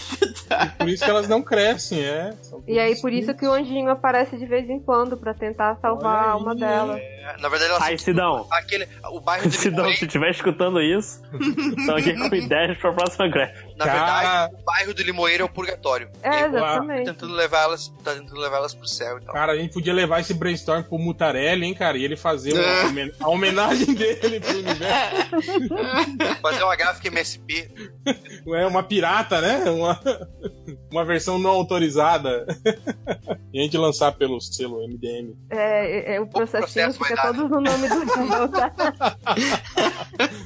Por isso que elas não crescem, é. São E aí, todas por isso que o anjinho aparece de vez em quando pra tentar Olha salvar a aí, tipo, alma dela. é, Na verdade, ela Aí, Sidão. aquele, o bairro [laughs] [laughs] de Sidão, Limoeiro, se estiver escutando isso, estão aqui com ideias pra próxima greve. na Cara- verdade, o bairro do Limoeiro é o purgatório. É, Igual a- Tá exatamente. tentando levar elas, tá tentando levar elas pro céu [laughs] e tal. Cara, a gente podia levar esse brainstorm pro Mutarelli, hein, cara? E ele fazer uma É. homen- a homenagem dele pro universo. Fazer uma gráfica MSP. É uma pirata, né? Uma, uma versão não autorizada. E a gente lançar pelo selo MDM. É, é, é, o processinho processo vai fica dar, todo no nome [laughs] do Zelda.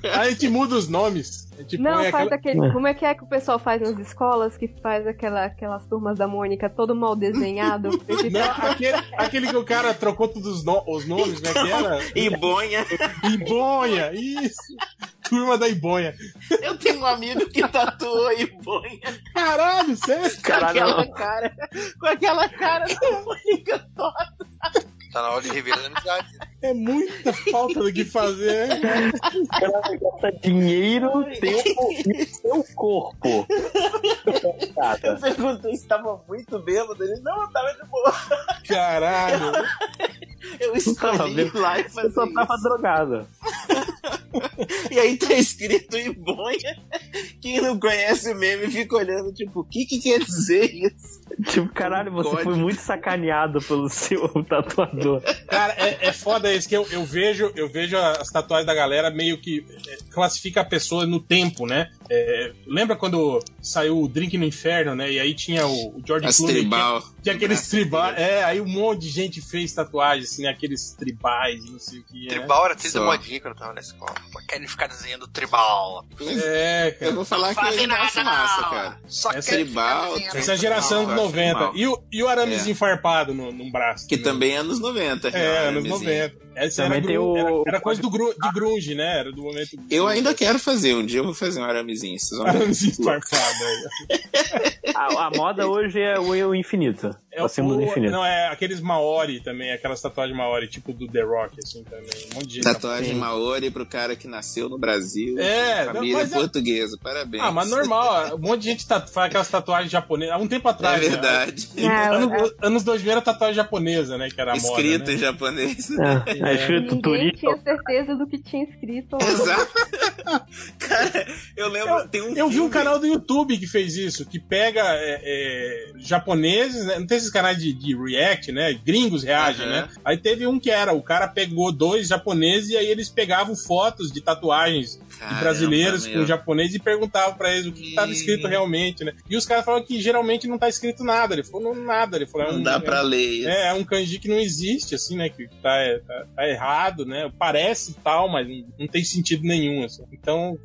Aí a gente muda os nomes. A gente Não, põe faz Tipo, aquela... aquele. Como é que é que o pessoal faz nas escolas? Que faz aquela, aquelas turmas da Mônica todo mal desenhado? Porque Não, aquele, aquele que o cara trocou todos os, no- os nomes, né? Que era E bonha. Ibonha, isso! Turma da Ibonha. Eu tenho um amigo que tatuou e põe Caralho, sério? Caralho, aquela cara. Com aquela cara da Mônica Todd. Tá na hora de revelar a amizade. É muita falta do que fazer, né? cara? ela gasta dinheiro, tempo e seu corpo. Eu perguntei se tava muito bêbado. Ele, não, eu tava de boa. Caralho. Eu Tava escolhi ir bêbado. lá e Você fazer só tava isso. drogada. E aí tá escrito em bonha. Quem não conhece o meme fica olhando, tipo, o que que quer dizer isso? Tipo, caralho, Um você foi muito sacaneado pelo [laughs] seu tatuador. Cara, é, é foda isso que eu, eu vejo, eu vejo as tatuagens da galera meio que é, classifica a pessoa no tempo, né? É, lembra quando saiu o Drink no Inferno, né? E aí tinha o, o George As Clooney. Tinha, tribal. tinha aqueles tribais. É, aí um monte de gente fez tatuagens, assim, né? Aqueles tribais, não sei o que. né? Tribal era triste Só. modinha quando eu tava na escola. Pô, Querem ficar desenhando tribal. É, Eu cara. vou falar que Fazem eu não acho nada, massa, não. cara. Só Essa querem tribal- ficar desenhando Essa é a geração Não, dos eu acho 90. mal. E o, e o aramezinho farpado no, num braço. Que né? também é anos 90. É, né, anos Mizinho? 90. Essa era, Também tem gru- o- Ah. era, era coisa do gru- de grunge, né? Era do momento. Eu ainda quero fazer, um dia eu vou fazer um aramezinho. Vocês vão ver. Aramezinho farpado aí. A, a moda hoje é o eu infinito. É Você muda o- infinito. Não, é aqueles Maori também, aquelas tatuagens Maori, tipo do The Rock, assim também. Um monte de gente. Tatuagem Maori pro cara que nasceu no Brasil. É, família mas é- portuguesa, parabéns. Ah, mas normal, ó, um monte de gente tatu- faz aquelas tatuagens japonesas. Há um tempo É atrás. né? verdade. Anos, anos 2000 era tatuagem japonesa, né? Que era a moda. Escrito né? em japonês. [laughs] É, é escrito Ninguém turista. tinha certeza do que tinha escrito. Exato. Cara, eu lembro, tem um Eu vi um filme- canal do YouTube que fez isso, que pega é, é, japoneses, né? não tem esses canais de, de react, né? Gringos reagem, Aham. né? Aí teve um que era, o cara pegou dois japoneses e aí eles pegavam fotos de tatuagens de Caramba, brasileiros com Ah, é, meu. japonês e perguntavam pra eles o que estava Hum. escrito realmente, né? E os caras falavam que geralmente não tá escrito nada. Ele falou, não, nada. Ele falou, é Não um- dá é pra ler isso. É, é um kanji que não existe, assim, né? Que tá, é, tá- tá errado, né? Parece tal, mas não, não tem sentido nenhum, assim. Então,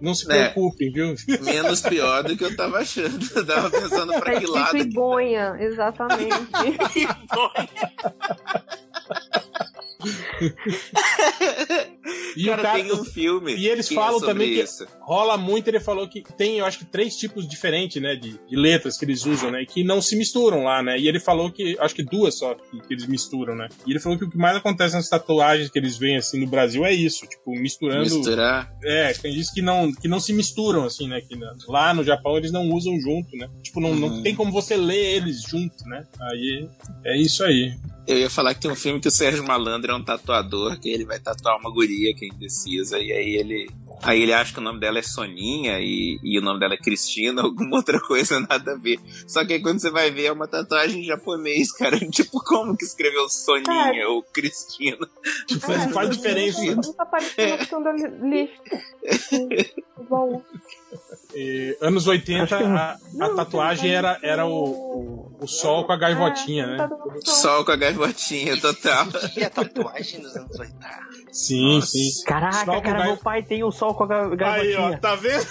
não se É. preocupem, viu? Menos pior do que eu tava achando. Eu tava pensando Tá pra que escrito lado. Ibonha, exatamente. E, Cara, o cara, tem um filme. e eles que é falam sobre também que- isso. rola muito, ele falou que tem, eu acho que, três tipos diferentes, né? De, de letras que eles usam, né? Que não se misturam lá, né? E ele falou que, acho que duas só que, que eles misturam, né? E ele falou que o que mais acontece nas tatuagens que eles veem, assim, no Brasil é isso. Tipo, misturando... Misturar. É, tem disso que não, que não se misturam, assim, né? Que na- lá no Japão eles não usam junto, né? Tipo, não, não tem como você ler eles junto, né? Aí é isso aí. Eu ia falar que tem um filme que o Sérgio Malandro é um tatuador, que ele vai tatuar uma guria que é indecisa, e aí ele. Aí ele acha que o nome dela é Soninha e, e o nome dela é Cristina, [laughs] alguma outra coisa, nada a ver. Só que aí quando você vai ver é uma tatuagem em japonês, [laughs] cara. Tipo, como que escreveu Soninha ou Cristina? Tipo, é, não faz diferença. Não, não tá parecendo uma questão da lista. Igual. E, anos 80, a, a Não, tatuagem tá era, era o, parecendo- o sol com a É, gaivotinha, não né? tá dando som. Sol com a gaivotinha total. Tinha tatuagem nos anos 80. Sim, sim. Caraca, Sol com cara, gai- meu pai tem o sol com a ga- Aí, ó, garotinha. tá vendo?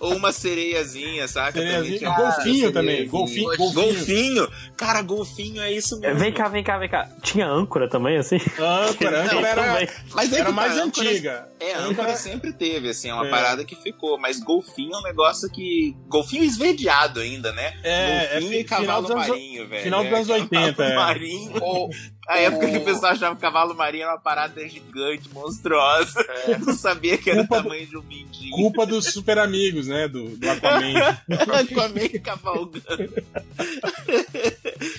Ou uma sereiazinha, saca? Sereiazinha. tinha- Golfinho Ah, também, sereiazinha. golfinho, golfinho. Cara, golfinho é isso mesmo. Vem cá, vem cá, vem cá. Tinha âncora também, assim? Âncora, âncora [laughs] Ah, era, Também. Mas é era que tá, mais âncora- antiga. É, Âncora- âncora sempre teve, assim, é uma É. parada que ficou. Mas golfinho é um negócio que. Golfinho esverdeado ainda, né? É, é golfinho e fi- final cavalo dos anos o- marinho, velho. final dos É, anos 80, Cavalo é. marinho. [laughs] A É. época que o pessoal achava que cavalo marinho era uma parada gigante, monstruosa. [laughs] Não sabia que era Culpa o tamanho de um mindinho. culpa dos super amigos, né? Do, do [laughs] Aquaman. Com a [laughs] meia cavalgando.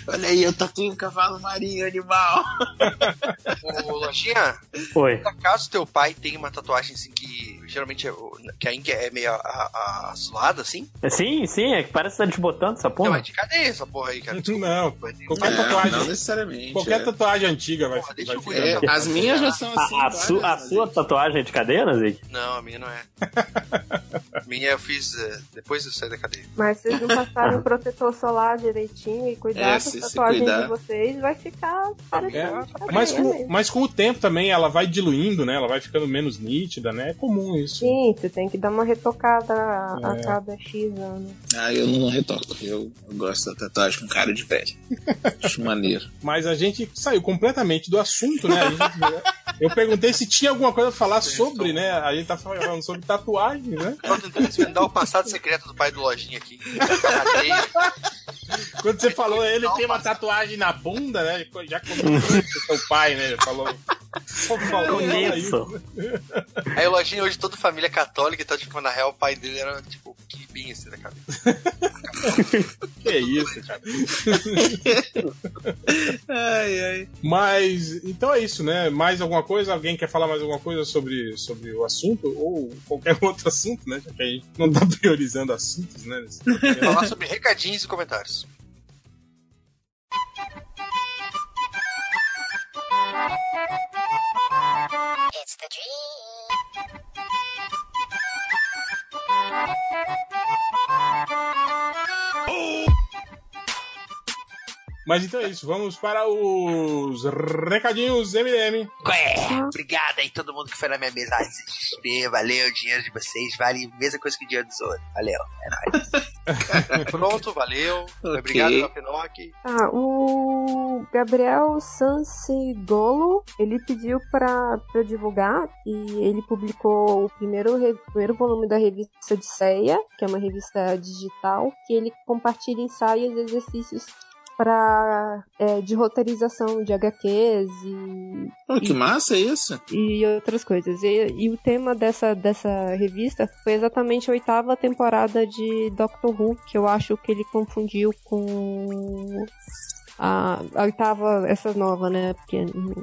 Olha aí, eu tatuei um cavalo marinho, animal. [laughs] Ô, Lojinha, Oi. por acaso teu pai tem uma tatuagem assim que geralmente é, o- que a Ink é meio a- a- azulada, assim? Sim, sim, é que parece que tá desbotando essa Não, porra. é de cadeia essa porra aí, cara. [laughs] Não, Porra, tem- qualquer tatuagem. É, necessariamente. Qualquer tatuagem antiga vai, Porra, vai deixa eu ficar. É, as minhas já são tipo assim. A, a su- a várias, sua mas- tatuagem é de cadeia, Nazik? Não, a minha não é. A minha eu fiz eh, depois eu saí da cadeia. Mas se vocês não passarem o protetor solar direitinho e cuidar É, da se- se tatuagem cuidar. de vocês, vai ficar parecendo de cadeia Mas com, mesmo. mas com o tempo também ela vai diluindo, né? Ela vai ficando menos nítida, né? É comum isso. Sim, você tem que dar uma retocada a- a cada X anos. Ah, eu não retoco. Eu, eu gosto da tatuagem com cara [laughs] de pele. Acho maneiro. Mas a gente saiu completamente do assunto, né? A gente- eu perguntei se tinha alguma coisa a É, falar sobre, né? A gente tá falando sobre tatuagem, né? Eu tô tentando desvendar o passado secreto do pai do Lojinha aqui. Cadeia. Quando você falou, ele tem uma tatuagem na bunda, né? Já [laughs] comentou com seu pai, né? Ele Falou. Só falou Conheço. isso. Aí o Lojinha hoje toda família católica, então tipo, na real o pai dele era tipo que bem assim da cadeia. Que é isso, cara. [laughs] Ai, ai. Mas, então é isso, né? Mais alguma coisa? Alguém quer falar mais alguma coisa sobre, sobre o assunto? Ou qualquer [laughs] outro assunto, né? Já que a gente não tá priorizando assuntos, né? nesse podcast. Falar sobre recadinhos e comentários. Mas então é isso, vamos para os recadinhos MDM. Qual é? Obrigado aí todo mundo que foi na minha mesa. Ai, se desespero, Valeu, o dinheiro de vocês vale a mesma coisa que o dinheiro dos outros. Valeu. É nóis. Pronto, valeu. Obrigado, Pinocchio. Ah, o Gabriel Sansigolo, ele pediu pra, pra eu divulgar e ele publicou o primeiro, re- primeiro volume da revista Odisseia, que é uma revista digital, que ele compartilha ensaios e exercícios pra, é, de roteirização de HQs e Pô, que massa é isso? e outras coisas. E, e o tema dessa, dessa revista foi exatamente a oitava temporada de Doctor Who, que eu acho que ele confundiu com a, a oitava, essa nova, né? Porque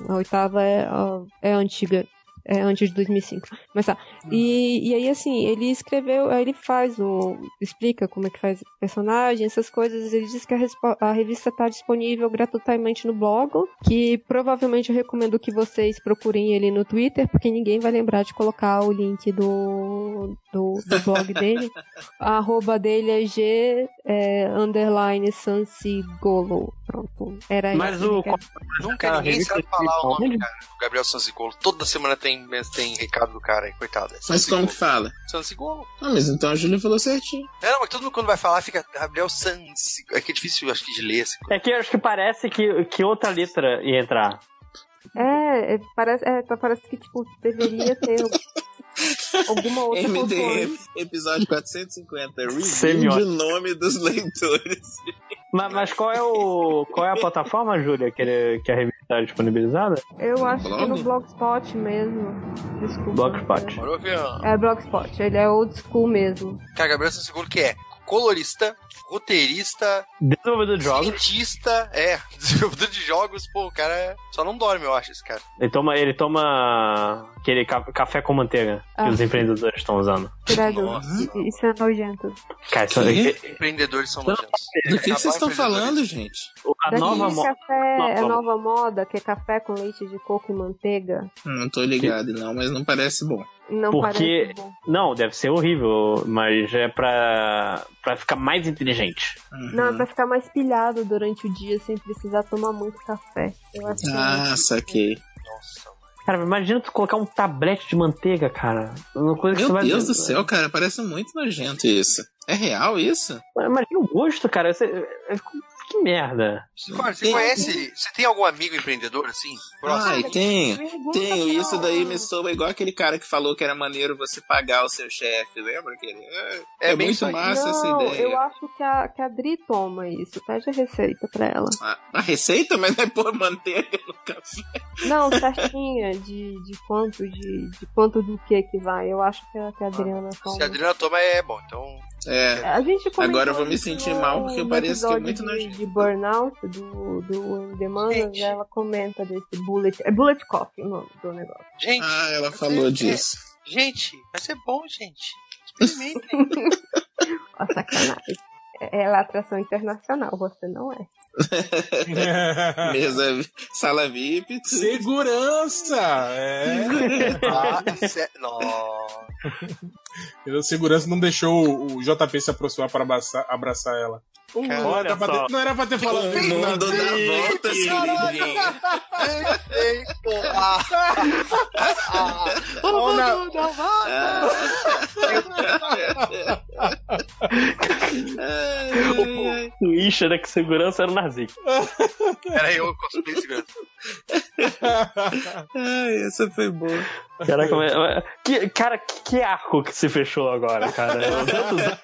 a oitava é, a- é a antiga. É antes de 2005. Mas tá. Hum. E, e aí, assim, ele escreveu, aí ele faz o. explica como é que faz o personagem, essas coisas. Ele diz que a, respo- a revista tá disponível gratuitamente no blog, que provavelmente eu recomendo que vocês procurem ele no Twitter, porque ninguém vai lembrar de colocar o link do, do, do blog [laughs] dele. A arroba dele é G é, underline Sansigolo. Pronto. Era Mas isso. o. Nunca Cara, ninguém revista sabe falar o nome, digital. cara. do Gabriel Sanzigolo. Toda semana tem, tem recado do cara aí, coitado. É Mas como Sanzigolo. que fala? Sanzigolo. Ah, mas então a Júlia falou certinho. É, não, mas todo mundo quando vai falar fica Gabriel Sanz. É que é difícil, acho que, de ler. assim. É que eu acho que parece que, que outra letra ia entrar. É, é, parece, é, parece que, tipo, deveria [laughs] ter alguma outra MDM, consoante. episódio 450, review Semiótica. de nome dos leitores. Mas, mas qual é o. Qual é a plataforma, Júlia, que, ele- que a revista está disponibilizada? Eu acho que é blog? no Blogspot mesmo. Desculpa. Blogspot. Morou, viu? É Blogspot, ele é old school mesmo. Cara, Gabriel Sanzigolo que é colorista, roteirista, Desenvolvedor de jogos. cientista, é, [laughs] desenvolvedor de jogos. Pô, o cara só não dorme, eu acho, esse cara. Ele toma, ele toma aquele ca- café com manteiga que Ah. os empreendedores estão usando. Credo, tá isso é nojento. Cara, isso- é Quê? Empreendedores são nojentos. Do que Acabar vocês estão empreendedores. falando, gente? a Daqui nova moda. café é nova nova moda, que é café com leite de coco e manteiga. Não Hum, tô ligado, não, mas não parece bom. Não Porque- parece bom. Não, deve ser horrível, mas é pra, pra ficar mais inteligente. Uhum. Não, é pra ficar mais pilhado durante o dia sem precisar tomar muito café. Eu acho que é Ah, saquei. Nossa, mano. Cara, imagina tu colocar um tablete de manteiga, cara. Uma coisa que Meu você vai... Deus do céu, cara, parece muito nojento isso. É real isso? Imagina o um gosto, cara. Você- é- é- Que merda. Cara, você Tem- conhece? Você tem algum amigo empreendedor assim? Próximo? Ai, tenho. Pergunta Tenho, pra isso daí ela. me soa igual aquele cara que falou que era maneiro você pagar o seu chefe, lembra? Aquele? É, É é bem isso muito aí. massa essa Não, ideia. eu acho que a, que a Dri toma isso. Pede a receita pra ela. A, a receita, mas é vai pôr manteiga no café. [laughs] Não, certinha de, de quanto, de, de quanto do que que vai. Eu acho que a, Ah, que a Adriana Se a toma. Adriana toma, é bom. Então, É, A gente comentou Agora eu vou me isso sentir no- mal, porque no parece que é episódio muito de- nojento. De burnout do, do Demandas, Gente. ela comenta desse bullet. É bullet coffee o nome do negócio. gente, ah, ela falou disso. gente, vai ser bom, gente. Experimentem. Ó, [laughs] sacanagem. É- Ela é atração internacional, você não é. [laughs] Mesa, sala VIP, tudo. [laughs] Segurança! É. ah, sé... Nossa. A segurança não deixou o o JP se aproximar para abraçar, abraçar ela. Olha Era pra só. ter- não era pra ter falado o isso, né? não. mundo dá voltas, queridinho. Ei, porra. Ou na- Ai, ai, ai. O Isha era né, que segurança era o Nazik. Pera aí, eu consumi esse grande. Ai, essa foi boa. Caraca, mas- é, que, cara, que, que arco que se fechou agora, cara? [laughs] Tantos anos.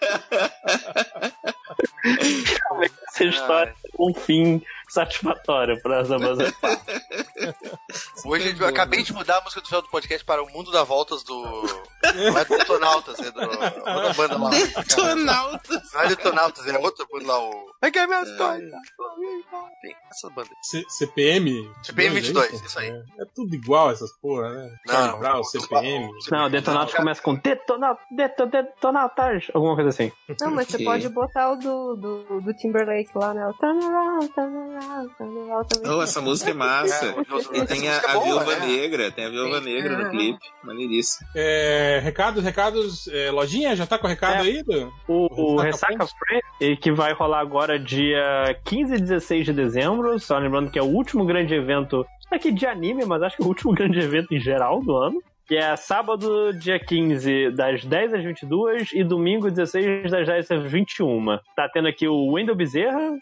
Como é que Essa história tem um fim satisfatório pra essa banda. Ah, Hoje eu acabei de mudar a música do final do podcast para o Mundo da Voltas do. Não é Detonautas, é do. Outra banda lá. Detonautas. Não é Detonautas, é outra banda lá. O... É que é minha história. Tem essa banda. C- CPM? CPM 22, é isso aí. É, é tudo igual essas porra, né? Não, Charlie não, Brown, não, CPM. Não, É, Detonautas começa com detonautas, deto, detonautas, alguma coisa assim. Não, mas você Ok. pode botar o do, do, do Timberlake lá, né? O turn around, turn around, turn around. turn Oh, around. essa música é massa. E tem é a, a né? Viúva Negra, tem a Viúva Negra no clipe. Maneiríssimo. É, recados, recados. é, lojinha, já tá com o recado É. aí? Dan? O, o Ressaca Ressaca Friend, ele que vai rolar agora dia 15 e 16 16 de dezembro, só lembrando que é o último grande evento, aqui de anime, mas acho que é o último [laughs] grande evento em geral do ano. Que é sábado, dia 15, das 10 às 22 e domingo, 16, das 10 às 21. Tá tendo aqui o Wendel Bezerra,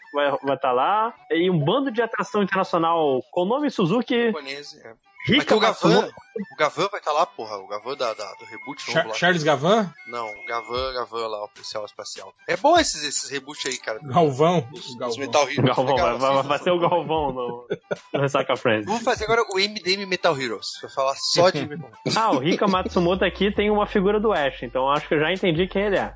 vai estar lá, e um bando de atração internacional Konami Suzuki, Japonês, é. Mas tem Rica o Gavan, Matsumoto. o Gavan vai estar lá, porra. O Gavan da, da- do reboot novo Char- lá. Charles Gavan? Não, o Gavan, Gavan lá, o policial espacial. É bom esses, esses reboot aí, cara. Galvão. Os, os Galvão. Metal Heroes. Galvão, legal, vai, vai, assim. vai ser o Galvão no, no Saca Friends. Vamos fazer agora o MDM Metal Heroes. Vou falar só de. [laughs] Ah, o Rika Matsumoto aqui tem uma figura do Ash, então acho que eu já entendi quem ele é.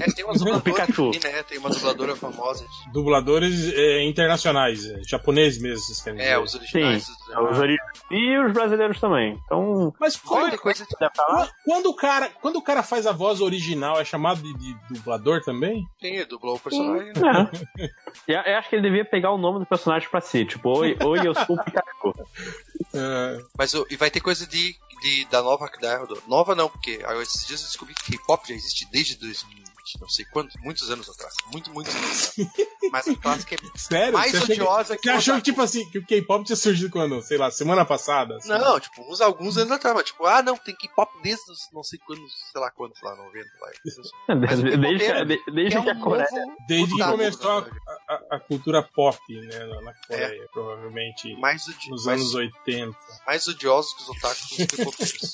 É, tem uma [laughs] dubladora Pikachu. aqui, né? Tem uma dubladora famosa. gente. Dubladores é, internacionais, é, japoneses mesmo, vocês querem dizer. É, os originais. Os... Ah, Os ori- E os brasileiros também. Então, Mas Olha, quando, coisa que deve estar lá. quando o cara, quando o cara faz a voz original, é chamado de, de dublador também? tem, dublou o personagem. né? É. Eu, eu acho que ele devia pegar o nome do personagem pra si. Tipo, oi, oi eu sou o [laughs] Pikachu. É, Mas o- e vai ter coisa de, de- da nova. Da, do- nova não, porque aí esses dias eu descobri que K-pop já existe desde 2000, não sei quantos, muitos anos atrás. Muito, muitos anos atrás. [laughs] Mas a clássica é sério? mais Você achou que- odiosa que. Você achou que, Otaku. tipo assim, que o K-pop tinha surgido quando, sei lá, semana passada? assim? Não, tipo, uns alguns anos atrás, mas tipo, ah não, tem K-pop desde os não sei quantos, sei lá quantos lá, 90, vai. Desde, o desde que, Pikachu de- é desde um que a Coreia. Desde que Otaku, começou a, otaku. a- a cultura pop, né, na- É. na Coreia, provavelmente mais, odi- nos mais, anos 80. mais odiosos que os otakus dos K-popers.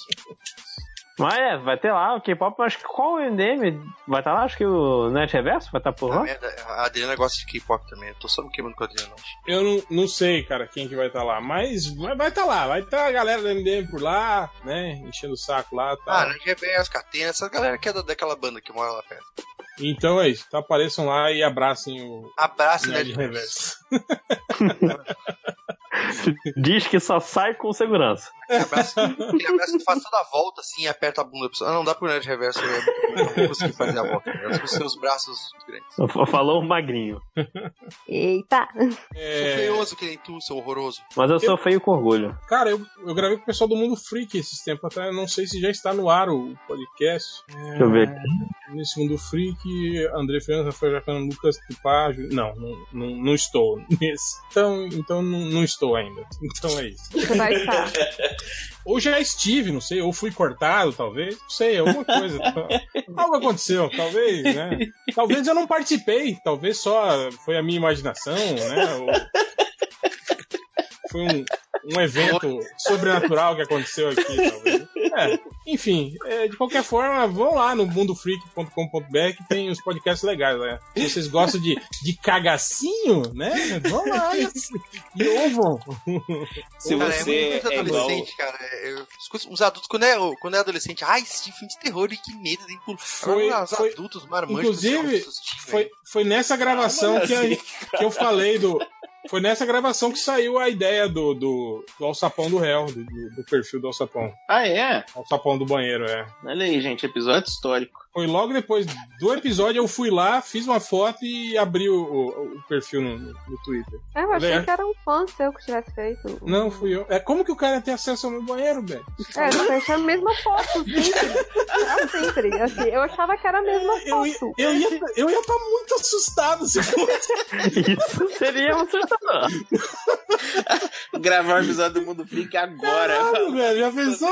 Mas é, vai ter lá o K-pop, mas qual o MDM? Vai estar lá? Acho que o Net Reverso vai estar por Ah, lá. merda, a Adriana gosta de K-pop também, eu tô só me queimando com a Adriana. hoje. Eu não, não sei, cara, quem que vai estar lá, mas vai estar lá, vai estar a galera do MDM por lá, né, enchendo o saco lá, Ah, tá. Nerd Reverso, Catena, essa galera que é da- daquela banda que mora lá perto. Então é isso, então apareçam lá e abracem o Abraço, Nerd Nerd Reverso. Reverso. Diz que só sai com segurança. Aquele abraço, aquele abraço que faz toda a volta assim e aperta a bunda da pessoa. Ah, não dá pro Nerd Reverso, eu não consegui fazer a volta. né? Com seus braços grandes. Falou o magrinho. Eita! Sou É, feioso que nem tu, sou horroroso. Mas eu sou feio com orgulho. cara, eu, eu gravei com o pessoal do Mundo Freak esses tempos atrás, eu não sei se já está no ar o podcast. Deixa eu ver. aqui. Nesse Mundo Freak, André Fernandes, Rafael Jacano, Lucas Tupá, Ju- não, não, não, não estou nesse. Então, então não, não estou ainda. Então é isso. Você vai estar. [laughs] Ou já estive, não sei, ou fui cortado, talvez, não sei, alguma coisa. Algo aconteceu, talvez, né? Talvez eu não participei, talvez só foi a minha imaginação, né? Ou- Foi um, um evento sobrenatural que aconteceu aqui, talvez. É, enfim, é, de qualquer forma, vão lá no mundofreak.com.br que tem os podcasts legais, né? Se vocês gostam de, de cagacinho, né? Vão lá e, e ouvam. Se Cara, é você muito é igual. adolescente, cara. É, Eu escuto uns adultos, quando é, quando é adolescente, ai, esse filme de terror, e que medo, nem pulo. Foi- Agora, os foi- adultos, marmanjos, inclusive, os adultos, tigre, Foi, foi nessa gravação que, a- que eu falei do. Foi nessa gravação que saiu a ideia do, do, do alçapão do réu, do, do- do perfil do alçapão. Ah, é? Alçapão do banheiro, é. Olha aí, gente, episódio histórico. Foi logo depois do episódio, eu fui lá, fiz uma foto e abri o, o- o perfil no, no Twitter. Ah, eu achei Leandro. que era um fã seu que tivesse feito. Né? Não, fui eu. É como que o cara tem acesso ao meu banheiro, velho? É, eu tô achando a mesma [laughs] foto, sempre. É sempre. Assim, eu achava que era a mesma Eu, foto. eu ia estar eu ia tá muito assustado assim. se fosse. Isso seria assustador. [laughs] Gravar o episódio do Mundo Freak agora. Caralho, velho, já pensou?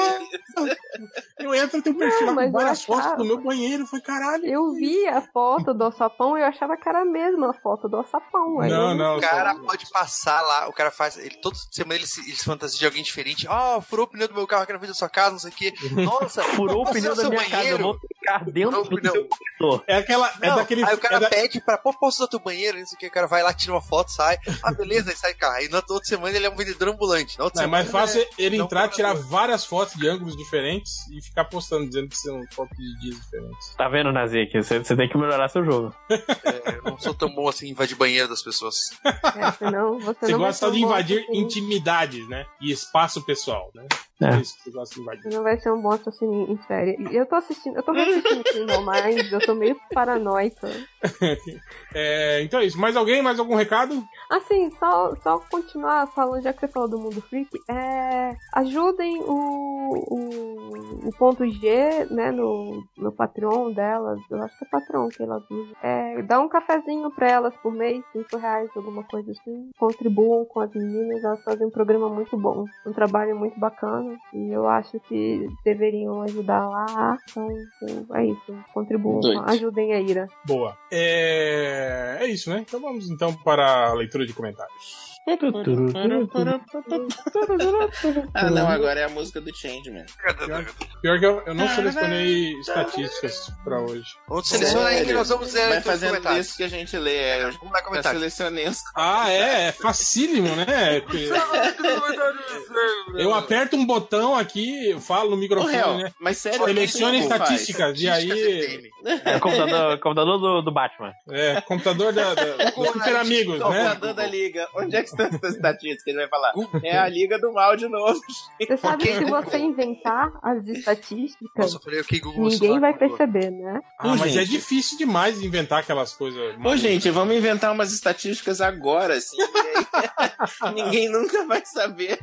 Eu entro, tem um perfil Não, lá mas com várias eu achava. fotos do meu banheiro. Eu falei, caralho. Eu vi a foto do sapão e eu achava que era a mesma foto do sapão. Aí Não, eu- não. O cara só- pode passar lá, o cara faz. Ele, toda semana ele se, ele se fantasia de alguém diferente. Ah, furou o pneu do meu carro aqui na frente da sua casa, não sei [laughs] o quê. Nossa, Furou o passei um pneu no da seu minha casa, eu banheiro. vou ficar dentro Furou o do pneu. seu corredor. É aquela. é Não, daquele. aí o cara é da- pede pra pô, posso usar teu banheiro, não sei o que, o cara vai lá, tira uma foto, sai. Ah, beleza, aí sai, cara. Aí na outra semana ele é um vendedor ambulante. Na outra Não, é semana mais fácil ele né? não entrar, compra tirar tudo. várias fotos de ângulos diferentes e ficar postando, dizendo que são fotos de dias diferentes. Tá vendo, Nazik? Você, você tem que melhorar seu jogo. é, eu não sou tão bom assim, invadir banheiro das pessoas. É, senão você Você não vai ser gosta um de bom invadir assassino. intimidades, né? E espaço pessoal, né? É. É isso que você gosta de invadir. Você não vai ser um bom assassino em série. E Eu tô assistindo, eu tô assistindo Kingdom Minds, eu tô meio paranoica. É, então é isso. Mais alguém? Mais algum recado? Assim, só, só continuar falando, já que você falou do mundo freak, é, ajudem o, o, o ponto G, né, no, no Patreon delas, eu acho que é Patreon que elas usam. É, dá um cafezinho pra elas por mês, 5 reais, alguma coisa assim. Contribuam com as meninas, elas fazem um programa muito bom, um trabalho muito bacana, e eu acho que deveriam ajudar lá. Então, é isso, contribuam, Doido. ajudem a Ira. Boa. É... é isso, né? Então vamos então para a leitura de comentários. Ah, não, agora é a música do Changeman. Pior que eu, eu Tá, não selecionei estatísticas pra hoje. Vamos selecionar aí que Sério? nós vamos ler Vai aqui os fazendo comentários. isso que a gente lê. é, Eu Vamos lá já comentar. selecionei os Ah, é, é facílimo, né? Porque Eu aperto um botão aqui, eu falo no Ô, microfone, Hel, é né? mas sério, Selecione quem que faz? estatísticas, e aí. FM. É o computador, computador do, do Batman. É, computador [laughs] da, da, da Super Amigos, né? Salvador da liga. Onde é que estão essas estatísticas? Ele vai falar. É a liga do mal de novo. Você sabe que se você inventar as estatísticas, Nossa, eu falei aqui Google ninguém Solar, vai Google. perceber, né? Ah, Ô, mas é gente. difícil demais inventar aquelas coisas. Ô, gente, vamos inventar umas estatísticas agora, assim. [laughs] e aí- Ninguém nunca vai saber.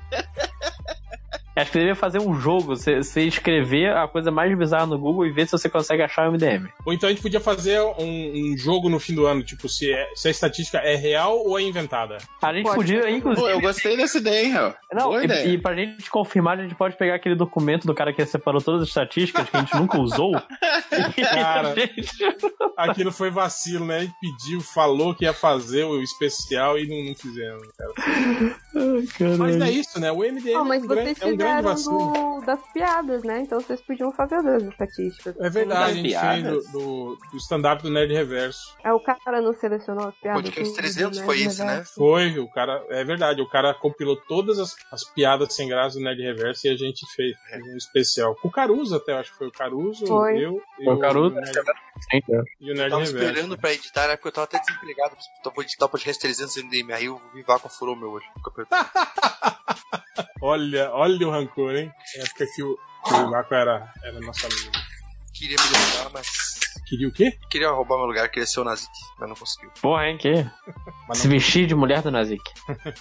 Acho que deveria fazer um jogo, você você escrever a coisa mais bizarra no Google e ver se você consegue achar o MDM. Ou então a gente podia fazer um, um jogo no fim do ano, tipo, se, é- se a estatística é real ou é inventada. A gente Pode, podia, pode. inclusive. Pô, eu gostei dessa ideia, hein, Hel? Não, é Boa e, ideia. e pra gente confirmar, a gente pode pegar aquele documento do cara que separou todas as estatísticas que a gente nunca usou. E Cara. a gente- [laughs] Aquilo foi vacilo, né? Ele pediu, falou que ia fazer o especial e não, não fizeram. Mas é isso, né? O MDM Não, Oh, mas é, um grande, vocês é um grande fizeram vacilo. do- das piadas, né? Então vocês podiam fazer das estatísticas. É verdade, a Das gente fez piadas. do, do, do stand-up do Nerd Reverso. É, o cara não selecionou as piadas. Podcast do- do 300 Nerd foi esse, né? Reverso. Foi, o cara. É verdade, o cara compilou todas as, as piadas sem graça do Nerd Reverso e a gente fez um especial. Com o Caruso até, eu acho que foi o Caruso, Foi. eu e Foi o Caruso. é. e o Nerd, e o Eu Nerd tava Reverso. esperando pra editar, né? Porque eu tava até desempregado. Então vou editar o podcast 300 MDM. Aí o Vivaco furou meu olho. Ficou apertado. Olha, olha o rancor, hein? Na época que o, que o Marco era, era nosso amigo. Queria me derrubar, mas. Queria o quê? Queria roubar meu lugar, queria ser o Nazik, mas não conseguiu. Porra, hein, que? Mas Se vestir de mulher do Nazik.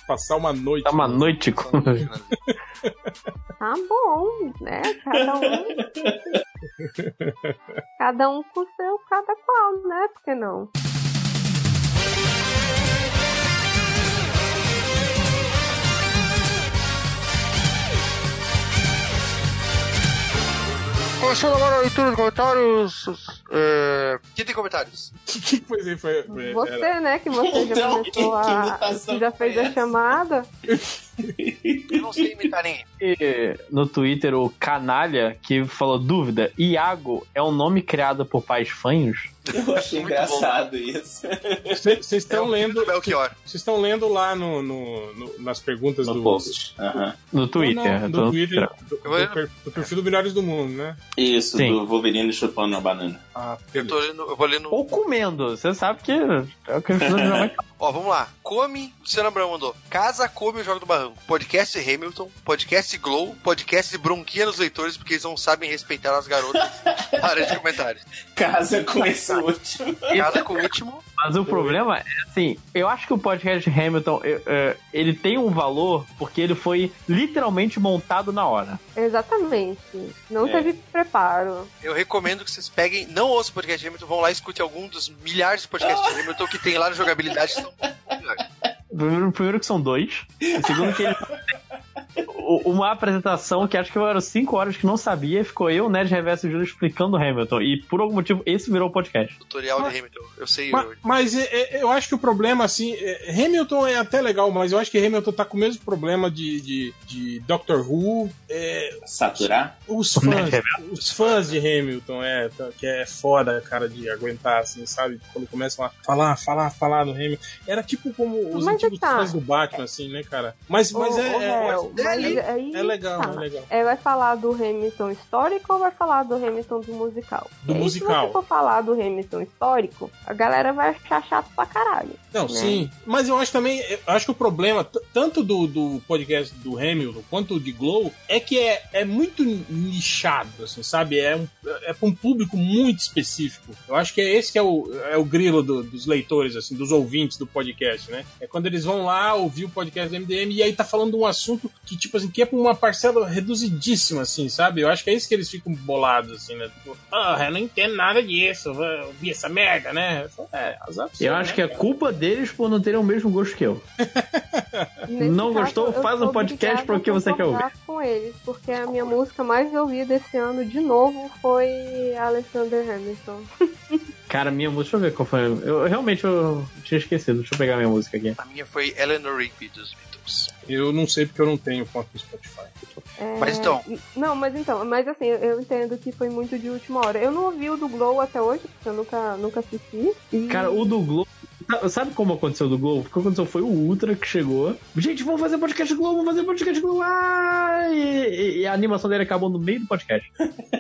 Passar uma noite. Tá uma noite com. Tá bom, né? Cada um. [laughs] cada um com o seu, cada qual, né? Por que não? Começando agora a leitura de comentários. É... Quem tem comentários? Que, [laughs] que pois é, foi. foi- era- Você, né? Que você já Então, [laughs] que- começou que a. imitação Já fez foi a essa? chamada. Eu não sei imitar ninguém. E no Twitter o canalha que falou dúvida, Iago é um nome criado por pais fanhos? Eu achei Muito engraçado isso. É, Cê- Vocês estão lendo. Belchior. Vocês estão lendo lá no, no- no- nas perguntas No do. post. Aham. No Não, Twitter. não, eu do tô no Twitter, Twitter. do, do per- do perfil do Milhares do Mundo, né? Isso, Sim. do Wolverine chupando uma banana. Ah, Eu, tô lendo, eu vou lendo. Ou comendo, você sabe que é o que eu fiz no [laughs] mais Ó, vamos lá. Come, Luciano Abrão mandou. Casa Come o Jogo do Barranco. Podcast Hamilton, podcast Glow, podcast Bronquia nos leitores, porque eles não sabem respeitar as garotas. Para de comentários. Casa com esse último. Casa com o último. Mas o problema é assim, eu acho que o podcast Hamilton eu, é, ele tem um valor porque ele foi literalmente montado na hora. Exatamente. Não É. teve preparo. Eu recomendo que vocês peguem, não ouçam o podcast Hamilton, vão lá e escutem algum dos milhares de podcasts de Hamilton que tem lá na jogabilidade. São... Primeiro, primeiro que são dois. O segundo que ele [laughs] o- uma apresentação que acho que eram cinco horas que não sabia, e ficou eu, Ned Reverso e Júlio explicando o Hamilton. E por algum motivo, esse virou o podcast. Tutorial de Hamilton. Eu sei. Ma- eu- Mas, é- é- eu acho que o problema, assim, é- Hamilton é até legal, mas eu acho que Hamilton tá com o mesmo problema de, de, de Doctor Who. É, Saturar? os fãs, os fãs de Hamilton, é, tá- que é foda, cara, de aguentar, assim, sabe? Quando começam a falar, falar, falar do Hamilton. Era tipo como os Mas é antigos tá. fãs do Batman, assim, né, cara? Mas, mas Ô, é- ô, é, Mel, é mas lindo, aí É legal, tá. é legal. É, vai falar do Hamilton histórico ou vai falar do Hamilton do musical? Do E aí, musical. Se você for falar do Hamilton histórico, a galera vai achar chato pra caralho. Não, né? sim. Mas eu acho também, eu acho que o problema, t- tanto do, do podcast do Hamilton quanto de Glow, é que é, é muito nichado, assim, sabe? É, um, é pra um público muito específico. Eu acho que é esse que é o, é o grilo do- dos leitores, assim, dos ouvintes do podcast, né? É quando eles vão lá ouvir o podcast do MDM e aí tá falando de um assunto que, tipo assim, que é pra uma parcela reduzidíssima, assim, sabe? Eu acho que é isso que eles ficam bolados, assim, né? Tipo, ah, eu não entendo nada disso, eu vou ouvir essa merda, né? Eu falo, É, azar pra você, Eu acho né, que é cara? culpa deles por não terem o mesmo gosto que eu. Nesse Não gostou? eu Faz um sou podcast obrigada pra o que a você quer concordar com eles, porque a minha música mais ouvida esse ano, de novo, foi Alexander Hamilton. Cara, minha música, deixa eu ver qual foi. Eu eu realmente eu tinha esquecido. Deixa eu pegar minha música aqui. A minha foi Eleanor Rigby dos Beatles. Eu não sei porque eu não tenho conta no Spotify. É, Mas então- Não, mas então, mas assim, eu- eu entendo que foi muito de última hora. Eu não ouvi o do Glow até hoje, porque eu nunca, nunca assisti. E... Cara, o do Globo. Sa- Sabe como aconteceu do Globo? O que aconteceu foi o Ultra que chegou. Gente, vamos fazer podcast Globo, vamos fazer podcast Globo. Ah! E, e a animação dele acabou no meio do podcast.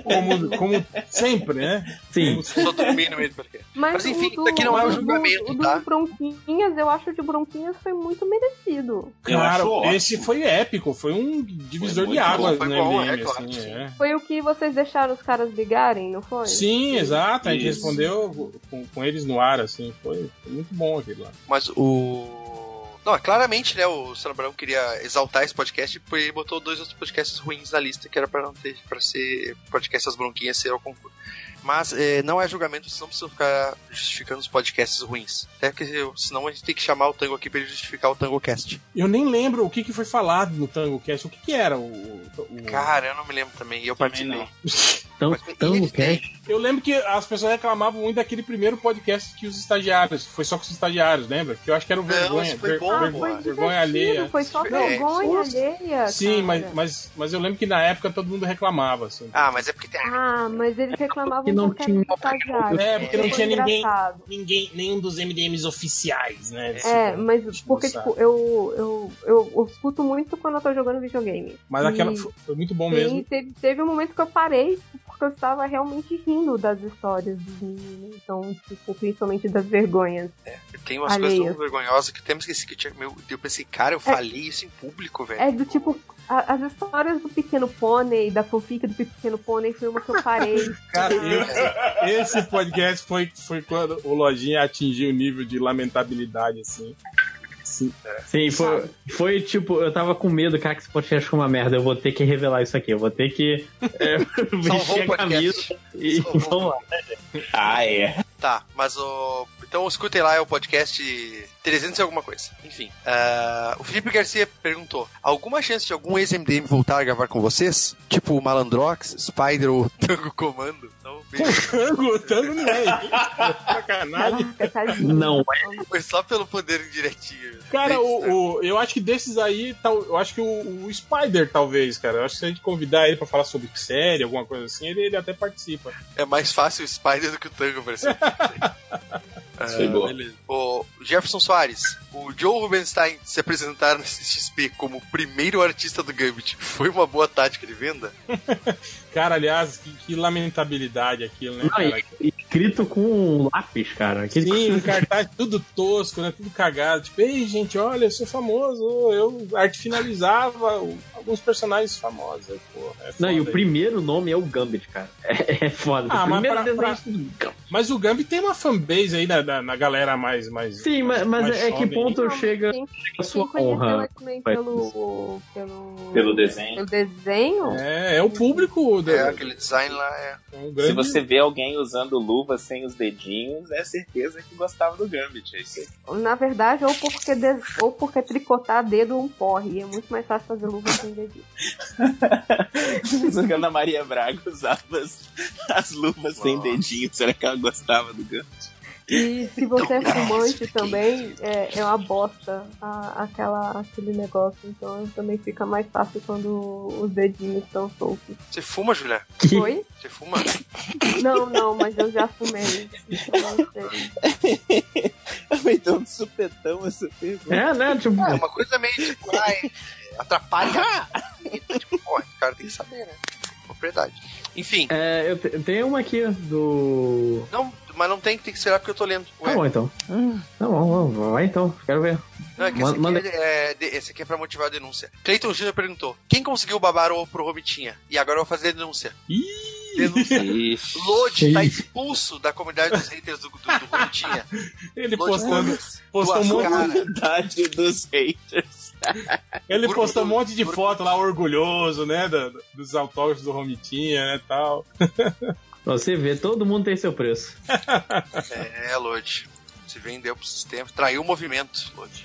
Como, como sempre, né? Sim. Só dormi no meio do podcast. Mas, Mas, enfim, o do, isso aqui não é um o do- julgamento, o tá? do Bronquinhas, eu acho que o Bronquinhas foi muito merecido. Eu Cara, acho ótimo. esse foi épico, foi um divisor muito de águas bom, foi no bom, MDM, é, claro, assim, sim. é. Foi o que vocês deixaram os caras brigarem, não foi? Sim, exato. A gente Isso. respondeu com, com eles no ar, assim. Foi, foi muito bom aquilo lá. Mas o. Não, é claramente, né? O Sano Brown queria exaltar esse podcast porque ele botou dois outros podcasts ruins na lista que era pra não ter. para ser. podcast As Bronquinhas ser ao concurso. Mas eh, não é julgamento, vocês não precisam ficar justificando os podcasts ruins. Até porque senão a gente tem que chamar o Tango aqui pra ele justificar o TangoCast. Eu nem lembro o que, que foi falado no Tango Cast. O que, que era o. o- Cara, eu não me lembro também. E eu Também participei. não. Tão, Mas- tão ele tem. cast. Eu lembro que as pessoas reclamavam muito daquele primeiro podcast que os estagiários. Foi só com os estagiários, lembra? Que eu acho que era o Não, Vergonha. isso foi ver- bom, Ah, ver- pô. foi vergonha divertido, alheia. foi só É, vergonha isso. alheia. Sim, cara. mas, mas, mas eu lembro que na época todo mundo reclamava, assim. Ah, mas é porque tem. Ah, mas eles reclamavam não porque tinha- era estagiário. É, porque não Foi tinha ninguém- engraçado. ninguém, nenhum dos MDMs oficiais, né? É, Tipo, mas porque, sabe? tipo, eu, eu, eu, eu escuto muito quando eu tô jogando videogame. mas aquela E foi foi muito bom tem- mesmo. Teve, teve um momento que eu parei, porque eu estava realmente rindo das histórias dos meninos. Então, tipo, principalmente das vergonhas. Tem umas Alheio. coisas tão vergonhosas que eu até me esqueci que eu tinha. Meu, eu pensei, cara, eu falei isso em público, velho. É do tipo, a- as histórias do Pequeno Pônei, da fanfic do Pequeno Pônei, foi uma que eu parei. Cara, eu- esse podcast foi, foi quando o Lojinha atingiu o nível de lamentabilidade, assim. Sim. Sim, foi, foi tipo, eu tava com medo, cara, que esse podcast ficou uma merda. Eu vou ter que revelar isso aqui. Eu vou ter que [laughs] é, Salvou vestir o a camisa podcast. e Salvou. vamos lá. Ah, é. Tá, mas o. Então escutem lá, é o podcast 300 e alguma coisa. Enfim. ah, o Felipe Garcia perguntou: alguma chance de algum ex-MDM voltar a gravar com vocês? Tipo o Malandrox, Spider ou [laughs] Tango Comando? Então, Não, vejo. Tango, tango não é. Sacanagem. Caraca, tadinho. Não, é foi só pelo poder indiretinho. Cara, o, o- eu acho que desses aí, tal, eu acho que o, o Spider, talvez, cara. Eu acho que se a gente convidar ele pra falar sobre série, alguma coisa assim, ele, ele até participa. É mais fácil o Spider do que o Tango, parece. [laughs] Isso foi boa. Beleza. O Jefferson Soares, o Joe Rubenstein se apresentar no CXP como o primeiro artista do Gambit foi uma boa tática de venda? Cara, aliás, que, que lamentabilidade aquilo, né, Não, cara? e- escrito com lápis, cara. Que- [laughs] Sim, um cartaz tudo tosco, né? Tudo cagado. Tipo, ei, gente, olha, eu sou famoso. Eu arte finalizava o- alguns personagens famosos. Aí, porra, é Não, e o foda aí. primeiro nome é o Gambit, cara. [laughs] É, é foda. Ah, o mas primeiro pra- pra- desenho do Gambit. Mas o Gambi tem uma fanbase aí na, na, na galera mais. mais Sim, mas, mas mais é que jovem. ponto Não, chega quem- a sua quem conheceu honra? ele também Vai. pelo, pelo, Pelo pelo desenho. desenho? É, é o público. Da, É, aquele design lá é. é um Se grande- você vê alguém usando luva sem os dedinhos, é certeza que gostava do Gambit. É isso [laughs] aí. Na verdade, ou porque, de- ou porque tricotar dedo é um porre. E é muito mais fácil fazer luva sem dedinho. Mas a Ana Maria Braga usava as, as luvas sem Nossa. dedinho. Será que ela gostava do Gambit? [laughs] E se Então, você é fumante também, é, é uma bosta a- aquela, aquele negócio. Então também fica mais fácil quando os dedinhos estão soltos. Você fuma, Julia? Que- Oi? [laughs] Você fuma? Não, não, mas eu já fumei. Então, não sei. Vai dar um supetão essa pergunta. É, né? Tipo, É uma coisa meio tipo, ai, [laughs] atrapalha. tipo, porra, o cara tem que saber, né? Propriedade. Enfim, é, eu, te- eu tenho uma aqui do. não, mas não tem, tem que esperar porque eu tô lendo. Tá Ué, bom então. Hum. Tá bom, vai- vai então, quero ver. não, é que man- esse, manda- aqui é, é, de- esse aqui é pra motivar a denúncia. Cleiton Júnior perguntou: quem conseguiu babar o pro Romitinha? E agora eu vou fazer denúncia. Denúncia. É Ixi. [laughs] Lodi tá expulso da comunidade dos haters do, do, do Romitinha. Ele Lodi postando, Gomes, postou um duas monte, caras. Idade dos haters. ele Grupo postou um do- monte de grupo- foto lá, orgulhoso, né? da- dos autógrafos do Romitinha, né? Tal. Pra você ver, todo mundo tem seu preço. É, Lodi. Se vendeu pro sistema. Traiu o movimento, Lodi.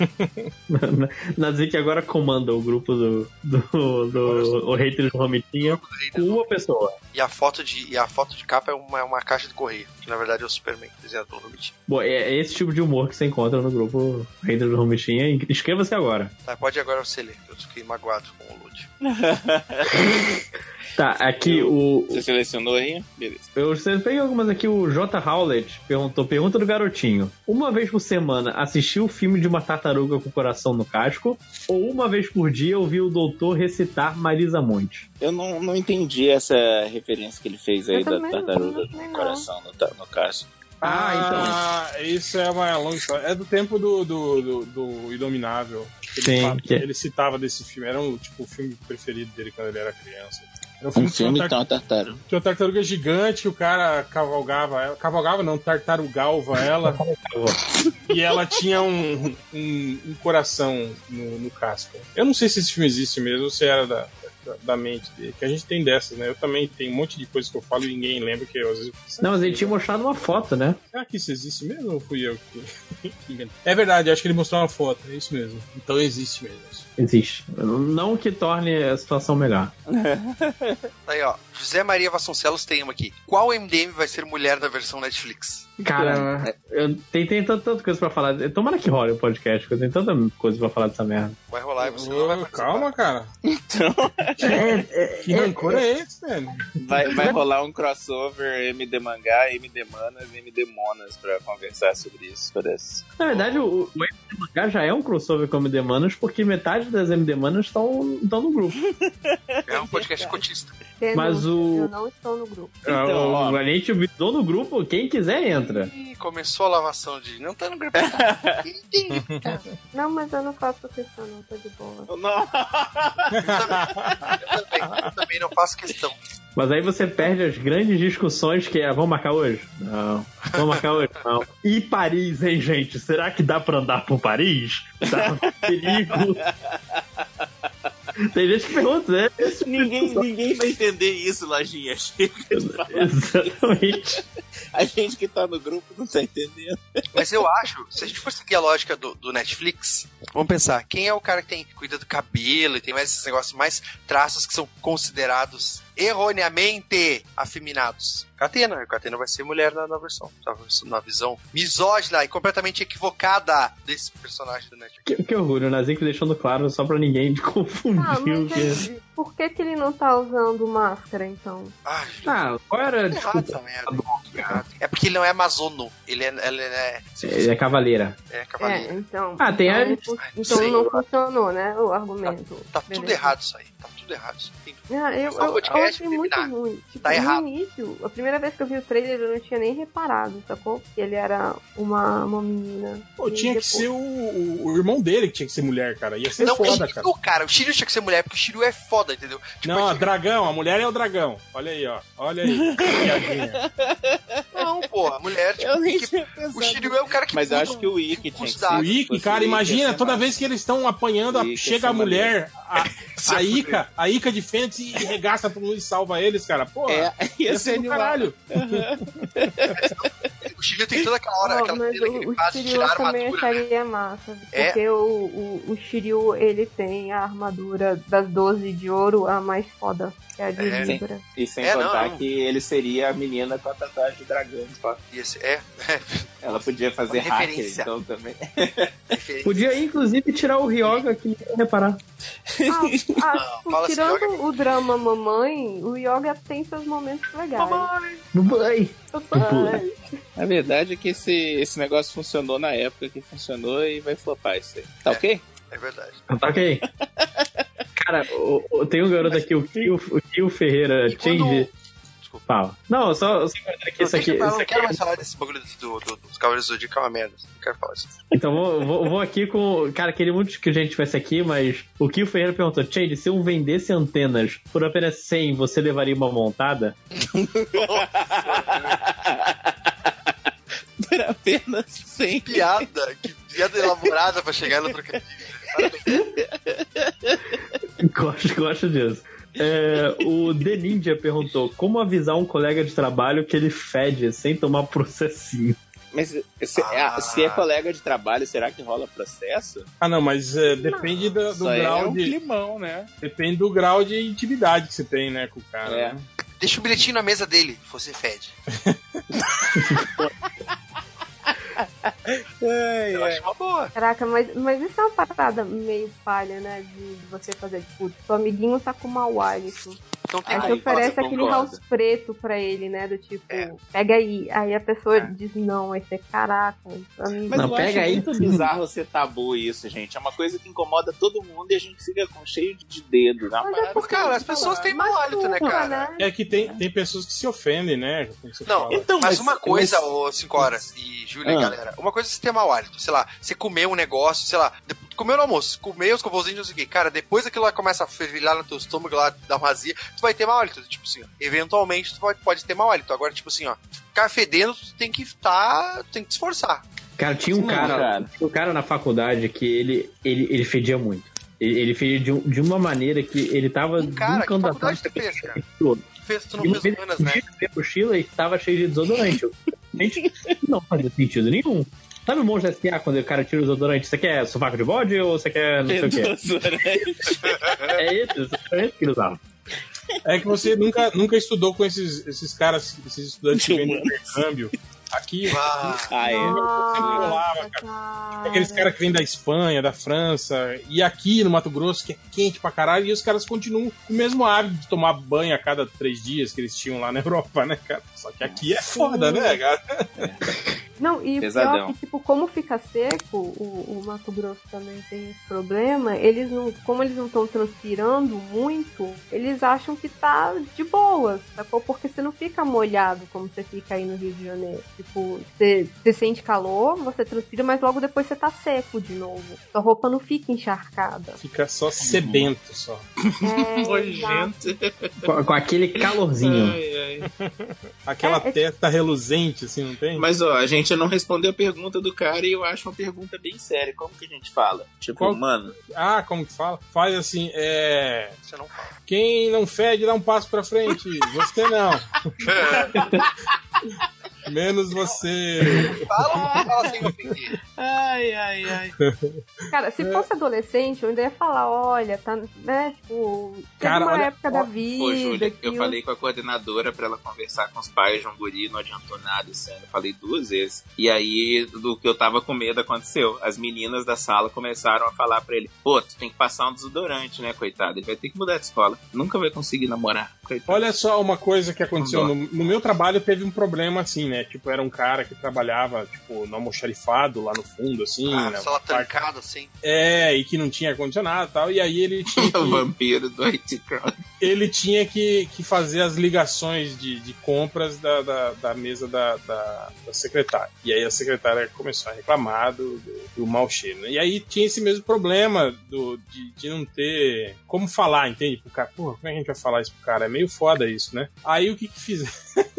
Nazi que agora comanda o grupo do. do. do o hater do Romitinha com uma pessoa. E a foto de, e a foto de capa é uma, é uma caixa de correio, que na verdade é o Superman, desenhado pelo Romitinha. Bom, é, é esse tipo de humor que você encontra no grupo hater do Romitinha. Inscreva-se agora. Tá, pode agora você ler. Eu fiquei magoado com o Lodi. Tá, aqui o. [laughs] Você selecionou aí? Beleza. Eu sei- peguei algumas aqui. O J. Howlett perguntou: Pergunta do garotinho. Uma vez por semana assistir o filme de uma tartaruga com o coração no casco? Ou uma vez por dia ouvir o doutor recitar Marisa Monte? Eu não, não entendi essa referência que ele fez aí Eu da também não, tartaruga também no não. coração, no, ta- no caso. Ah, então. Isso é uma longa história. É do tempo do, do, do, do Indominável. Ele, Sim, fala- que é- ele citava desse filme. Era um, tipo, o filme preferido dele quando ele era criança. Era Um que tinha filme tar- que tem uma tartaruga. Tinha uma tartaruga gigante, o cara cavalgava ela. Cavalgava não, tartarugalva [laughs] ela. e ela tinha um, um, um coração no, no casco. Eu não sei se esse filme existe mesmo, ou se era da, da, da mente dele. Que a gente tem dessas, né? Eu também tenho um monte de coisa que eu falo e ninguém lembra, que eu assim, às vezes. Não, mas ele tinha mostrado uma foto, né? Será que isso existe mesmo ou fui eu que. [laughs] que enganei? é verdade, acho que ele mostrou uma foto, é isso mesmo. Então existe mesmo. Existe. Não que torne a situação melhor. Aí, ó. José Maria Vasconcelos tem uma aqui. Qual MDM vai ser mulher na versão Netflix? Cara, É, eu tem, tem tanta, tanta coisa pra falar. Tomara que role o podcast, porque eu tenho tanta coisa pra falar dessa merda. Vai rolar e você não Ô, vai participar. calma, cara. Então, Que rancor é esse, velho? Vai, vai rolar um crossover MD Mangá, MD Manas e MD Monas pra conversar sobre isso, parece. Na verdade, o, o MD Mangá já é um crossover com MD Manas, porque metade das MD Manas estão estão no grupo. É um podcast cotista. Mas Denúncia, o- Eu não estou no grupo. Ah, O- Então, ó, a gente botou no grupo, quem quiser entra. Ih, começou a lavação de. Não tá no grupo. Não, mas eu não faço questão, não, tô de boa. [laughs] [laughs] não, Eu também não faço questão. Mas aí você perde as grandes discussões que é, vamos marcar hoje? Não. Vamos marcar hoje? Não. [laughs] E Paris, hein, gente? Será que dá pra andar por Paris? Tá um perigo. Tem gente que pergunta, né? Esse ninguém, ninguém vai entender isso, [laughs] Lojinha. Exatamente. A gente que tá no grupo não tá entendendo. Mas eu acho, se a gente for seguir a lógica do, do Netflix, vamos pensar, quem é o cara que tem cuida do cabelo e tem mais esses negócios, mais traços que são considerados erroneamente afeminados? Catena, e Catena vai ser mulher na, na versão, na, vers- na visão misógina e completamente equivocada desse personagem do Netflix. [laughs] Que, que orgulho, o Nazico deixando claro só pra ninguém [laughs] confundir Ah, o que. é. mas ele- por que, que ele não tá usando máscara, então? Ai, [laughs] Ah, qual era a tá errado desculpa? essa merda. Errado. É porque ele não é amazono, ele é, ele é, Ele é cavaleira. é É, cavaleiro. então. Ah, tem a- então, não fu- sei então não funcionou, né? O argumento. Tá tudo Beleza. errado isso aí, tá tudo errado. isso. Tem- Ah, eu, Só o eu, eu podcast achei muito eliminar. ruim. Tipo, Tá no errado. início, a primeira vez que eu vi o trailer, eu não tinha nem reparado, sacou? Que ele era uma, uma menina. Pô, E tinha que depois- ser um o, o- o irmão dele que tinha que ser mulher, cara. Ia ser Não, foda, ele- cara. o cara, o Shiryu tinha que ser mulher, porque o Shiryu é foda, entendeu? Tipo, Não, a ele- dragão, a mulher é o dragão. Olha aí, ó. Olha aí. Piadinha. Não, porra, a mulher, tipo, Eu nem que- tinha o pensado. Shiryu é o cara que Mas eu muda acho que o Wiki tinha que ser. um o Ah, Ikki, fosse cara, o Ikki, ia imagina, ser toda massa. vez que eles estão apanhando, a- Ikki, chega essa a mulher, a, a Ica, a Ica de Fênix e regaça todo mundo e salva eles, cara. Pô, É, [laughs] ia ia ser ser do animal. caralho. O Shiryu tem toda aquela hora, Ó, aquela mas cena que o, ele o faz de Shiryu tirar a eu também é armadura. acharia massa. É. Porque o, o, o Shiryu, ele tem a armadura das 12 de ouro, a mais foda, que é a de É. Libra. E sem É, não, contar não. que ele seria a menina com a tatuagem de dragão. pá. E esse- É, Ela podia fazer Uma hacker, referência. então também. perfeito. Podia, inclusive, tirar o Ryoga que ninguém ia reparar. Ah, ah, Não, fala assim, tirando yoga. o drama Mamãe, o Yoga tem seus momentos legais. No banho. Mamãe. A verdade é que esse, esse negócio funcionou na época que funcionou e vai flopar isso aí. Tá ok? É verdade. Tá ok. Cara, o- o- tem um garoto aqui, o Kio, o Kio Ferreira E quando- Change. Desculpa. Fala. Não, só, só guardar aqui isso Deixa aqui. pra lá, isso é não aqui. Então, quero mais falar desse bagulho do, do- dos Cavaleiros do Zodíaco, é uma merda. Não quero falar isso. Então vou, vou, vou aqui com. Cara, queria muito que a gente tivesse aqui, mas o Kio Ferreira perguntou: Change, se eu vendesse antenas por apenas 100, você levaria uma montada? [laughs] Por [laughs] apenas 100. Piada, que piada elaborada pra chegar no trocadilho. Gosto, gosto disso. É, o The Ninja perguntou: como avisar um colega de trabalho que ele fede sem tomar processinho? Mas se, Ah. é, se é colega de trabalho, será que rola processo? Ah, não, mas é, depende do, do Só é grau um de. climão, né? Depende do grau de intimidade que você tem, né, com o cara. É. né? Deixa o bilhetinho na mesa dele, você fede. Eu acho uma boa. Caraca, mas, mas isso é uma parada meio palha, né? De você fazer, tipo, seu amiguinho tá com mau hálito. Então tem Aí que você Ai, oferece nossa, aquele concordo. house preto pra ele, né? Do tipo, É. pega aí. Aí a pessoa diz não, aí você, caraca, amigo. Mas Não, eu pega acho aí. muito bizarro ser tabu isso, gente. É uma coisa que incomoda todo mundo e a gente fica com cheio de dedo. Na Mas é parada. porque Cara, as pessoas têm mau hálito, né, Machuca, cara? né? É que tem, tem pessoas que se ofendem, né? como você Não, fala. Então, Mas uma coisa, mas- ô 5 horas e Júlia, Ah. galera, uma coisa é você ter mau hálito, sei lá, você comeu um negócio, sei lá, de- comeu no almoço, comeu os covôzinhos, não sei o quê. Cara, depois aquilo lá começa a fervilhar no teu estômago lá, dá uma azia, tu vai ter mau hálito, tipo assim, ó, eventualmente tu pode, pode ter mau hálito. Agora, tipo assim, ó, ficar fedendo, tu tem que tá, tem que te esforçar. Cara, tinha um Não, cara, tinha um cara na faculdade que ele, ele, ele fedia muito. Ele, ele fedia de, um- de uma maneira que ele tava Um cara, de que um canto faculdade atrás tu fez, cara? do outro. Tu fez, tu não E uma vez fez humanas, eu né? fui ver a mochila e tava cheio de desodorante. Eu, gente, não fazia sentido nenhum. Sabe o monge da SA quando o cara tira o desodorante? Você quer sovaco de bode ou você quer não sei o quê? [laughs] É isso, desodorante que ele usava. É que você nunca, nunca estudou com esses, esses caras, esses estudantes [laughs] que vêm no intercâmbio. Aqui, Ah, [laughs] Ah, é. rolava, Nossa, tem aqueles caras que vêm da Espanha, da França, e aqui no Mato Grosso, que é quente pra caralho, e os caras continuam com o mesmo hábito de tomar banho a cada três dias que eles tinham lá na Europa, né, cara? Só que aqui é foda, né, cara? Não, e o pior Pesadão. que, tipo, como fica seco, o, o Mato Grosso também tem esse problema, eles não, como eles não estão transpirando muito, eles acham que tá de boa, sacou? Porque você não fica molhado como você fica aí no Rio de Janeiro. Tipo, você, você sente calor, você transpira, mas logo depois você tá seco de novo. Sua roupa não [laughs] fica encharcada. Fica só sedento, só. É, exato. Nojento. Com, com aquele calorzinho. Ai, ai. Aquela É, é- testa reluzente, assim, não tem? Mas ó, a gente não respondeu a pergunta do cara e eu acho uma pergunta bem séria. Como que a gente fala? Tipo, Qual- mano, Ah, como que fala? Faz assim, é. você não fala. Quem não fede, dá um passo pra [laughs] frente. Você não. Menos você. Fala ou não fala sem ofender? Ai, ai, ai. Cara, se fosse adolescente, eu ainda ia falar, olha, tá, né, tipo, teve Cara, uma olha- época da vida Ô, Júlia, eu que o- falei com a coordenadora pra ela conversar com os pais de um guri, não adiantou nada esse ano. Eu Falei duas vezes. E aí, do que eu tava com medo aconteceu. As meninas da sala começaram a falar pra ele: pô, tu tem que passar um desodorante, né, coitado? Ele vai ter que mudar de escola. Nunca vai conseguir namorar. Coitado. [laughs] Olha só uma coisa que aconteceu. No, no meu trabalho teve um problema assim, né? Tipo, era um cara que trabalhava, tipo, no almoxarifado lá no fundo, assim. Ah, né? sala trancada, assim. É, e que não tinha ar-condicionado e tal. E aí ele tinha o que, vampiro do IT Crowd. ele tinha que, que fazer as ligações de, de compras da, da, da mesa da, da, da secretária. E aí a secretária começou a reclamar do, do, do mau cheiro. né? E aí tinha esse mesmo problema do, de, de não ter como falar, entende? Pro cara, porra, como é que a gente vai falar isso pro cara? É meio foda isso, né? Aí o que que fizeram? [laughs]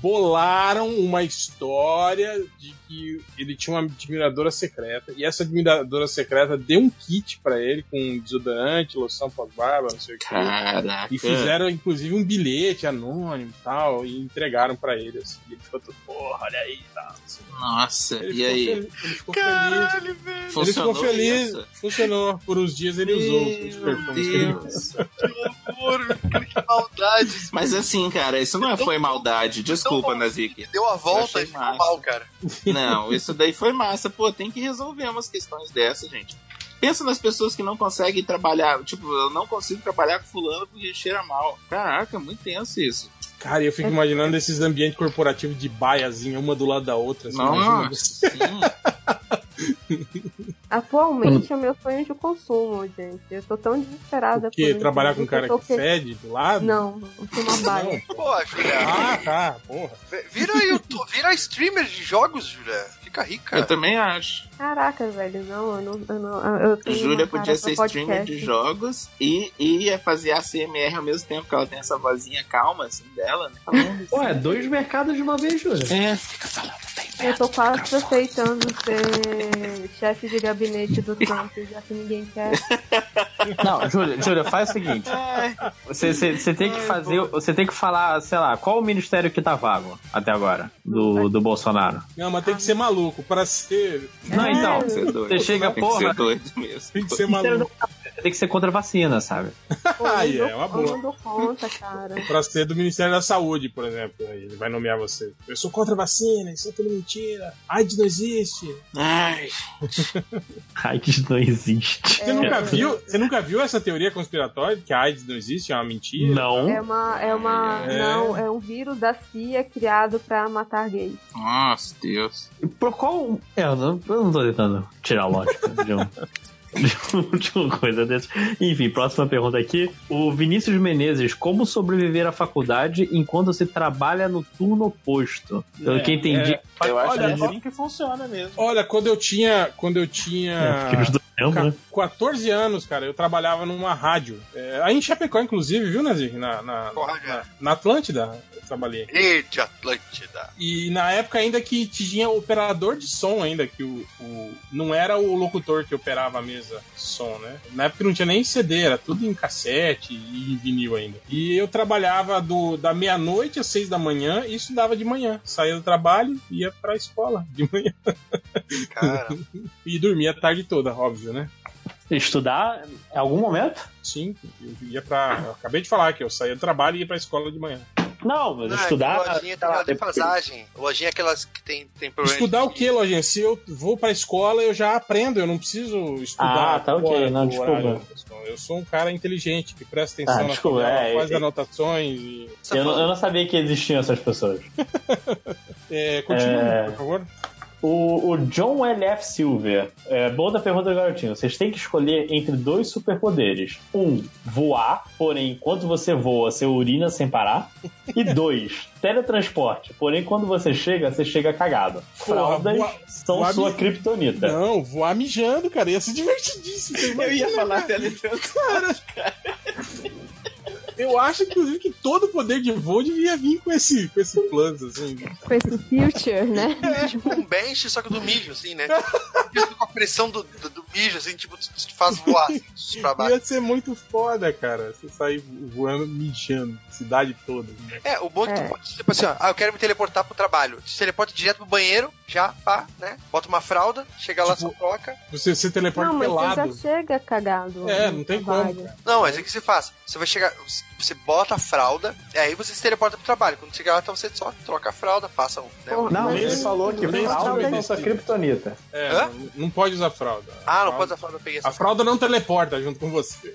bolaram uma história de que ele tinha uma admiradora secreta e essa admiradora secreta deu um kit pra ele com um desodorante, loção pós-barba, não sei o que. Caraca. E fizeram, inclusive, um bilhete anônimo e tal, e entregaram pra ele, assim. E ele ficou todo, porra, olha aí, tá. assim. Nossa, Ele e ficou aí? feliz, Ele ficou feliz. Ele ficou Funcionou feliz, isso? funcionou. Por uns dias ele usou os Meu perfumes. que ele- Deus. Que maldade. Mas assim, cara, isso não é- foi maldade. Desculpa, Nazik. Deu a volta achei e ficou massa. mal, cara. Não, isso daí foi massa. Pô, tem que resolver umas questões dessas, gente. Pensa nas pessoas que não conseguem trabalhar. Tipo, eu não consigo trabalhar com fulano porque cheira mal. Caraca, é muito tenso isso. Cara, eu fico imaginando esses ambientes corporativos de baiazinha, uma do lado da outra. Assim, imagina você- Nossa, sim. Atualmente é o meu sonho de consumo, gente. Eu tô tão desesperada o quê? isso, Trabalhar com um eu cara tô que fede do lado? Não, não tem uma baia. Pô, Julia, Ah, tá, porra. vi- vira, YouTube, [laughs] vira streamer de jogos, Julia. Fica rica. eu também acho. Caraca, velho, não, eu não. Eu não eu tenho Júlia uma cara podia ser pra streamer de podcast. jogos e, e ia fazer a CMR ao mesmo tempo, que ela tem essa vozinha calma, assim, dela. Né? Ué, é dois mercados de uma vez, Júlia. É, fica falando bem Eu tô quase aceitando ser chefe de gabinete do Trump, já que ninguém quer. [laughs] Não, Júlia, Júlia, faz o seguinte. Você, você- você tem Ah, que fazer. Você tem que falar, sei lá, qual o ministério que tá vago até agora? Do, do Bolsonaro. Não, mas tem que ser maluco. Pra ser. é, Não, então. Tem que ser é doido. Você chega, Tem que porra. ser doido mesmo. Tem que ser Ministério maluco. da- Tem que ser contra a vacina, sabe? Pô, eu Aí não é dou- uma boa. Eu não dou conta, cara. Pra ser do Ministério da Saúde, por exemplo. Aí Ele vai nomear você. Eu sou contra a vacina, isso é tudo mentira. AIDS não existe. Ai, AIDS não existe. É, Você, nunca viu, você nunca viu essa teoria conspiratória que a AIDS não existe, é uma mentira? Não. É uma. É uma. É. Não, é um vírus da CIA criado pra matar gays. nossa, Deus. Por qual. É, eu não, eu não tô tentando tirar a lógica de, um, de, um- de uma coisa dessa. Enfim, próxima pergunta aqui. O Vinícius Menezes, como sobreviver à faculdade enquanto se trabalha no turno oposto? Pelo que entendi, Eu acho É, Olha, é assim que é ó. que funciona mesmo. Olha, quando eu tinha. Quando eu tinha. porque os dois né? lembram. Ca- 14 anos, cara, eu trabalhava numa rádio. É, aí em Chapecó, inclusive, viu, Nazir? Na, na, Porra, na, cara. na Atlântida eu trabalhei. Rede Atlântida. E na época ainda que tinha operador de som ainda, que o, o- não era o locutor que operava a mesa de som, né? Na época não tinha nem CD, era tudo em cassete e em vinil ainda. E eu trabalhava do, da meia-noite às seis da manhã e estudava de manhã. Saía do trabalho e ia pra escola de manhã. Cara, E dormia a tarde toda, óbvio, né? Estudar em algum momento? Sim, eu ia pra. Eu acabei de falar que eu saía do trabalho e ia pra escola de manhã. Não, mas Ah, estudar. Lojinha sei tem lá, aquela depois- defasagem. Lojinha é aquelas que tem, tem problema. Estudar o que, Lojinha? Se eu vou pra escola, eu já aprendo, eu não preciso estudar. Ah, tá ok, fora não, do desculpa. horário, pessoal. Eu sou um cara inteligente que presta atenção Ah, na desculpa, tabela, é, faz é- anotações. E... Essa Eu, não- fala- eu não sabia que existiam essas pessoas. É, continue, É. por favor. O, o John L.F. Silver. É, boa da pergunta do garotinho. Vocês têm que escolher entre dois superpoderes. Um, voar, porém, enquanto você voa, você urina sem parar. [laughs] E dois, teletransporte. Porém, quando você chega, você chega cagado. Fraldas voa- são voar sua me- kryptonita. Não, voar mijando, cara. Ia ser [laughs] divertidíssimo. você Eu ia imagina, falar cara. teletransporte. Eu acho, inclusive, que todo poder de voo devia vir com esse, com esse plano, assim. Com esse future, né? É, tipo um bench, só que do mijo, [laughs] assim, né? Isso com a pressão do, do, do mijo, assim, tipo, te- te faz voar assim, pra baixo. Ia ser muito foda, cara. Você sair voando, mijando. Cidade toda. né? É, o bom é que É. tu pode, tipo assim, ó, ah, eu quero me teleportar pro trabalho. Tu se teleporta direto pro banheiro, já, pá, né? Bota uma fralda, chega lá, Tipo- só troca. Você, você teleporta Não, mas você já pelado. chega cagado. É, no não tem trabalho. como, cara. Não, mas o que você faz? Você vai chegar, você bota a fralda, aí você se teleporta pro trabalho. Quando chegar lá, então você só troca a fralda, passa um. né, um- Porra, mas- Nem fraldas são isso. sua kryptonita. É, Hã? não pode usar fralda. Ah, não pode usar fralda, eu A peguei essa. fralda não teleporta junto com você.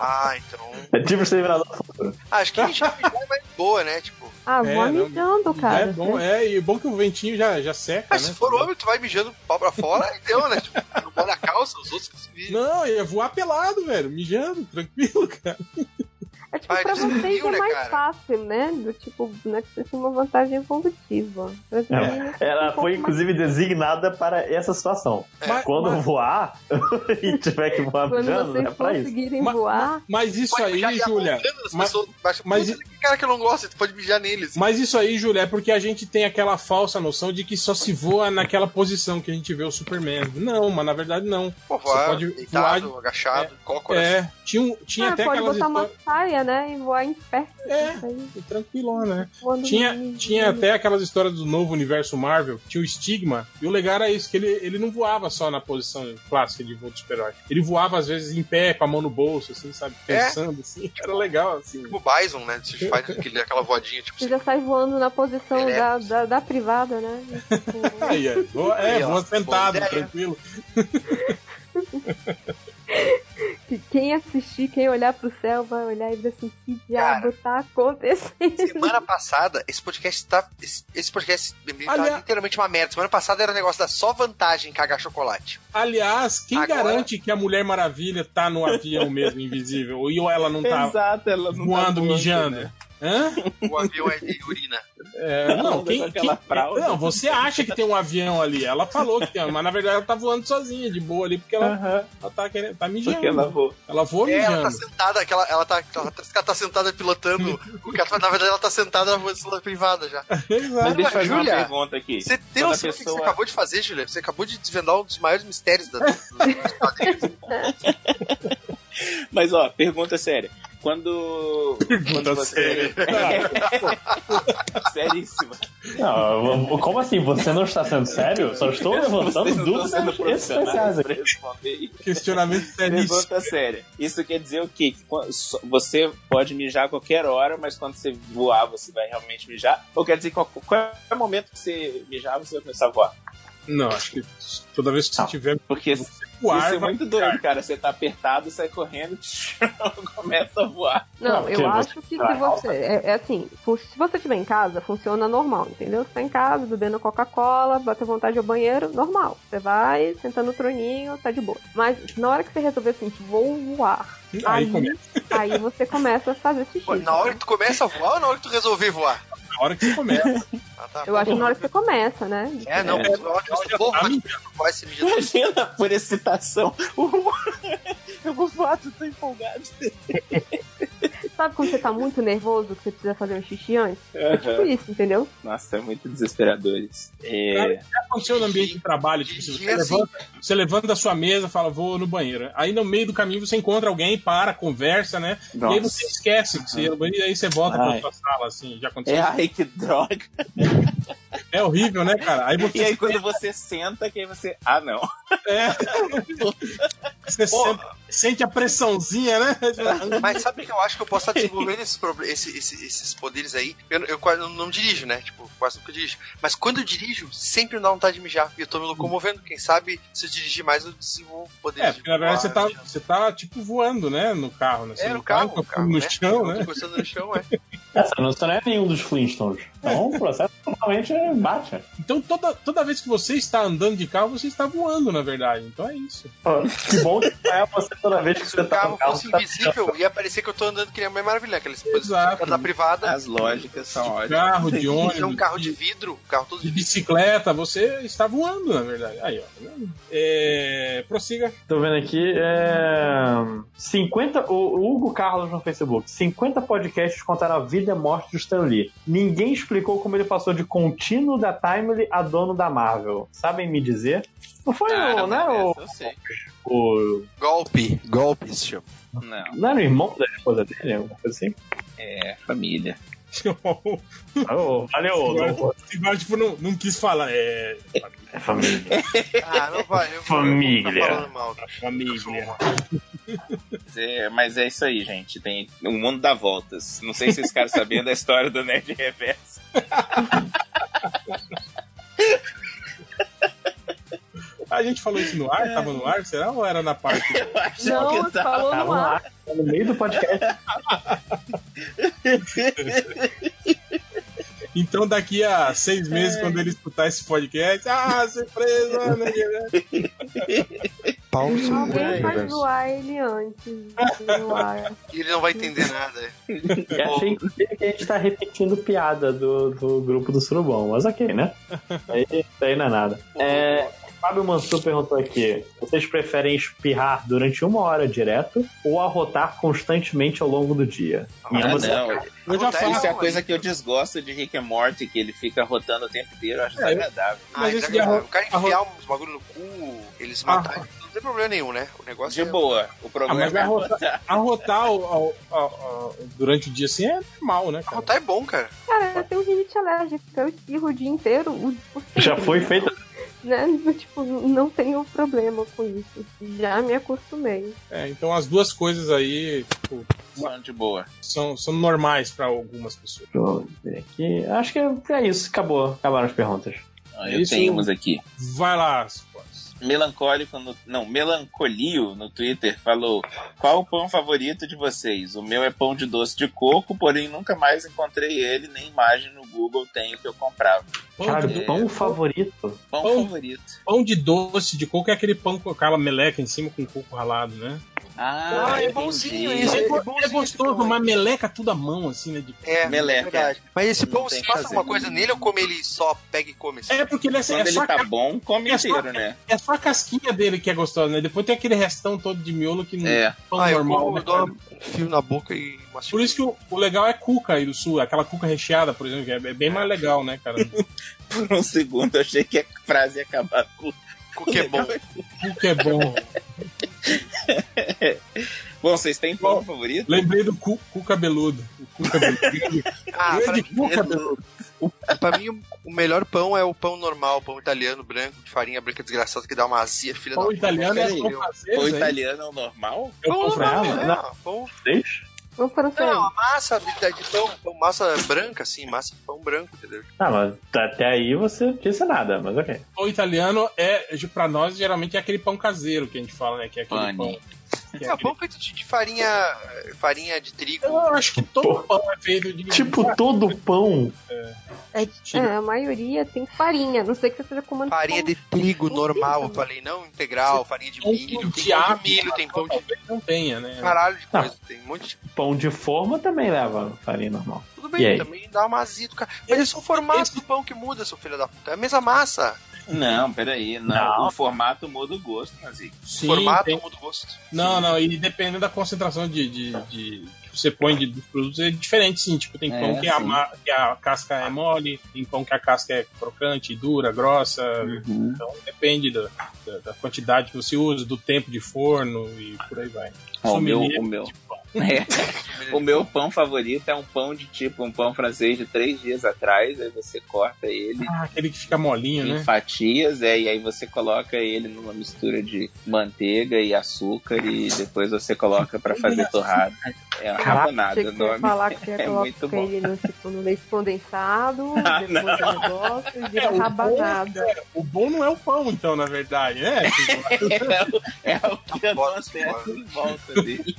Ah, então. É tipo o Exterminador do Futuro. Ah, acho que a gente é mais boa, né? Tipo, Ah, É, vou não, mijando, cara. É bom, né? é, e bom que o ventinho já, já seca, mas né? se for homem, tu vai mijando o pau pra fora [laughs] e deu, né? Tipo, não bota a calça, os outros que se mijam. Não, ia voar pelado, velho, mijando, [laughs] tranquilo, cara. É tipo, Vai, pra desafio, vocês é né, mais cara? fácil, né? Do tipo, né? Que vocês têm uma vantagem evolutiva. Pra mim, Ela um pouco foi, mais inclusive, designada para essa situação. Mas, Quando mas, voar [laughs] e tiver que voar Quando mijando, é vocês pra isso. conseguirem Ma- voar, mas isso Pode aí, mijar e Júlia. arrumando as Mas, pessoas embaixo. mas- Puta, que cara que eu não gosto, tu pode mijar neles. mas isso aí, Júlia, é porque a gente tem aquela falsa noção de que só se voa naquela posição que a gente vê o Superman. Não, mas na verdade não. Pô, Você voar, pode deitado, agachado, cócoras. É, tinha, um- tinha ah, até pode aquelas botar uma histó- saia, né? E voar em pé. É, Aí, tranquilona, né? voando Tinha, no- tinha até aquelas histórias do novo universo Marvel, que tinha o Stigma, e o legal era isso, que ele, ele não voava só na posição clássica de voo de super-herói. Ele voava, às vezes, em pé, com a mão no bolso, assim, sabe? É? Pensando, assim. Era legal, assim. Tipo o Bison, né? Se faz aquele, aquela voadinha, tipo Você assim. já sai voando na posição É. da, da, [laughs] da privada, né? Tipo, Aí, é, voa, é, Aí, ó, voa sentado, boa ideia. tranquilo. Que quem assistir, quem olhar pro céu, vai olhar e dizer assim, que diabo tá acontecendo? Semana passada, esse podcast tá. Esse, esse podcast tá Aliás- literalmente uma merda. Semana passada era o negócio da só vantagem cagar chocolate. Aliás, quem Agora- garante que a Mulher Maravilha tá no avião mesmo, invisível? Ou ou ela não tá [laughs] Exato, ela não tá voando, voando, mijando? né? Hã? O avião é de urina. É, [laughs] não, Ela quem, usa aquela quem- fralda. não, você acha que tem um avião ali. Ela falou que tem, mas na verdade ela tá voando sozinha, de boa ali, porque ela, Aham. ela tá, querendo, tá mijando. Porque ela voa. Ela voa [laughs] É, ela tá [laughs] mijando. sentada, aquela, ela, tá, ela, tá, ela tá sentada pilotando. o cara, na verdade, ela tá sentada na voação privada já. Exato. Mas deixa eu fazer uma Júlia, pergunta aqui. Você tem Quando a noção do que pessoa- você acabou de fazer, Julia? Você acabou de desvendar um dos maiores mistérios da. dos quadrinhos. Mas ó, pergunta séria. Quando. Pergunta séria. [laughs] Seríssima. Não, eu- como assim? Você não está sendo sério? Só estou levantando [laughs] Vocês não estão dúvidas sendo profissionais especiais pra aqui. responder isso. Questionamento é seríssimo. Pergunta séria. Isso quer dizer o quê? Que quan- so- você pode mijar a qualquer hora, mas quando você voar, você vai realmente mijar? Ou quer dizer que qual- qualquer momento que você mijar, você vai começar a voar? Não, acho que toda vez que você Não. tiver Porque o isso ar, é vai muito doido, cara. Você tá apertado, sai correndo, [laughs] começa a voar. Não, eu Não, acho que se você. É, é assim, fu- se você estiver em casa, funciona normal, entendeu? Você tá em casa, bebendo Coca-Cola, bateu vontade ao banheiro, normal. Você vai, sentando no troninho, tá de boa. Mas na hora que você resolver assim, que vou voar, aí aí, começa. aí você começa a fazer xixi. Pô, [laughs] na hora que tu começa a voar ou na hora que tu resolver voar? Na hora que você começa. Ah, tá. Eu acho que na hora que você começa, né? É, não, É. na hora que Já você tá voa, mijando. vai se mijar. Imagina por excitação. [laughs] Eu vou voar, tô empolgado. Sabe quando você tá muito nervoso que você precisa fazer um xixi antes? Tipo isso, entendeu? Nossa, é muito desesperador isso. É... aconteceu no ambiente de trabalho, tipo, você, Xixi é assim. levanta, você levanta da sua mesa, fala, vou no banheiro. Aí no meio do caminho você encontra alguém, para, conversa, né? E aí você Nossa. esquece que você ia no banheiro e aí você volta Ai. pra sua sala, assim, já aconteceu. É, ai, que droga. É, horrível, né, cara? Aí você, E aí quando você senta, que aí você... Ah, não. é, você senta- sente a pressãozinha, né? Mas sabe que eu acho que eu posso estar [laughs] desenvolvendo esses, proble- esse- esse- esses poderes aí? Eu, eu quase não, não dirijo, né? Tipo, quase nunca dirijo. Mas quando eu dirijo, sempre dá vontade de mijar. E eu tô me locomovendo. Quem sabe se eu dirigir mais, eu desenvolvo um poderes. É, porque na verdade você tá, você tá, tipo, voando, né, no carro, né? Você É, não no tá carro, com a no carro, no né? chão, né? Encostando no chão, [laughs] é. Essa não você não é nenhum dos Flintstones. Então o processo totalmente bate. Então toda, toda vez que você está andando de carro, você está voando, na verdade. Então é isso. Que bom que não é você toda vez que Se você o tá carro no carro. fosse invisível, ia parecer que eu tô andando que nem a Mulher Maravilha, aquela Exato. exposição da privada. As lógicas são ótimas. Carro, de É [laughs] um ônibus, carro de vidro, um carro todo de de bicicleta, você está voando, na verdade. Aí, ó. tá vendo? É, [laughs] prossiga. Tô vendo aqui, é... 50... O o Hugo Carlos no Facebook. 50 podcasts contaram a vida e a morte do Stan Lee. Ninguém explicou como ele passou de contínuo da Timely a dono da Marvel. Sabem me dizer? Não foi o... Não era o, Ah, Eu sei. o... [laughs] golpe. Golpe, esse chama. Não, Não era o irmão da esposa dele? Alguma coisa [laughs] assim? é família. Ô, Valeu, Hugo. Agora, tipo, não, não quis falar. É, É família. Ah, não vai. Eu vou, Família. Eu vou ficar falando mal. família. Mas é, mas é isso aí, gente. Tem... O mundo dá voltas. Não sei se vocês ficaram sabendo a história do Nerd Reverso. A gente falou isso no É. ar? Tava no ar? Será? Ou era na parte? Não, tá tá falou no Tava lá, ar. no meio do podcast. Então, daqui a seis meses, quando ele escutar esse podcast, ah, surpresa! Né? É, Alguém faz voar ele antes de voar. E ele não vai entender nada. [laughs] Eu achei inclusive, que a gente tá repetindo piada do, do grupo do Surubom, mas ok, né? Aí, daí não é nada. É, Fábio Mansur perguntou aqui: vocês preferem espirrar durante uma hora direto ou arrotar constantemente ao longo do dia? Em Ah, ambas- não. Eu já Acontece, falo, Isso é a coisa que eu desgosto de Rick and Morty, que ele fica rotando o tempo inteiro. Eu acho É, desagradável. Mas Ah, esse isso de é arro- O cara enfiar uns bagulho no cu, eles Ah. matarem, não tem problema nenhum, né? O negócio De boa. O Ah, problema mas é arrotar, arrotar ao- ao- ao- ao- durante o dia assim é normal, né? é. Cara? Arrotar é bom, cara. Cara, eu tenho rinite alérgica, eu espirro o dia inteiro. o- o- [laughs] Já foi feita. Né? Tipo, não tenho problema com isso. Já me acostumei. É, então, as duas coisas aí tipo, São de boa. são, são normais para algumas pessoas. Deixa eu ver aqui. Acho que é isso, acabou. Acabaram as perguntas. Ah, Eu Isso- tenho uns aqui. Vai lá, Scott. Melancólico no, não, Melancolio no Twitter falou: Qual o pão favorito de vocês? O meu é pão de doce de coco, porém nunca mais encontrei ele, nem imagem no Google tem o que eu comprava. Pão, de, Cara, pão, pão favorito? Pão, Pão- favorito. pão de doce de coco é aquele pão com aquela meleca em cima com coco ralado, né? Ah, Ah, é entendi. bonzinho É, isso. go- é bonzinho é gostoso, esse pão uma meleca tudo à mão, assim, né? de- É, Meleca. verdade. Mas esse Não pão, tem se que passa fazer. alguma coisa nele ou come ele só, pega e come? assim? É porque ele é, é só Quando ele tá ca- bom, come é só- inteiro, né? é só a casquinha dele que é gostosa, né? Depois tem aquele restão todo de miolo que não É. pão ah, eu normal. como, né? eu dou um fio na boca e mastigo. Por isso que o, o legal é cuca aí do sul, aquela cuca recheada, por exemplo, que é, é bem mais legal, né, cara? Por um segundo eu achei que a frase ia acabar com. o que é bom. cuca é bom. Bom, vocês têm pão favorito? Lembrei do cu, cu cabeludo. O cu [laughs] cabeludo. Ah, pra, Grande cu cabeludo. pra mim, o- o melhor pão é o pão normal, pão italiano, branco, de farinha branca desgraçada, que dá uma azia, filha Pão da italiano é as Peraí, eu- Pão compasseiras aí. italiano é o normal? É o pão Pra francês. ela? Não, pão, Deixa. Vamos francês. não, a massa de, de pão, pão, massa branca, assim, massa de pão branco, entendeu? Ah, mas até aí você não disse nada, mas ok. Pão italiano é, de- pra nós, geralmente é aquele pão caseiro que a gente fala, né? Que é aquele Pane. pão. que é É, aquele- pão feito de, de farinha, farinha de trigo. Eu acho que todo pão é feito de. Tipo, todo pão. Tipo, É, a maioria tem farinha. Não sei que você esteja comendo. Farinha de trigo normal, eu falei, não integral, farinha de pão milho, de tem pão alho, de milho, tem pão de Ah, talvez não tenha, né? caralho de Não. coisa, tem um monte de... Pão de forma também leva farinha normal. Tudo E bem, aí? também dá uma azia do cara. Mas é só o formato do pão que muda, seu filho da puta. É a mesma massa. Não, peraí. Não. Não. O formato muda o gosto, Nazi. Sim, formato tem- muda o gosto. Não, não, e dependendo da concentração de, de, de- que você põe de, dos produtos, é diferente, sim. Tipo, tem É, pão que, a, sim. ma- que a casca é mole, tem pão que a casca é crocante, dura, grossa. Hum. Então depende da, da, da quantidade que você usa, do tempo de forno e por aí vai. Ó, o meu, Sommelier o meu. de [laughs] pão. É. O meu pão favorito é um pão de tipo um pão francês de três dias atrás. Aí você corta ele Ah, aquele que fica molinho, em né? fatias, é, e aí você coloca ele numa mistura de manteiga e açúcar e depois você coloca pra fazer torrada. É uma Caraca, Achei rabanada que o você ia nome. falar que você É muito coloca bom. Ah, ele no, tipo, no leite [laughs] condensado, depois do negócio e É, vira o rabanada. O bom não é o pão, então, na verdade, [laughs] né? Tipo, [laughs] É, o- é o que acontece Bota, em volta dele.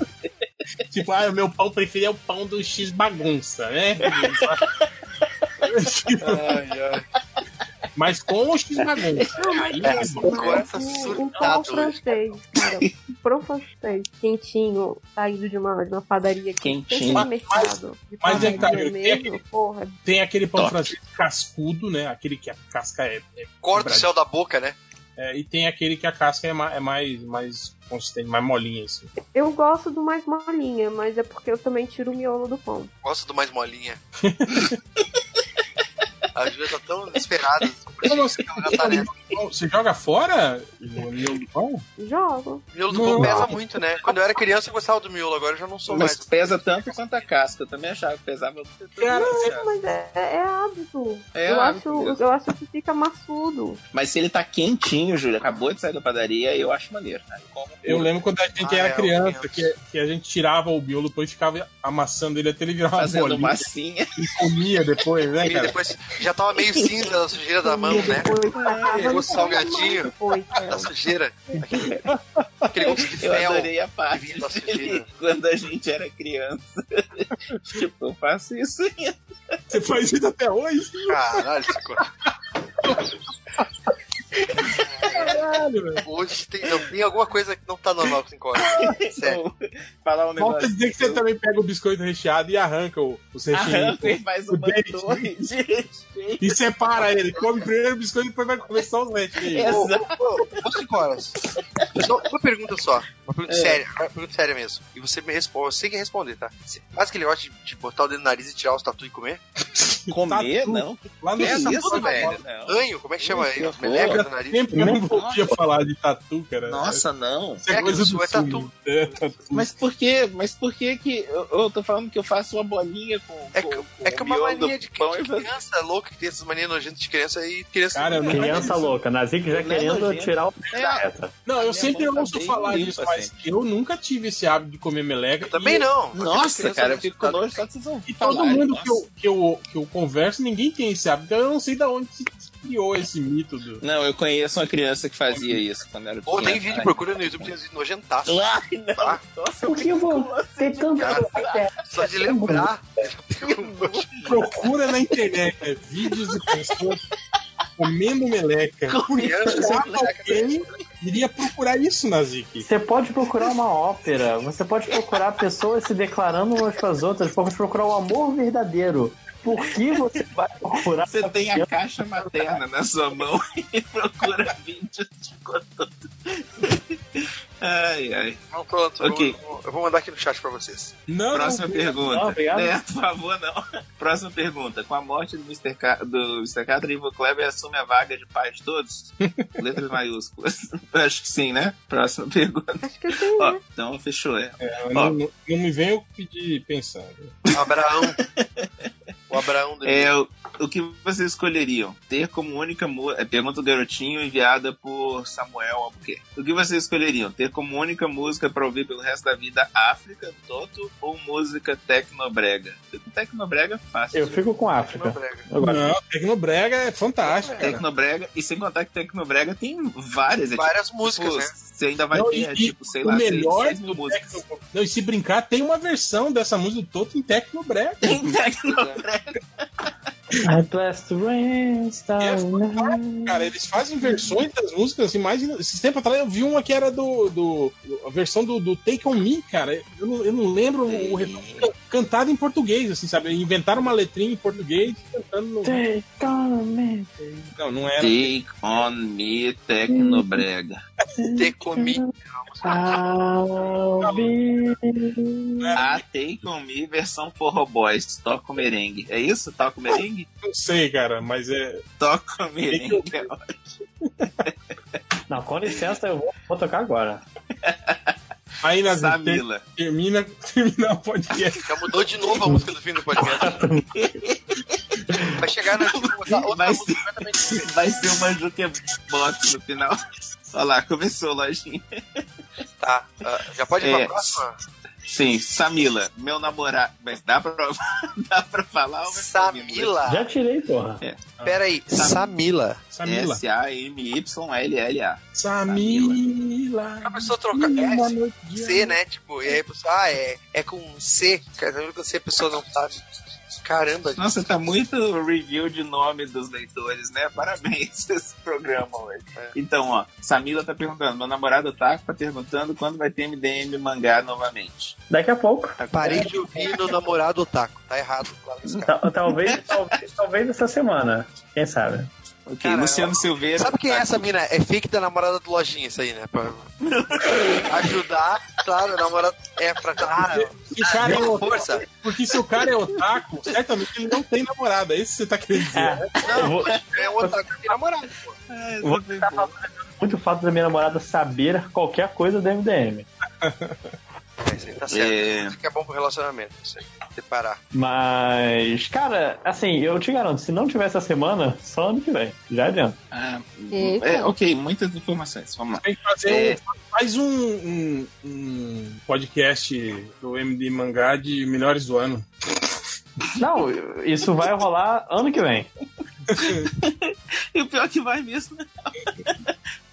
tipo, ah, o meu pão preferido é o pão do X bagunça, né? [laughs] [laughs] Ai, ai. Mas com o X bagunça. Aí é bom. Agora tá O, o surtado Um pão né? hoje. francês, cara. O pão francês, quentinho, saído de uma, de uma padaria aqui. Quentinho. Pensa no mercado. De mas é que tá, padaria eu- mesmo, porra. Tem aquele pão francês cascudo, né? Aquele que a casca é. é- Corta o céu da boca, né? é, e tem aquele que a casca é, ma- é mais, mais consistente, mais molinha, assim. Eu gosto do mais molinha, mas é porque eu também tiro o miolo do pão. Gosto do mais molinha. As duas tá tão desesperadas. Então, você, Ela tá nessa. você joga fora o miolo do pão? Jogo. O miolo do Não. pão pesa muito, né? Quando eu era criança eu gostava do miolo, agora eu já não sou Mas mais. pesa tanto quanto a casca. Eu também achava que pesava. Cara, Não, mas é, é- é hábito. É eu, hábito acho, mesmo. eu acho que fica maçudo. Mas se ele tá quentinho, Júlio, acabou de sair da padaria, eu acho maneiro. né? Como Eu lembro quando a gente Ah, era é, criança, eu que, que a gente tirava o miolo depois ficava amassando ele até ele virar uma fazendo assim, bolinha massinha. e [laughs] comia depois, né, E [laughs] cara? depois já tava meio cinza da sujeira da mão, né? Depois [laughs] Ah, tacava no gosto pão salgadinho. Depois, cara. Da sujeira. Aquele, aquele gosto de Eu fel. adorei a parte [laughs] Divino da dele sujeira. quando a gente era criança. [laughs] tipo, eu faço isso ainda. Você faz isso até hoje? Caralho, esse corte. Caralho, velho. Hoje tem, não, tem alguma coisa que não tá normal com esse corte. Sério. Falar um Falta negócio. dizer que [laughs] você tá também pega o biscoito recheado e arranca o, o recheio. Arranca e faz uma torre de [laughs] recheio. E separa ele. Come primeiro o biscoito e depois vai comer só os recheios. Exato. Ô, cinco horas. Só uma pergunta só. Uma pergunta É. séria. Uma pergunta séria mesmo. E você me responde. Você que responder, tá? Você faz aquele negócio de, de botar o dedo no nariz e tirar os tatu e comer? Comer, não. Lá no Que Sul, isso, Tá tudo velho. Não. Anho? Como é que chama? Isso, Isso, porra. Meleca do nariz? Sempre que eu não podia Nossa. falar de tatu, cara. Nossa, não. Isso É que coisa o do Sul é Sul. tatu. É, tatu. Mas por que? Mas por que que eu, eu tô falando que eu faço uma bolinha com, É com, que- com É que é uma o miolo do mania de pão e você- criança louca que tem essas manias nojentas de criança e criança. Cara, eu não- Criança louca, Nazik já Não é querendo nojento. tirar o pé da É. reta. Não, eu minha sempre mão tá ouço bem falar limpa, disso, mas eu nunca tive esse hábito de comer meleca. assim. Eu também e, não. Nossa, cara, eu fico com louco. nojo só de vocês E ouvirem todo falarem, mundo nossa. que eu, que, eu, que eu converso, ninguém tem esse hábito. Então eu não sei de onde se- criou esse mito do. Não, eu conheço uma criança que fazia isso quando era né? Ou tem pequena. vídeo, procura no YouTube, tem uns vídeos nojentaços. Ai, não. Nossa, Por que eu vou ter tanto. Só de é lembrar. [laughs] Procura na internet né, vídeos de pessoas comendo meleca. né? Quem iria procurar isso, Nazik? Você pode procurar uma ópera, você pode procurar pessoas se declarando umas com as outras, pode procurar o amor verdadeiro. Por que você vai procurar? Você tem a caixa materna na sua mão [laughs] e procura vídeos de contorno. Ai, ai. Não, pronto. eu Ok. vou- Eu vou mandar aqui no chat pra vocês. Não, Próxima pergunta. Não, obrigado. É, por favor, não. Próxima pergunta. Com a morte do Mr. K, do Mr. K, Trivo Kleber assume a vaga de pai de todos? Letras maiúsculas. [laughs] Acho que sim, né? Próxima pergunta. Acho que sim, Ah, Ó, né? então fechou, é. não, não, não, não me venho pedir pensando. Abraão. O Abraão do É, o, o que vocês escolheriam? Ter como única mu- é, Pergunta do garotinho enviada por Samuel Albuquerque. O que vocês escolheriam? Ter como única música pra ouvir pelo resto da vida África, Toto ou música Tecnobrega? Tecnobrega é fácil. Eu fico com a África. Brega. Eu gosto. Não, Tecnobrega é fantástico. cara. Tecnobrega, e sem contar que Tecnobrega tem várias. É, tipo, Várias músicas, né? Você ainda vai Não, ter, e- é, e tipo, sei o lá, seis- melhor seis mil músicas. Tecno- Não, e se brincar, tem uma versão dessa música do Toto em Tecnobrega. Tem [laughs] Tecnobrega. At last rainstorm. Cara, eles fazem versões das músicas assim, mais. Esses tempos atrás eu vi uma que era do. do a versão do, do Take On Me, cara. Eu não, eu não lembro o refrão can- cantado em português, assim, sabe? Inventaram uma letrinha em português cantando no. Take on me. Não, não é, era. Take on me, Tecnobrega. Ter comigo. I'll be- Ah, Take on me, versão Forro Boys. Toca o merengue. É isso? Toca o merengue? Não sei, cara, mas é. Toca o merengue. Não, com licença, eu vou, vou tocar agora. Aí na Samila. termina, [laughs] termina o podcast. Já mudou de novo a música do fim do podcast. Vai chegar na [laughs] outra, outra Vai música ser- completamente diferente. Vai ser uma jukebox no final. Olha lá, começou, lojinha. Tá. ah, já pode ir É. pra próxima? Sim, Samila, meu namorado. Mas dá pra, [laughs] dá pra falar? ou vai ficar vivo? Samila. Já tirei, porra. Pera aí. Samila. Samila. S-A-M-Y-L-L-A. Samila. A pessoa É, troca Uma S, noite de C, né? Tipo, e aí a pessoa, ah, é, é com C. Cara, que C a pessoa não sabe. Caramba, gente. Nossa, tá muito review de nome dos leitores, né? Parabéns [laughs] esse programa hoje. Então, ó, Samila tá perguntando, meu namorado Taco tá perguntando quando vai ter MDM mangá novamente. Daqui a pouco. parei de ouvir no namorado otaku. Tá errado, claro, esse cara. Tal- Talvez, [laughs] talvez, talvez essa semana. Quem sabe? Ok, Cara, Luciano Silveira. Sabe quem é essa mina? É fake da namorada do Lojinha, isso aí, né? [laughs] Pra ajudar, claro, a namorada é pra. Claro, Se o cara é deu otaku, força. porque se o cara é otaku, [laughs] certamente ele não tem namorada. É isso que você tá querendo dizer. né? Eu vou- É o otaku tem namorado. pô. vou tentar favorecer muito o fato da minha namorada saber qualquer coisa do MDM. É, isso aí tá certo. É. Isso que é bom pro relacionamento, isso aí. Separar. Mas, cara, assim, eu te garanto, se não tiver essa semana, só ano que vem. Já adianta. Ah, Eita. é, ok, muitas informações. Vamos lá. Tem que fazer É. um, faz um, um- um podcast do MD Mangá de melhores do ano. Não, isso vai rolar ano que vem. E o pior é que vai mesmo. [laughs]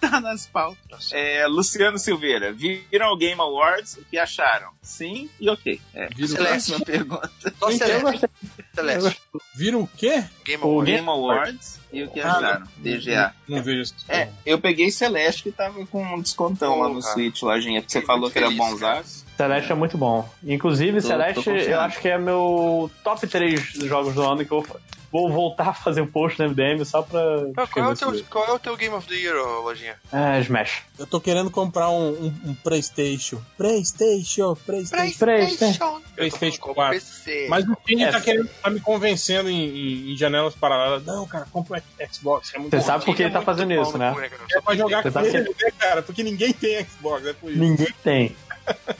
tá nas pautas. É, Luciano Silveira, viram o Game Awards? O que acharam? Sim e ok. É, Vira, o- próxima [laughs] pergunta. Só Eu Celeste. gostei. Celeste. vira o quê? Game O Over. Game- Game Awards e o que acharam? DGA. Não vejo isso. É, eu peguei Celeste que tava com um descontão lá no Porra. Switch, lojinha, porque você falou que era Feliz, bonsaço. Celeste é muito bom. Inclusive, Tô- Celeste, tô confiante. eu acho que é meu top 3 jogos do ano que eu vou- vou voltar a fazer um post no MDM só pra. Ah, Qual é, o escrever teu, qual é o teu Game of the Year, ô, Lojinha? sobre. Ah, Smash. Eu tô querendo comprar um, um- um Playstation. Playstation, Playstation. PlayStation. Playstation Como 4. PC. Mas o Kenny É. tá, querendo, tá me convencendo em, em- em janelas paralelas. Não, cara, compra o Xbox. É muito Você bom. sabe por que ele tá Muito fazendo pau isso, no né? cu, cara? É pra jogar Você com sabe que- ele, né, cara? Porque ninguém tem Xbox, é por isso. Ninguém tem.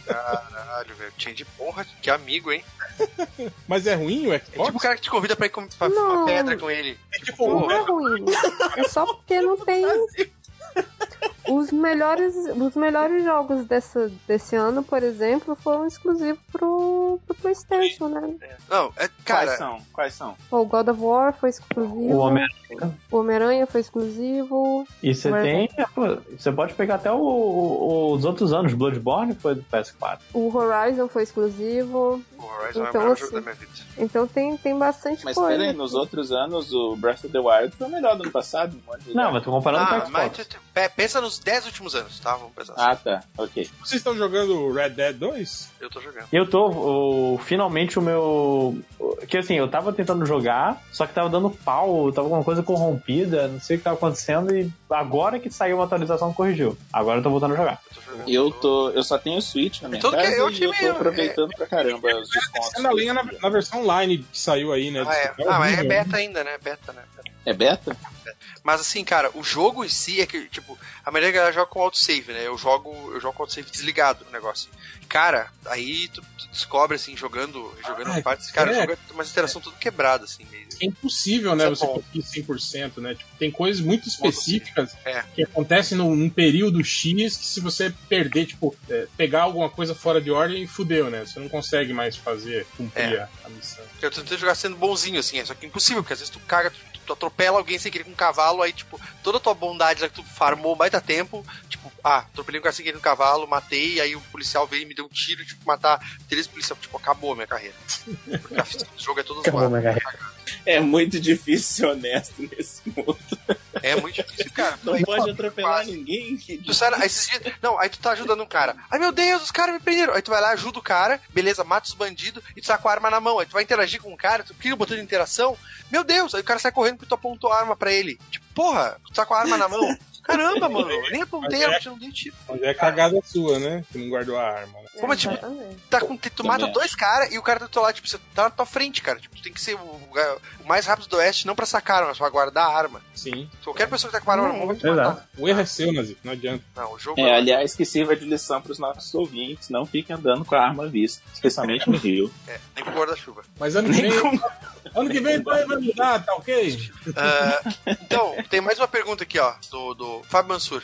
Caralho, velho. Tinha de porra, que amigo, hein? Mas é ruim o É tipo o Xbox? cara que te convida pra ir com, pra Não. uma pedra com ele. É tipo, Não o- [laughs] é ruim. É só porque não tem. Os melhores, os melhores jogos dessa, desse ano, por exemplo, foram exclusivos pro, pro PlayStation, né? Não, é, Quais cara, são? Quais são? Pô, O God of War foi exclusivo. O Homem- o Homem-Aranha foi exclusivo. E você Mas- tem. é, Você pode pegar até o- o- os outros anos. Bloodborne foi do PS4. O Horizon foi exclusivo. o Horizon é Então, o maior assim, jogo da minha vida. Então tem, tem bastante Mas coisa. peraí, nos outros anos o Breath of the Wild foi o melhor do ano passado? um monte de Não, lugar. mas tô comparando com o Ah, Xbox. mas tu- tu- pe- pensa nos 10 últimos anos, tá? Vamos pensar. assim. Ah, tá. Ok. Vocês estão jogando Red Dead 2? Ah. Eu tô jogando. Eu tô, o- finalmente o meu. Que assim, eu tava tentando jogar, só que tava dando pau, tava alguma coisa corrompida, não sei o que tava acontecendo, e agora que saiu uma atualização corrigiu. Agora eu tô voltando a jogar. Eu tô jogando. Eu tô. Eu só tenho o Switch na minha Então, casa que- eu e eu achei tô meio- aproveitando pra caramba os Essa descontos. é na linha na, na versão online que saiu aí, né? Ah, é. Ah, mas é beta ainda, né? Beta, né? É beta? Mas assim, cara, o jogo em si é que, tipo, a maioria da galera joga com autosave, né? Eu jogo, eu jogo com autosave desligado o negócio. Cara, aí tu, tu descobre, assim, jogando, jogando Ah, partes, cara, é. o jogo é uma interação tudo quebrada, assim, meio. É impossível, né? Isso é você bom. conseguir 100%, né? Tipo, tem coisas muito específicas É. que acontecem num, num período X que se você perder, tipo, é, pegar alguma coisa fora de ordem, fudeu, né? Você não consegue mais fazer, É. cumprir a, a missão. Eu tentei jogar sendo bonzinho, assim, é só que é impossível, porque às vezes tu caga, tu, tu atropela alguém sem querer com um cavalo, aí, tipo, toda a tua bondade lá que tu farmou um baita tempo, tipo, ah, atropelei um cara sem querer com um cavalo, matei, aí o policial veio e me deu um tiro, tipo, matar três policiais, tipo, acabou a minha carreira. Porque a- [laughs] o jogo é todo zoado. É muito difícil ser honesto nesse mundo. É muito difícil, cara. Não Aí, pode pô, atropelar quase. ninguém. que- Tu sai, aí esses dias, não, aí tu tá ajudando um cara. Ai meu Deus, os caras me prenderam. Aí tu vai lá, ajuda o cara, beleza, mata os bandidos e tu sai com a arma na mão. Aí tu vai interagir com o cara, tu clica o botão de interação. Meu Deus, aí o cara sai correndo porque tu apontou a arma pra ele. Tipo, porra, tu tá com a arma na mão. Caramba, mano, eu nem apontei, a arma, eu não dei tiro. Mas é cagada sua, né? Que não guardou a arma, né? Como, tipo, Exatamente. Tá com, tu mata dois caras e o cara tá do teu lado, tipo, você tá na tua frente, cara. Tipo, tu tem que ser o, o mais rápido do oeste, não pra sacar a arma, mas pra guardar a arma. Sim. Qualquer pessoa que tá com a arma na mão vai te matar. O erro é seu, Nazif, não adianta. Não, o jogo É, aliás, que sirva de lição pros nossos ouvintes. Não fiquem andando com a arma à vista, especialmente no Rio. é, nem pro guarda-chuva. Mas ano que vem. Ano que vem vai vai mudar, tá ok? Ah, então, tem mais uma pergunta aqui, ó, do, do Fábio Mansur.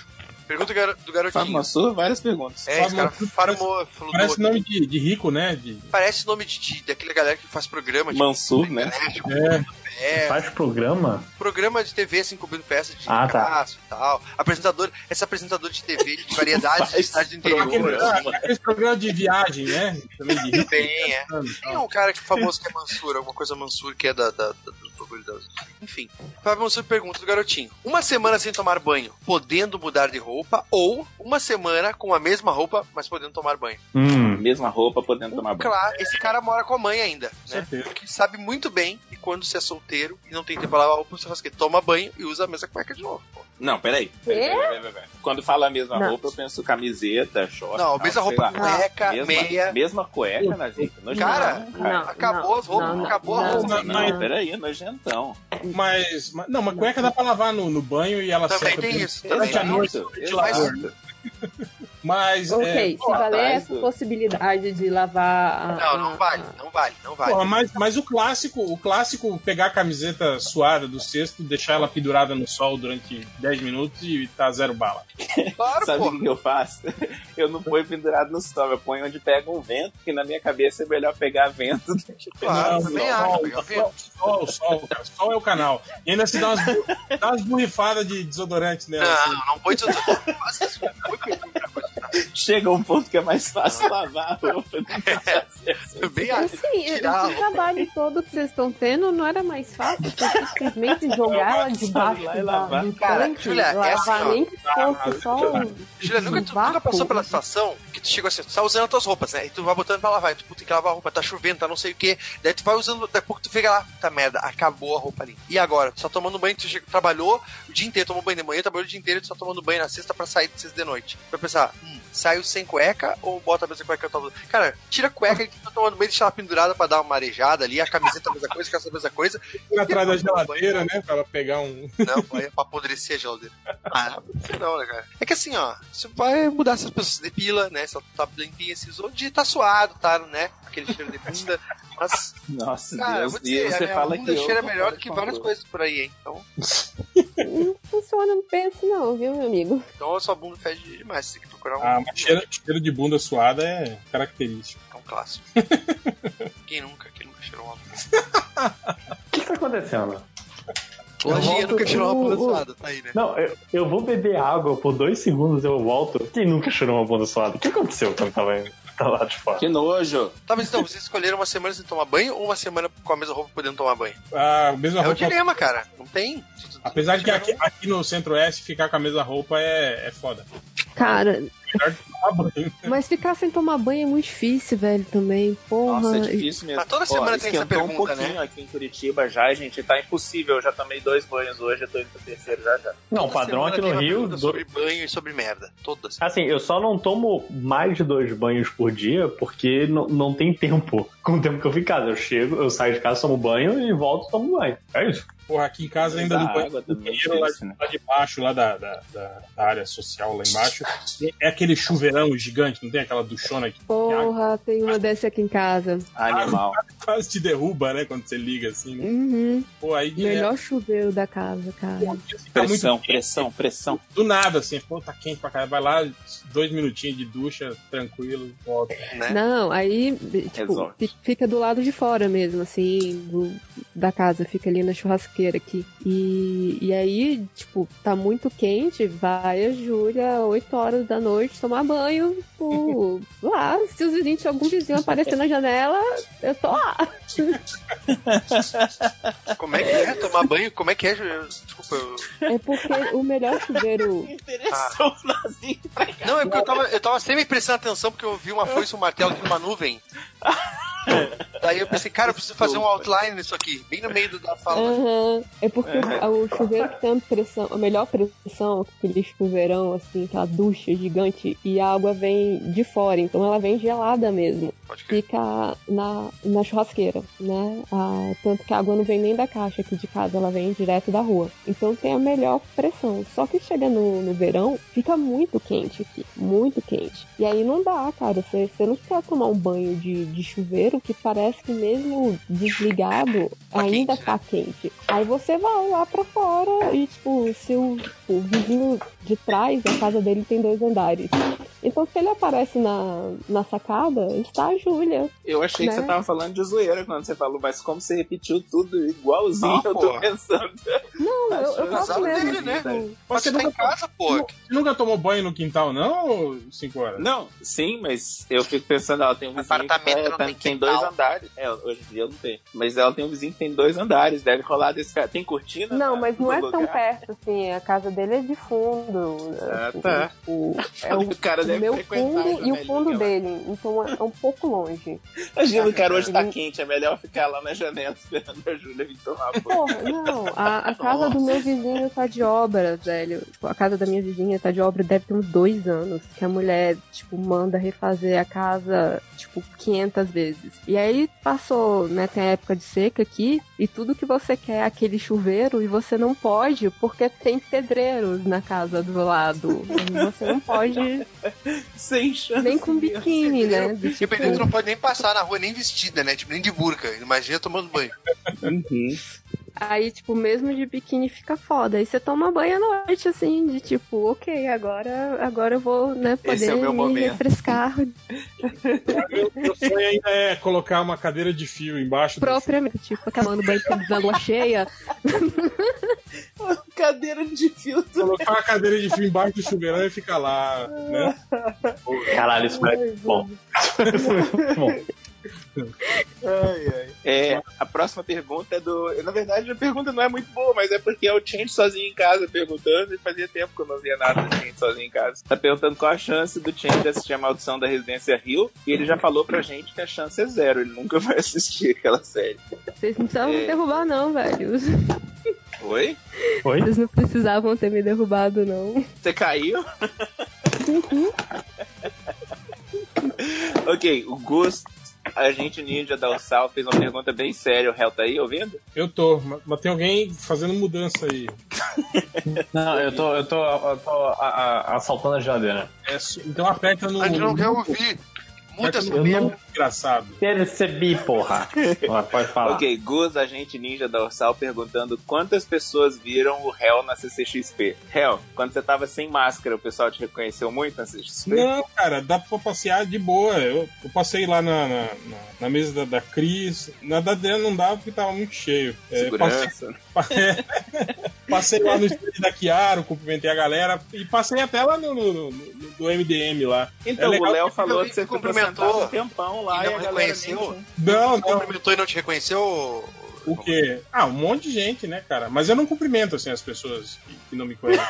Pergunta garo- do garotinho. Fábio Mansur, várias perguntas. É, esse Fábio cara Mansur farmou, falou Parece do- nome de, de rico, né? De, parece nome de, de- daquele galera que faz programa, tipo, Mansur, né? é, é, Faz programa? programa de TV, assim, cobrindo peça de Ah, tá. caço e tal. Apresentador, esse apresentador de TV de variedades de Faz cidade do aquele, interior. ah, aquele programa de viagem, né? Também de rico. né? Tem, é. mano. Tem um cara que é famoso que é Mansur, alguma coisa Mansur que é da. da, da- do bagulho da- Enfim. Fábio Mansur pergunta do garotinho: Uma semana sem tomar banho, podendo mudar de roupa, ou uma semana com a mesma roupa, mas podendo tomar banho? Hum. Mesma roupa, podendo tomar banho. Claro, esse cara mora com a mãe ainda, Com né? certeza. Que sabe muito bem que quando você é solteiro e não tem tempo pra lavar a roupa, você faz o quê? Toma banho e usa a mesma cueca de novo. pô. Não, peraí. peraí, peraí, peraí, peraí, peraí. Quando fala a mesma Não. roupa, eu penso camiseta, short. Não, tal, mesma sei roupa, lá. cueca, mesma, meia. Mesma cueca, né, gente? Cara, acabou né? as roupas, acabou a roupa. não, Não, peraí, nojentão. Mas, mas- Não, uma cueca dá pra lavar no, no banho e ela Também seca. tem bem. isso. Também Durante a tem noite, Exato, ventilador. exato. Mas. Ok, é, se valer atrás essa do- possibilidade de lavar a. Não, não vale, não vale, não vale. porra, mas, mas o clássico, o clássico pegar a camiseta suada do cesto, deixar ela pendurada no sol durante 10 minutos e tá zero bala. Claro, Sabe pô. o que eu faço? [laughs] Eu não ponho pendurado no sol, eu ponho onde pega um vento, que na minha cabeça é melhor pegar vento [laughs] do que pegar Claro, no também sol. acho. melhor ver. Sol, sol, cara. Sol é o canal. E ainda se dá umas, bu- dá umas burrifadas de desodorante nela. assim. Não, não põe desodorante. Não faça isso, não põe perfume. Chega um ponto que é mais fácil lavar a roupa. do que fazer assim. Eu bem Mas, acho. Assim, esse tirar a roupa. trabalho todo que vocês estão tendo não era mais fácil vocês simplesmente jogar ela debaixo Vai da, lavar. do Cara, tanque, Julia, é assim, lavar ó. nem que fosse só um Julia, nunca, tu, nunca passou pela situação que tu chegou assim, tu tá usando as tuas roupas, né? E tu vai botando pra lavar, e tu puta, tem que lavar a roupa, tá chovendo, tá não sei o quê. Daí tu vai usando, daqui a pouco tu fica lá, puta merda, acabou a roupa ali. E agora? Tu só tomando banho, tu chega, trabalhou o dia inteiro, tomou banho de manhã, trabalhou o dia inteiro, tu só tomando banho na sexta pra sair de sexta de noite. Tu Vai pensar, hum, saio sem cueca ou bota a mesma cueca que eu tava usando? Cara, tira a cueca que tu tá tomando banho, deixa ela pendurada pra dar uma arejada ali, a camiseta é a mesma coisa, calça a mesma coisa, Fica assim, atrás da geladeira, né? Pra ela pegar um. não, pai, é pra apodrecer a geladeira. Ah, não, né, cara? É que assim, ó, você vai mudar se as pessoas se depila, né? Se ela tá limpinha, se usou de tá suado, tá, né? Aquele cheiro de bunda. Mas, Nossa, cara, eu Deus. vou e dizer, você a minha fala bunda que eu- cheira melhor do que Por várias favor. coisas por aí, hein? Então, Não funciona não penso não, viu, meu amigo? Então a sua bunda fede demais, você tem que procurar um, Ah, mas cheiro, cheiro de bunda suada é característico. é um clássico. quem nunca, quem nunca cheirou uma bunda? O que, que tá acontecendo? Lojinha volto- nunca tirou uma bunda Uh, uh. suada, tá aí, né? Não, eu, eu vou beber água por dois segundos, eu volto. Quem nunca chorou uma bunda suada? O que aconteceu quando tava, tava lá de fora? Que nojo. Tá, mas então, vocês escolheram uma semana sem tomar banho ou uma semana com a mesma roupa podendo tomar banho? A Ah, mesma É o roupa. dilema, cara. Não tem. Apesar de que aqui, aqui no Centro-Oeste ficar com a mesma roupa é, é foda. Cara, Melhor que tomar banho. mas ficar sem tomar banho é muito difícil, velho, também. Porra. Nossa, é difícil mesmo. Mas Tá toda semana tem essa esquentou um pergunta, né? pouquinho aqui em Curitiba já, gente. Tá impossível. Eu já tomei dois banhos hoje, eu tô indo pro terceiro já já. Não, o Toda padrão semana aqui tem no uma Rio. pergunta do- Sobre banho e sobre merda. Toda semana. Assim, eu só não tomo mais de dois banhos por dia porque não, não tem tempo. [laughs] Com o tempo que eu fico em casa, eu chego, eu saio de casa, tomo banho e volto e tomo banho. É isso. Porra, aqui em casa ainda Mas no a banheiro, água no também é banheiro lá, difícil, né? lá de baixo, lá da, da, da- da área social lá embaixo, é aquele chuveirão gigante, não tem aquela duchona que Porra, tem uma dessa aqui em casa. Animal. quase te derruba, né? Quando você liga assim. né? Uhum. Pô, aí Melhor chuveiro da casa, cara. é, fica muito Pressão, pressão, pressão. do nada, assim, pô, tá quente pra caralho. Vai lá, dois minutinhos de ducha, tranquilo, volta. É. Não, aí, tipo, Resolve. fi- fica do lado de fora mesmo, assim, do- da casa, fica ali na churrasqueira aqui. E, e aí, tipo, tá muito quente, vai a Júlia, 8 horas da noite, tomar banho, tipo, lá, se os vizinhos, se algum vizinho aparecer na janela, eu tô lá. Como é que é tomar banho? Como é que é? Ju- Desculpa, eu. É porque o melhor chuveiro Interessou o Nazinho. Não, é porque eu tava, eu tava sempre prestando atenção porque eu vi uma foice e um martelo aqui numa nuvem. Daí eu pensei, cara, eu preciso fazer um outline nisso aqui, bem no meio do- da fala. Aham. É porque o, o chuveiro que tem pressão, a melhor pressão, aquele chuveirão, assim, aquela ducha gigante, e a água vem de fora, então ela vem gelada mesmo. Pode crer. Fica na, na churrasqueira, né? Ah, tanto que a água não vem nem da caixa aqui de casa, ela vem direto da rua. Então tem a melhor pressão. Só que chega no, no verão, fica muito quente aqui, muito quente. E aí não dá, cara. Você você não quer tomar um banho de, de chuveiro que parece que mesmo desligado, Tá ainda quente, tá quente. Aí você vai lá pra fora e, tipo, se o, o vizinho de trás, a casa dele tem dois andares. Então, se ele aparece na, na sacada, está a Júlia. Eu achei que Né? você tava falando de zoeira quando você falou, mas como você repetiu tudo igualzinho, Ah, eu tô porra. pensando. Não, eu, eu Mas faço ela mesmo. dele, né? é, tipo, Mas você tá em casa, pô. Você nunca tomou banho no quintal, não, ô, cinco horas? Não, sim, mas eu fico pensando, ela tem um vizinho Apartamento que não tá- tem tem quintal. dois andares. É, hoje em dia não tem. Mas ela tem um vizinho que tem dois andares, deve rolar desse cara. Tem cortina? Não, né, mas no não é tão lugar? perto assim. A casa dele é de fundo. Ah, tá. O, é o, [laughs] O cara deve o meu frequentar a fundo e o janelinha fundo lá. dele. Então é é um pouco longe. Imagina, o cara hoje tá Uhum. quente, é melhor ficar lá na janela esperando a Júlia vir [laughs] tomar banho. Porra, não, a, a casa do meu vizinho tá de obra, velho. Tipo, a casa da minha vizinha tá de obra deve ter uns dois anos. Que a mulher, tipo, manda refazer a casa, tipo, 500 vezes. E aí passou, né, tem a época de seca aqui, e tudo que você quer é aquele chuveiro, e você não pode, porque tem pedreiros na casa do lado. E você não pode, Sem chance. nem com biquíni, né? do E o tipo- pedreiro não pode nem passar na rua, nem vestida, né? Tipo, nem de burca. Imagina tomando banho. Uhum. Aí, tipo, mesmo de biquíni fica foda. Aí você toma banho à noite, assim, de tipo, ok, agora, agora eu vou, né, poder Esse é o meu me momento. refrescar [laughs] Meu, meu sonho ainda é colocar uma cadeira de fio embaixo do propriamente. Tipo, aquela no banho de água [laughs] cheia. Cadeira de filtro. Colocar uma cadeira de fio embaixo do chuveirão e ficar lá, né? Caralho, isso parece bom. bom. É, a próxima pergunta é do. Na verdade, a pergunta não é muito boa, mas é porque é o Change sozinho em casa perguntando e fazia tempo que eu não via nada do Change sozinho em casa. Tá perguntando qual a chance do Change assistir a Maldição da Residência Rio e ele já falou pra gente que a chance é zero, ele nunca [laughs] vai assistir aquela série. Vocês não precisavam É. me derrubar, não, velho. Oi? Oi? Vocês não precisavam ter me derrubado, não. Você caiu? [laughs] ok, o Gus, a gente Ninja da Ursal, fez uma pergunta bem séria. O réu tá aí ouvindo? Eu tô, ma- mas tem alguém fazendo mudança aí. Não, eu tô, eu tô, eu tô a- a- assaltando a geladeira. É, su- então aperta no. A gente não quer no- ouvir. puta Eu não Engraçado. percebi, porra. [laughs] Ó, Pode falar. Ok, Gus, a gente ninja da Orsal, perguntando quantas pessoas viram o réu na CCXP. Réu, quando você tava sem máscara, o pessoal te reconheceu muito na CCXP? Não, cara, dá pra passear de boa. Eu, eu passei lá na, na, na- na mesa da, da Cris. Na da Adriana não dava porque tava muito cheio. É, passei, [laughs] é, Segurança. passei lá no estúdio da Chiaro, cumprimentei a galera e passei até lá no, no, no- no- do MDM lá. Então, É legal o Léo que falou ele que você ficou cumprimentou sentado um tempão lá e e, não a galera nem reconheceu. tinha- [laughs] Não, não. Cumprimentou e não te reconheceu? ô- O quê? Ah, um monte de gente, né, cara? Mas eu não cumprimento, assim, as pessoas que, que não me conhecem.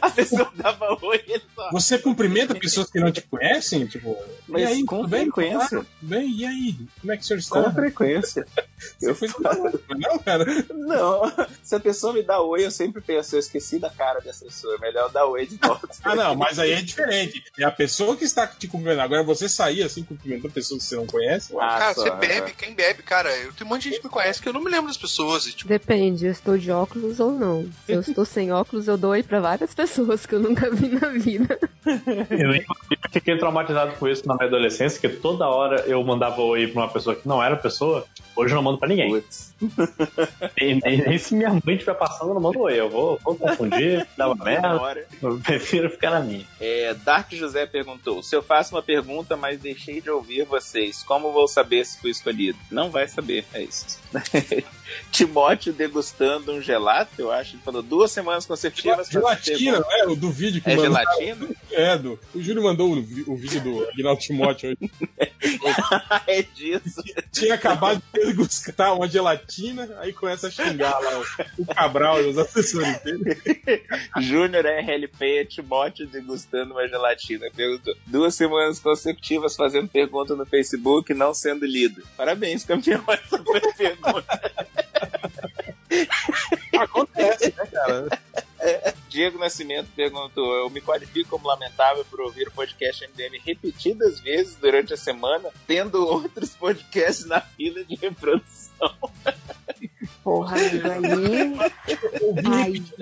A pessoa dava oi, ele só... Você cumprimenta pessoas que não te conhecem? Tipo, e aí, tudo bem? Olá, tudo bem? E aí? Como é que o senhor está? Com frequência. Você [laughs] Eu foi falo, Não, cara. [laughs] não. Se a pessoa me dá oi, eu sempre penso, eu esqueci da cara dessa pessoa. é Melhor dar oi de volta. Ah, não, mas aí é diferente. É a pessoa que está te cumprimentando. Agora você sair assim, cumprimentando pessoas que você não conhece. ué. Ah, Cara, só, você né? bebe, quem bebe, cara? Eu tenho um monte de gente que me conhece que eu não me lembro das pessoas. E, tipo, [laughs] Depende, eu estou de óculos ou não. Se eu estou sem óculos, eu dou oi pra várias pessoas que eu nunca vi na vida. Eu, inclusive, fiquei traumatizado com isso na minha adolescência, que toda hora eu mandava oi pra uma pessoa que não era pessoa. Hoje eu não mando pra é. ninguém. Putz. Nem, nem- nem se minha mãe estiver passando, eu não mando oi. Eu vou, vou confundir, [laughs] dar uma Na merda. hora. Eu prefiro ficar na minha. É, Dark José perguntou: se eu faço uma pergunta, mas deixei de ouvir vocês, como vou saber se fui escolhido? Não vai saber, é isso. [laughs] Timóteo degustando um gelato, eu acho. Ele falou duas semanas consecutivas. fazendo Gelatina, pergunta. não é? O do vídeo que É mandou. gelatina? [laughs] É, do, o Júlio mandou o, vi- o vídeo do Aguinaldo Timóteo hoje. Ah, é disso. Tinha acabado de buscar uma gelatina, aí começa a xingar lá o, o Cabral e os assessores dele. [laughs] Júnior RLP, Timóteo degustando uma gelatina. Perguntou: duas semanas consecutivas fazendo pergunta no Facebook, não sendo lido. Parabéns, campeão, [laughs] essa foi a pergunta. Acontece, né, cara? Diego Nascimento perguntou: Eu me qualifico como lamentável por ouvir o podcast MDM repetidas vezes durante a semana, tendo outros podcasts na fila de reprodução. Porra, amigo, aí,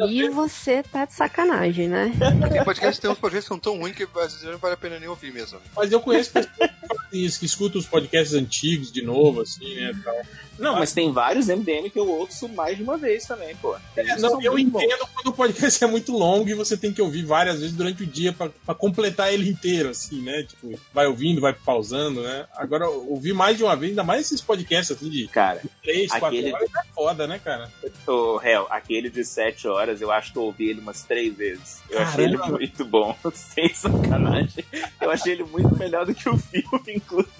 aí você tá de sacanagem, né? tem podcast tem uns podcasts que são tão ruins que às vezes não vale a pena nem ouvir mesmo. Mas eu conheço pessoas que fazem isso, que escutam os podcasts antigos de novo, assim, né? tal. Não, mas tem vários MDM que eu ouço mais de uma vez também, pô. É, não, eu entendo quando o podcast [laughs] é muito longo e você tem que ouvir várias vezes durante o dia pra pra completar ele inteiro, assim, né? Tipo, vai ouvindo, vai pausando, né? Agora, ouvir mais de uma vez, ainda mais esses podcasts assim de Cara, três, quatro Aquele- horas, é foda, né, cara? o réu, aquele de 7 horas, eu acho que eu ouvi ele umas três vezes. Eu achei ele Caramba. muito bom, [laughs] sem sacanagem. Eu achei ele muito melhor do que o filme, inclusive.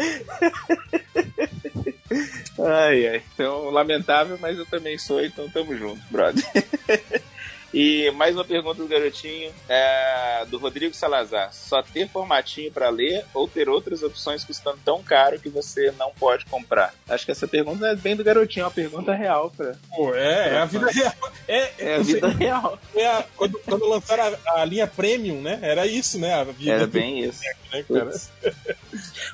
[laughs] Ai, ai. Então, lamentável, mas eu também sou, então tamo junto, brother. E mais uma pergunta do garotinho, é, do Rodrigo Salazar. Só ter formatinho pra ler ou ter outras opções custando tão caro que você não pode comprar? Acho que essa pergunta não é bem do garotinho, é uma pergunta real pra... Pô, é, é a vida real. É, É a vida [laughs] real. foi a- quando, quando lançaram a, a linha premium, né? Era isso, né? A vida Era É bem isso. né, cara?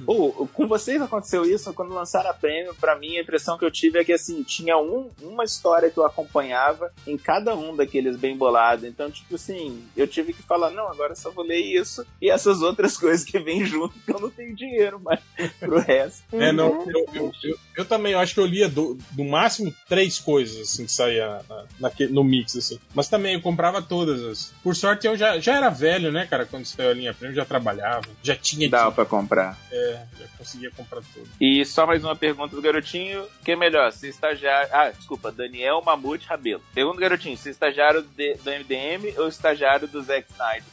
Ô, com vocês aconteceu isso quando lançaram a prêmio. Pra mim, a impressão que eu tive é que assim, tinha um, uma história que eu acompanhava em cada um daqueles bem bolados. Então, tipo assim, eu tive que falar: não, agora eu só vou ler isso e essas outras [laughs] coisas que vêm junto, que eu não tenho dinheiro mais [laughs] pro resto. É, não, eu, eu, eu, eu também, eu acho que eu lia do, do máximo três coisas, assim, que saía na- naque- no mix, assim. Mas também, eu comprava todas as. Por sorte, eu já, já era velho, né, cara, quando saiu a linha prêmio, eu já trabalhava, já tinha, dinheiro, pra comprar. já conseguia comprar tudo. E só mais uma pergunta do garotinho: que é melhor, se estagiário. Ah, desculpa, Daniel Mamute Rabelo. Pergunta do garotinho: se estagiário de- do MDM ou estagiário do [laughs] Zack Snyder?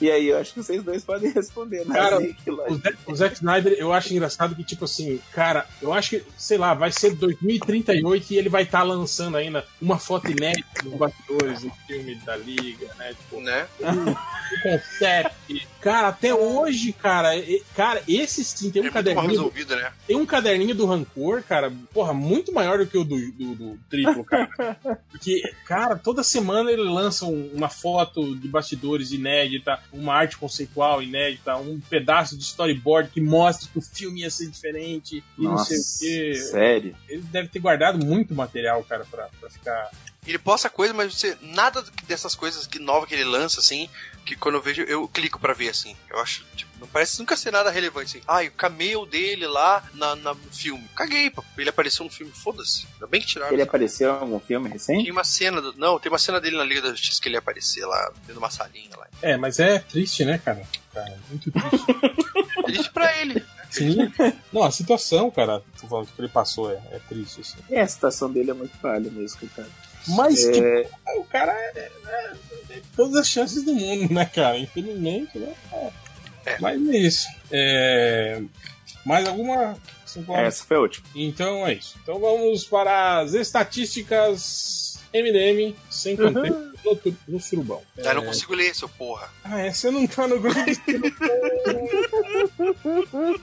e aí, eu acho que vocês dois podem responder, né? Cara, Assim, que O lógico. Zack, o Zack Snyder, eu acho engraçado que, tipo assim, cara, eu acho que, sei lá, vai ser 2038 e ele vai estar lançando ainda uma foto inédita dos bastidores, um filme da Liga, né, tipo... um Né? concept. Cara, até hoje, cara, e- cara, esse sim tem um É muito mal caderninho. resolvido, né? Tem um caderninho do rancor, cara, porra, muito maior do que o do, do, do triplo, cara. Porque, cara, toda semana ele lança um- uma foto de bastidores inédita, uma arte conceitual inédita, um pedaço de storyboard que mostra que o filme ia ser diferente e não sei o quê. sério. Ele deve ter guardado muito material, cara, pra, pra ficar Ele posta coisa, mas você nada dessas coisas que nova que ele lança assim, que quando eu vejo eu clico pra ver assim. Eu acho tipo, não parece nunca ser nada relevante assim. Ai, o cameo dele lá na, na- no filme. Caguei, pô. Ele apareceu no filme, foda-se. Ainda bem que tiraram. Ele apareceu em algum filme recente? Tem uma cena, do- não, tem uma cena dele na Liga da Justiça que ele ia aparecer lá, dentro de uma salinha lá. É, mas é triste, né, cara? Cara, muito triste. Triste pra [laughs] ele. Sim. Não, a situação, cara, tu falando que ele passou é, é triste, assim. É, a situação dele é muito falha mesmo, cara. Mas que É, o cara é, é- é todas as chances do mundo, né, cara? Infelizmente, né? É. Mas é isso. É... Mais alguma. É. essa foi a última. Então é isso. Então vamos para as estatísticas MDM sem contexto no, tur- Tá no surubão. É. Ah, Eu não consigo ler, seu porra. Ah, é, você não tá no grupo. [laughs]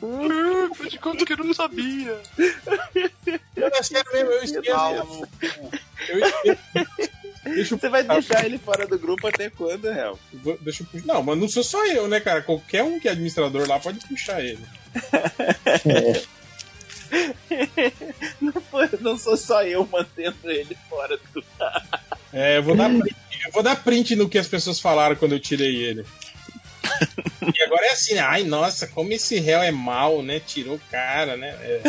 Hum, Foi de conta que eu não sabia. Não, é sério mesmo, eu esqueço. Eu esqueço. Deixa eu Você vai deixar ele fora do grupo até quando, Hel? [laughs] Vou- Deixa eu puxar. Não, mas não sou só eu, né, cara? Qualquer um que é administrador lá pode puxar ele. Não sou só eu mantendo ele fora do É, eu vou dar print, eu vou dar print no que as pessoas falaram quando eu tirei ele. E agora é assim, né? ai nossa, como esse réu é mal, né? Tirou o cara, né? É,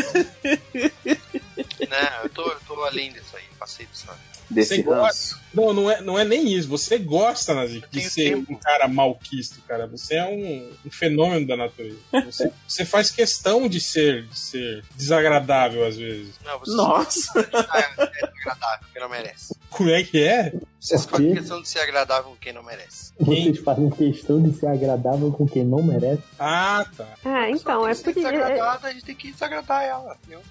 Não, né? eu tô, eu tô além disso aí, passei disso. aí. Desse Você ranço. não, não é, não é nem isso. Você gosta, Nazik, de tenho ser tempo. um cara malquisto, cara. Você é um, um fenômeno da natureza. Você, você faz questão de ser, de ser desagradável às vezes. Não, você [laughs] Nossa! é, é agradável, quem não merece. Como é que é? Vocês Por fazem quê? questão de ser agradável com quem não merece. Vocês fazem questão de ser agradável com quem não merece. Ah, tá. Ah, então, é Se tem porque. que é- desagradar, a gente tem que desagradar ela, entendeu?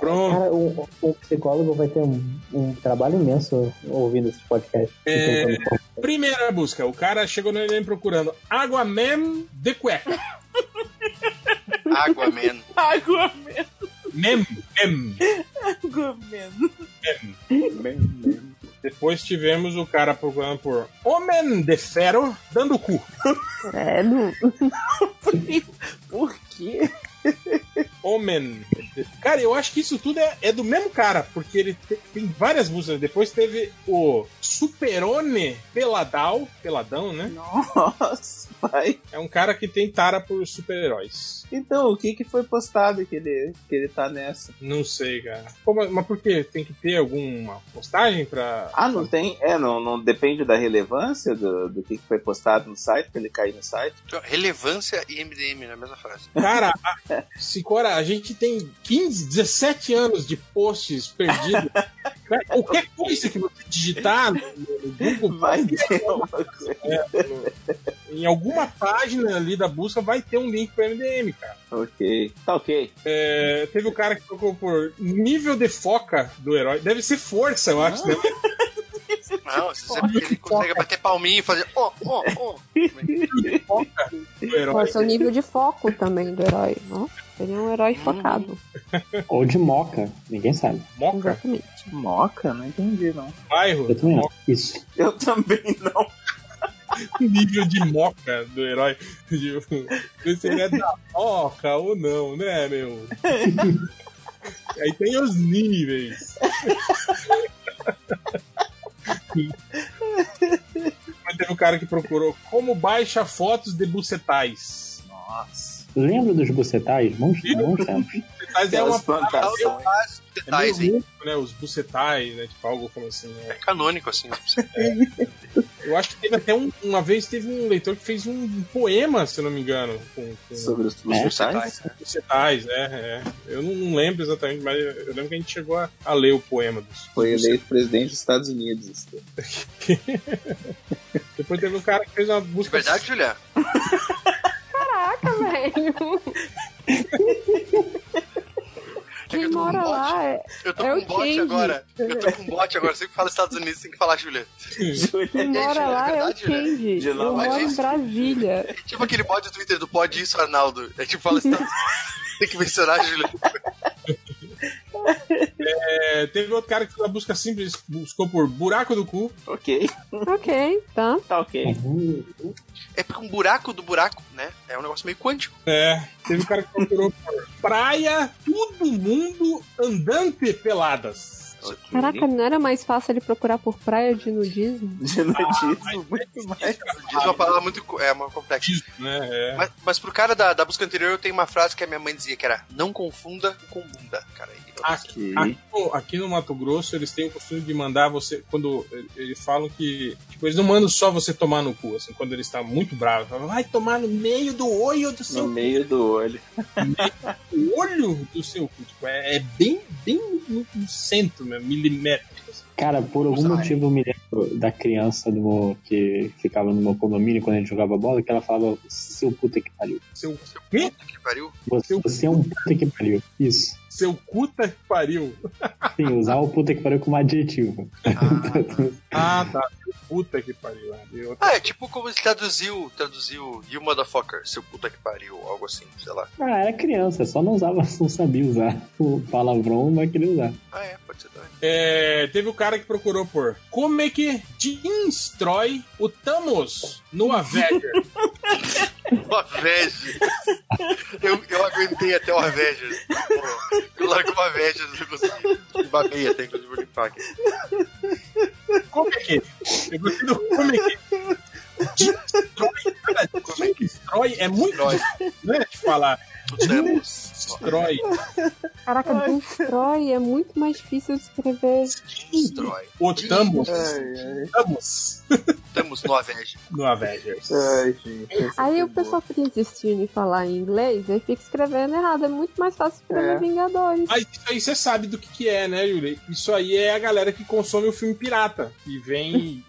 Pronto. Cara, um, um psicólogo vai ter um, um trabalho imenso ouvindo esse podcast. É. E tentando- Primeira busca, o cara chegou no Enem procurando água mem de cueca. Água, man. água Mem, mem. mesmo. Depois tivemos o cara procurando por homem de ferro dando cu. É, não- Por quê? Homem. de- Cara, eu acho que isso tudo é, é do mesmo cara, porque ele te- tem várias buscas. Depois teve o Superone Peladal, Peladão, né? Nossa, pai. É um cara que tem tara por super-heróis. Então, o que, que foi postado que ele, que ele tá nessa? Não sei, cara. Pô, mas, mas por quê? Tem que ter alguma postagem pra. Ah, não tem? É, não, não depende da relevância do, do que, que foi postado no site, pra ele cair no site. Então, relevância e MDM na né? mesma frase. Cara, a, Ah, Sicora, a gente tem 15, 17 anos de posts perdidos. Cara, Qualquer coisa que você digitar no, no Google, Vai ter uma coisa. em alguma página ali da busca, vai ter um link pro MDM, cara. Ok. Tá ok. É, teve o cara que trocou por nível de foca do herói. Deve ser força, eu acho. Né? Não, você sabe [laughs] que ele consegue bater palminho e fazer. Oh, oh, oh. Do herói. Pode ser o nível de foco também do herói. Não? Seria um herói focado. Ou de moca, ninguém sabe. Moca? Exatamente. [laughs] Moca? Não entendi, não. Bairro? Eu também não. Moca, Isso. Eu também não. nível de moca do herói. Tipo, se ele é da moca ou não, né, meu? Aí tem os níveis. Mas teve o cara que procurou como baixa fotos de bucetais. Lembra dos bucetais? Bons, bons tempos. Bucetais é Aquelas uma plantações. Então, vários é meio detalhes aí. louco, né? Os bucetais, né? Tipo, algo como assim. né? É canônico, assim. Eu acho que teve até um- uma vez teve um leitor que fez um poema, se não me engano, com, com Sobre os É. bucetais? bucetais, é, é. Eu não, não lembro exatamente, mas eu eu lembro que a gente chegou a, a ler o poema dos. Foi dos- eleito presidente dos Estados [laughs] Unidos. Depois teve um cara que fez uma De busca. É verdade, Julia? Caraca, [laughs] velho. É que Quem eu tô com um mora bot. lá é. Eu tô é com o um bot Change. agora. Eu tô com um bot agora. Sempre que fala Estados Unidos, tem que falar Julia. Quem É, mora Julia, é lá é o verdade, Julia. Change. De Eu novo, moro mas em isso- Brasília. [laughs] É tipo aquele bot do Twitter do Pode Isso, Arnaldo. É tipo, [laughs] fala Estados Unidos. Tem que mencionar, Julia. É, teve outro cara que fez uma busca simples, buscou por buraco do cu. Ok. Ok, tá. Tá ok. É porque um buraco do buraco, né? É um negócio meio quântico. É, teve um cara que procurou por praia, todo mundo andante peladas. Isso aqui. Caraca, não era mais fácil ele procurar por praia de nudismo? De nudismo, muito mais. Diz é uma palavra muito. co- É uma complexa. né? É. Mas, mas pro cara da, da busca anterior, eu tenho uma frase que a minha mãe dizia que era: Não confunda com bunda, cara. E eu- Aqui, aqui no- aqui no Mato Grosso, eles têm o costume de mandar você. Quando eh, eles falam que. Tipo, eles não mandam só você tomar no cu, assim, quando ele está muito bravo. Falam, vai tomar no meio do olho do No seu meio do olho. cu, olho do seu cu. Tipo, é, é bem, bem no, no centro mesmo, milimétrico. assim. Cara, por algum Usar, motivo eu me lembro da criança do meu- que ficava no meu condomínio quando a gente jogava bola, que ela falava, seu puta que pariu. Seu, Puta que pariu. Você, Seu você é um puta que pariu. Isso. seu cu tá que pariu. Sim, usar o puta que pariu como adjetivo. Ah, tá. Seu puta que pariu. né? Eu- Ah, é tipo como se traduziu, traduziu You Motherfucker, seu puta que pariu, algo assim, sei lá. Ah, era criança, só não usava, [laughs] não sabia usar o palavrão, mas queria usar. Ah, é, pode ser [laughs] também. É, teve o cara que procurou por como é que destrói o Thanos no Avenger. O Avenger. Eu, eu aguentei até o Avenger. Pô, Eu largo o Avenger, não consegui. Babei até, inclusive, vou limpar aqui. como é que? Eu gostei do como é que. Destrói, cara, como é que destrói é muito Destrói. difícil, né, de falar. O Thanos. Destrói. Caraca, destrói é muito mais difícil de escrever. Destrói. O Thanos. É. Ai, ai. Thanos Estamos no Avenger. no Avenger. Ai, gente. essa Aí foi o boa. pessoal fica insistindo em falar em inglês e fica escrevendo errado. É muito mais fácil escrever É. Vingadores. Mas isso aí você sabe do que, que é, né, Yuri? Isso aí é a galera que consome o filme pirata. E vem.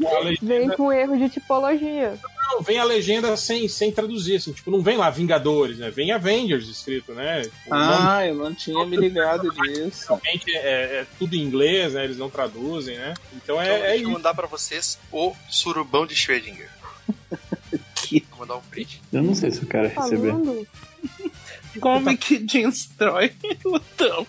a Vem legenda- com erro de tipologia. Não, vem a legenda sem, sem traduzir, assim. Tipo, não vem lá Vingadores, né? Vem Avengers escrito, né? Tipo, o nome Ah, eu não tinha me ligado disso. realmente é, é tudo em inglês, né? Eles não traduzem, né? Então Então, é, é deixa eu isso. mandar pra vocês o surubão [laughs] de Schrödinger. Vou mandar um print. Eu não sei se eu quero receber. Falando. Como um que destrói o Tão?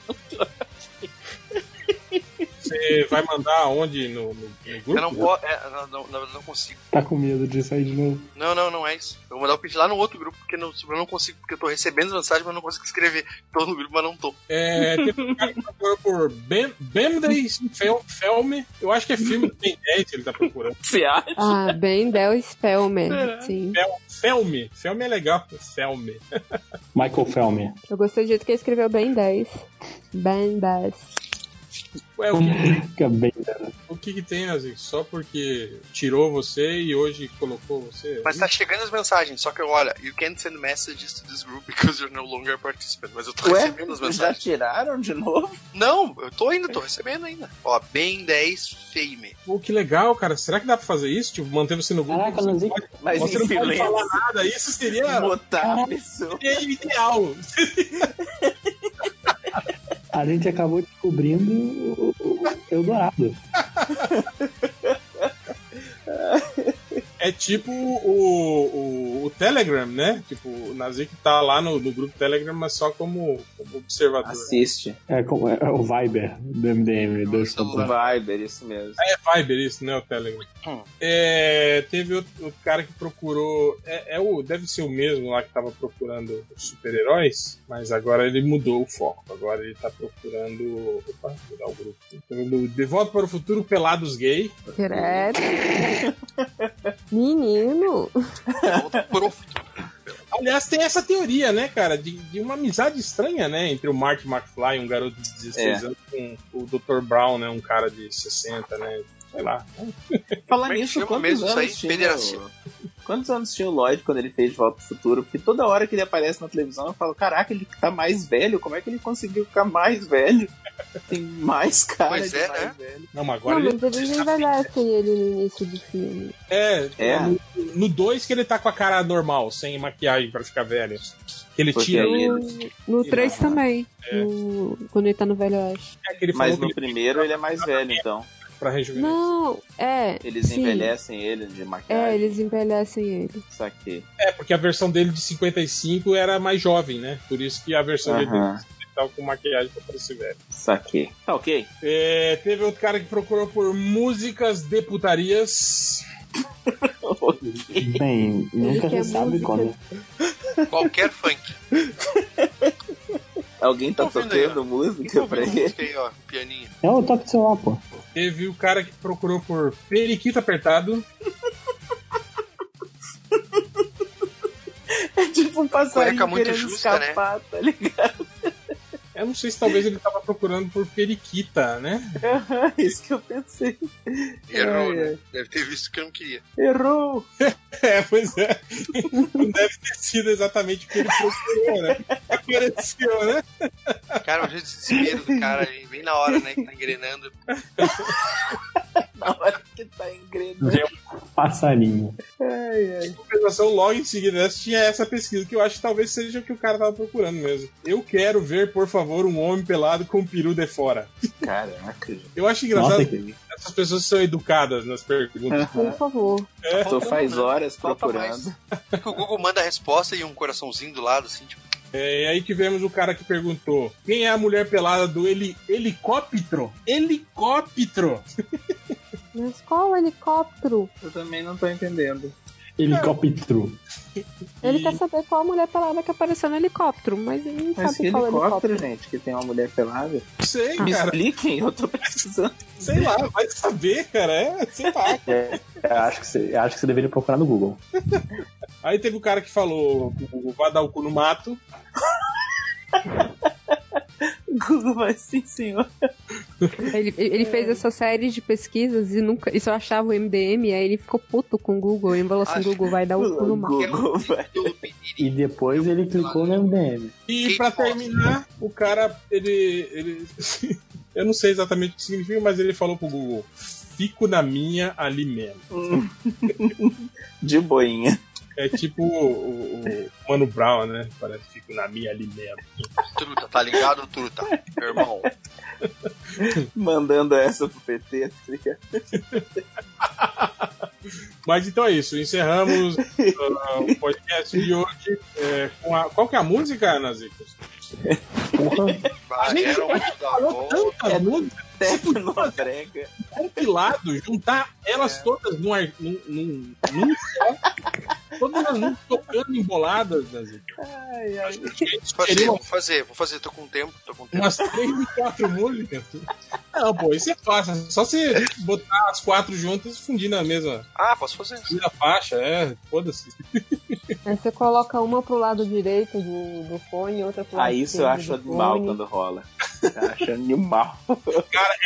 Você vai mandar onde? No, no- no Eu grupo? não posso. É, não, não, não, não consigo. Tá com medo de sair de novo. Não, não, não é isso. Eu vou mandar o print lá no outro grupo, porque não, eu não consigo, porque eu tô recebendo as mensagens, mas eu não consigo escrever. Tô no grupo, mas não tô. É, teve um cara que procurou por Bem- Bemday Fel- Film. Eu acho que é filme do Ben 10 que ele tá procurando. Você acha? Ah, Ben Del Spellman. Sim. Filme. Filme é legal. Filme. Michael Felmer. Eu gostei do jeito que ele escreveu Ben 10. Ben 10. Ué, o que, Fica bem. o que que tem, assim? Só porque tirou você e hoje colocou você? Mas tá chegando as mensagens, só que eu olha, you can't send messages to this group because you're no longer a participant. Mas eu tô Ué? recebendo as Já mensagens. tiraram de novo? Não, eu tô ainda, tô recebendo ainda. Ó, bem 10 fame. Pô, que legal, cara. Será que dá pra fazer isso? Tipo, manter você no grupo? Caraca, você mas e- pode- Mas você em não pode silêncio. falar nada. Isso seria, Botar a pessoa. seria ideal. A gente acabou descobrindo o- o o Eldorado. É tipo o, o, o Telegram, né? Tipo, o Nazik tá lá no, no grupo Telegram, mas só como, como Ah, observador. Assiste. É, como- é o Viber do MDM. dois pontos. Viber, isso mesmo. É Viber isso, né? O Telegram. Hum. É, teve outro, outro cara que procurou. É, é o, deve ser o mesmo lá que tava procurando super-heróis, mas agora ele mudou o foco. Agora ele tá procurando. Opa, mudar o grupo. Procurando De volta para o futuro pelados gay. Credo. Menino. É [laughs] Aliás, tem essa teoria, né, cara, de, de uma amizade estranha, né, entre o Mark McFly, um garoto de É. 16 anos, com o Dr. Brown, né, um cara de 60, né, sei lá. Falar Como é que nisso, chama quantos mesmo isso anos aí? tinha Federação. o... Quantos anos tinha o Lloyd quando ele fez Volta pro Futuro? Porque toda hora que ele aparece na televisão, eu falo, caraca, ele tá mais velho. Como é que ele conseguiu ficar mais velho? [laughs] Tem mais cara Pois de é, mais né? velho. Não, mas agora Não, ele... mas eles envelhecem assim, ele no início do filme. É, É. no 2 que ele tá com a cara normal, sem maquiagem pra ficar velho. Que ele Porque tira... aí É ele- No Sim, 3 né? também. no- Quando ele tá no Velho Oeste. É que ele Mas falou no que primeiro ele é mais velho, então. ele... pra rejuvenescer. Não, é. Eles sim. envelhecem ele de maquiagem. É, eles envelhecem ele. Saquei. É, porque a versão dele de 55 era mais jovem, né, por isso que a versão dele Aham, tava com maquiagem pra parecer velho. saquei. Tá ok. [laughs] É, teve outro cara que procurou por músicas de putarias. Bem, nunca quer se sabe música. quando. Qualquer funk. Alguém tá Tô ouvindo tocando aí, ó. música Tô pra ouvindo ele? música aí, ó, um pianinho. É o toque do celular, pô. Teve o cara que procurou por periquito apertado. É [laughs] tipo um passarinho Cueca muito querendo justa, né? escapar, tá ligado? Eu não sei se talvez ele tava procurando por periquita, né? [laughs] Aham, [laughs] isso que eu pensei. Errou, É, né? Deve ter visto o que eu não queria. Errou! É, pois é. [laughs] Não deve ter sido exatamente o que ele procurou, né? Apareceu, né? Cara, o jeito de desespero do cara aí, bem na hora, né? Que tá engrenando. Na hora que tá engrenando. é Passarinho. Ai, ai. Em compensação, logo em seguida dessa, tinha essa pesquisa, que eu acho que talvez seja o que o cara tava procurando mesmo. Eu quero ver, por favor, um homem pelado com peru de fora. Caraca. Eu acho engraçado Nossa, que que... essas pessoas são educadas nas perguntas. né? tá. Por favor. Tô um faz horas Falta procurando. mais. É Que o Google manda a resposta e um coraçãozinho do lado, assim, tipo, É, e aí tivemos o cara que perguntou: quem é a mulher pelada do heli helicóptero? Helicóptero! Mas qual helicóptero? Eu também não tô entendendo. Helicóptero. Ele E- quer saber qual mulher pelada que apareceu no helicóptero, mas ele não Mas que é sabe qual helicóptero, helicóptero. gente, que tem uma mulher pelada? Não sei, Me cara. expliquem, eu tô precisando. Sei lá, vai saber, cara. É, sei lá. Eu acho, que você, eu acho que você deveria procurar no Google. Aí teve o cara que falou: vai dar o cu no mato. [laughs] Google vai sim, senhor. Ele, ele fez essa série de pesquisas e nunca e só achava o MDM, aí ele ficou puto com o Google e falou assim, Acho- Google vai dar o cu no mar. É um Google, vai. do E depois ele clicou no MDM. E Que pra foda. terminar, o cara, ele. ele [laughs] eu não sei exatamente o que significa, mas ele falou pro Google: fico na minha ali mesmo. De boinha. É tipo o, o- o Mano Brown, né? Parece fico na minha ali mesmo. truta, tá ligado, truta? Meu irmão. Mandando essa pro PT. [laughs] Mas então é isso, encerramos ah, o podcast de hoje. é, com a- qual que é a música, Nazicos? Bah, Era um outro da Falou avó. tanta É música, Tecno brega. compilado, juntar elas todas num, ar- num, num, num só. Todas elas num tocando emboladas, Nazicos. Ai, ai. Vou fazer, vou fazer, vou fazer, tô com tempo, tô com tempo. Umas três, quatro músicas. Não, pô, isso é fácil. é Só você botar as quatro juntas e fundir na mesma, Ah, posso fazer? na faixa, é, foda-se. Aí você coloca uma pro lado direito do, do fone, outra pro lado Ah, isso eu esquerdo acho do animal fone. quando rola. [laughs] Eu acho animal.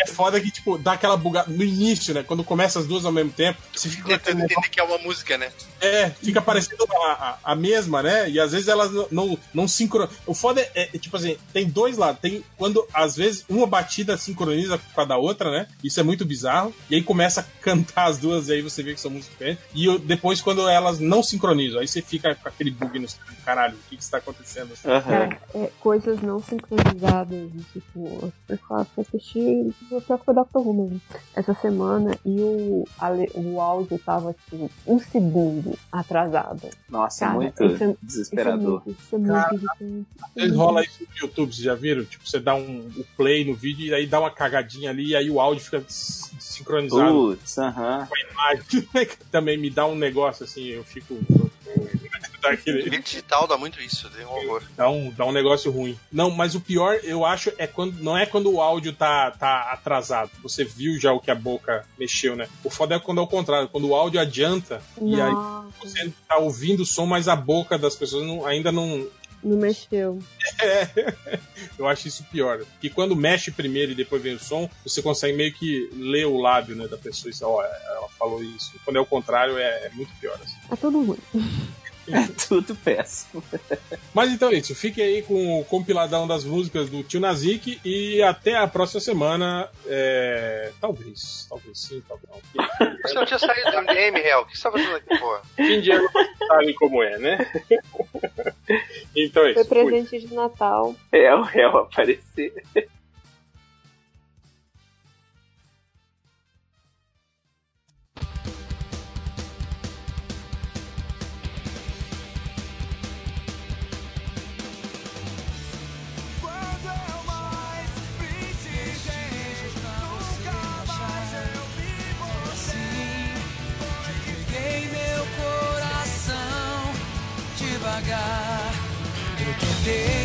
É foda que, tipo, dá aquela bugada no início, né? Quando começa as duas ao mesmo tempo, você fica com Tentando entender que é uma música, né? É, fica parecendo a, a- a mesma, né? E às vezes elas não, não, não sincron- O foda é, é, tipo assim, tem dois lados. Tem quando, às vezes, uma batida sincroniza com a da outra, né? Isso é muito bizarro. E aí começa a [laughs] cantar as duas e aí você vê que são músicas diferentes. E o- depois, quando elas não sincronizam, aí você fica com aquele bug no seu caralho. O que que está acontecendo? Cara, é, coisas não sincronizadas, tipo, eu falo, fui assistir, eu pior que foi Doctor Who mesmo, essa semana, e o, ale- o áudio tava, assim, um segundo atrasado. Nossa, Cara, muito isso é- isso desesperador. Isso é muito irritante. Às vezes rola isso no YouTube, vocês já viram? Tipo, você dá um, o play no vídeo e aí dá uma cagadinha ali e aí o áudio fica s- sincronizado. Putz, aham. [laughs] Mas [laughs] também me dá um negócio assim, eu fico. dá, aquele- Mídia digital dá muito isso, deu um horror. dá um, dá um negócio ruim. Não, mas o pior, eu acho, é quando. Não é quando o áudio tá, tá atrasado. Você viu já o que a boca mexeu, né? O foda é quando é o contrário, quando o áudio adianta e aí Nossa, você tá ouvindo o som, mas a boca das pessoas não- ainda não. não mexeu. Eu acho isso pior. E quando mexe primeiro e depois vem o som, você consegue meio que ler o lábio né, da pessoa. Isso, ó, ela falou isso. Quando é o contrário, é, é muito pior. assim. É tudo ruim. Tudo péssimo. Mas então é isso, fique aí com o compiladão das músicas do Tio Nazik e até a próxima semana. É... Talvez, talvez sim, talvez não. Você não tinha saído do MDM, réu? O que você tá fazendo aqui, porra? Quem diabo sabe como é, [laughs] né? Então é Foi isso. fui. presente de Natal. É o réu aparecer. meu coração devagar. Eu tentei.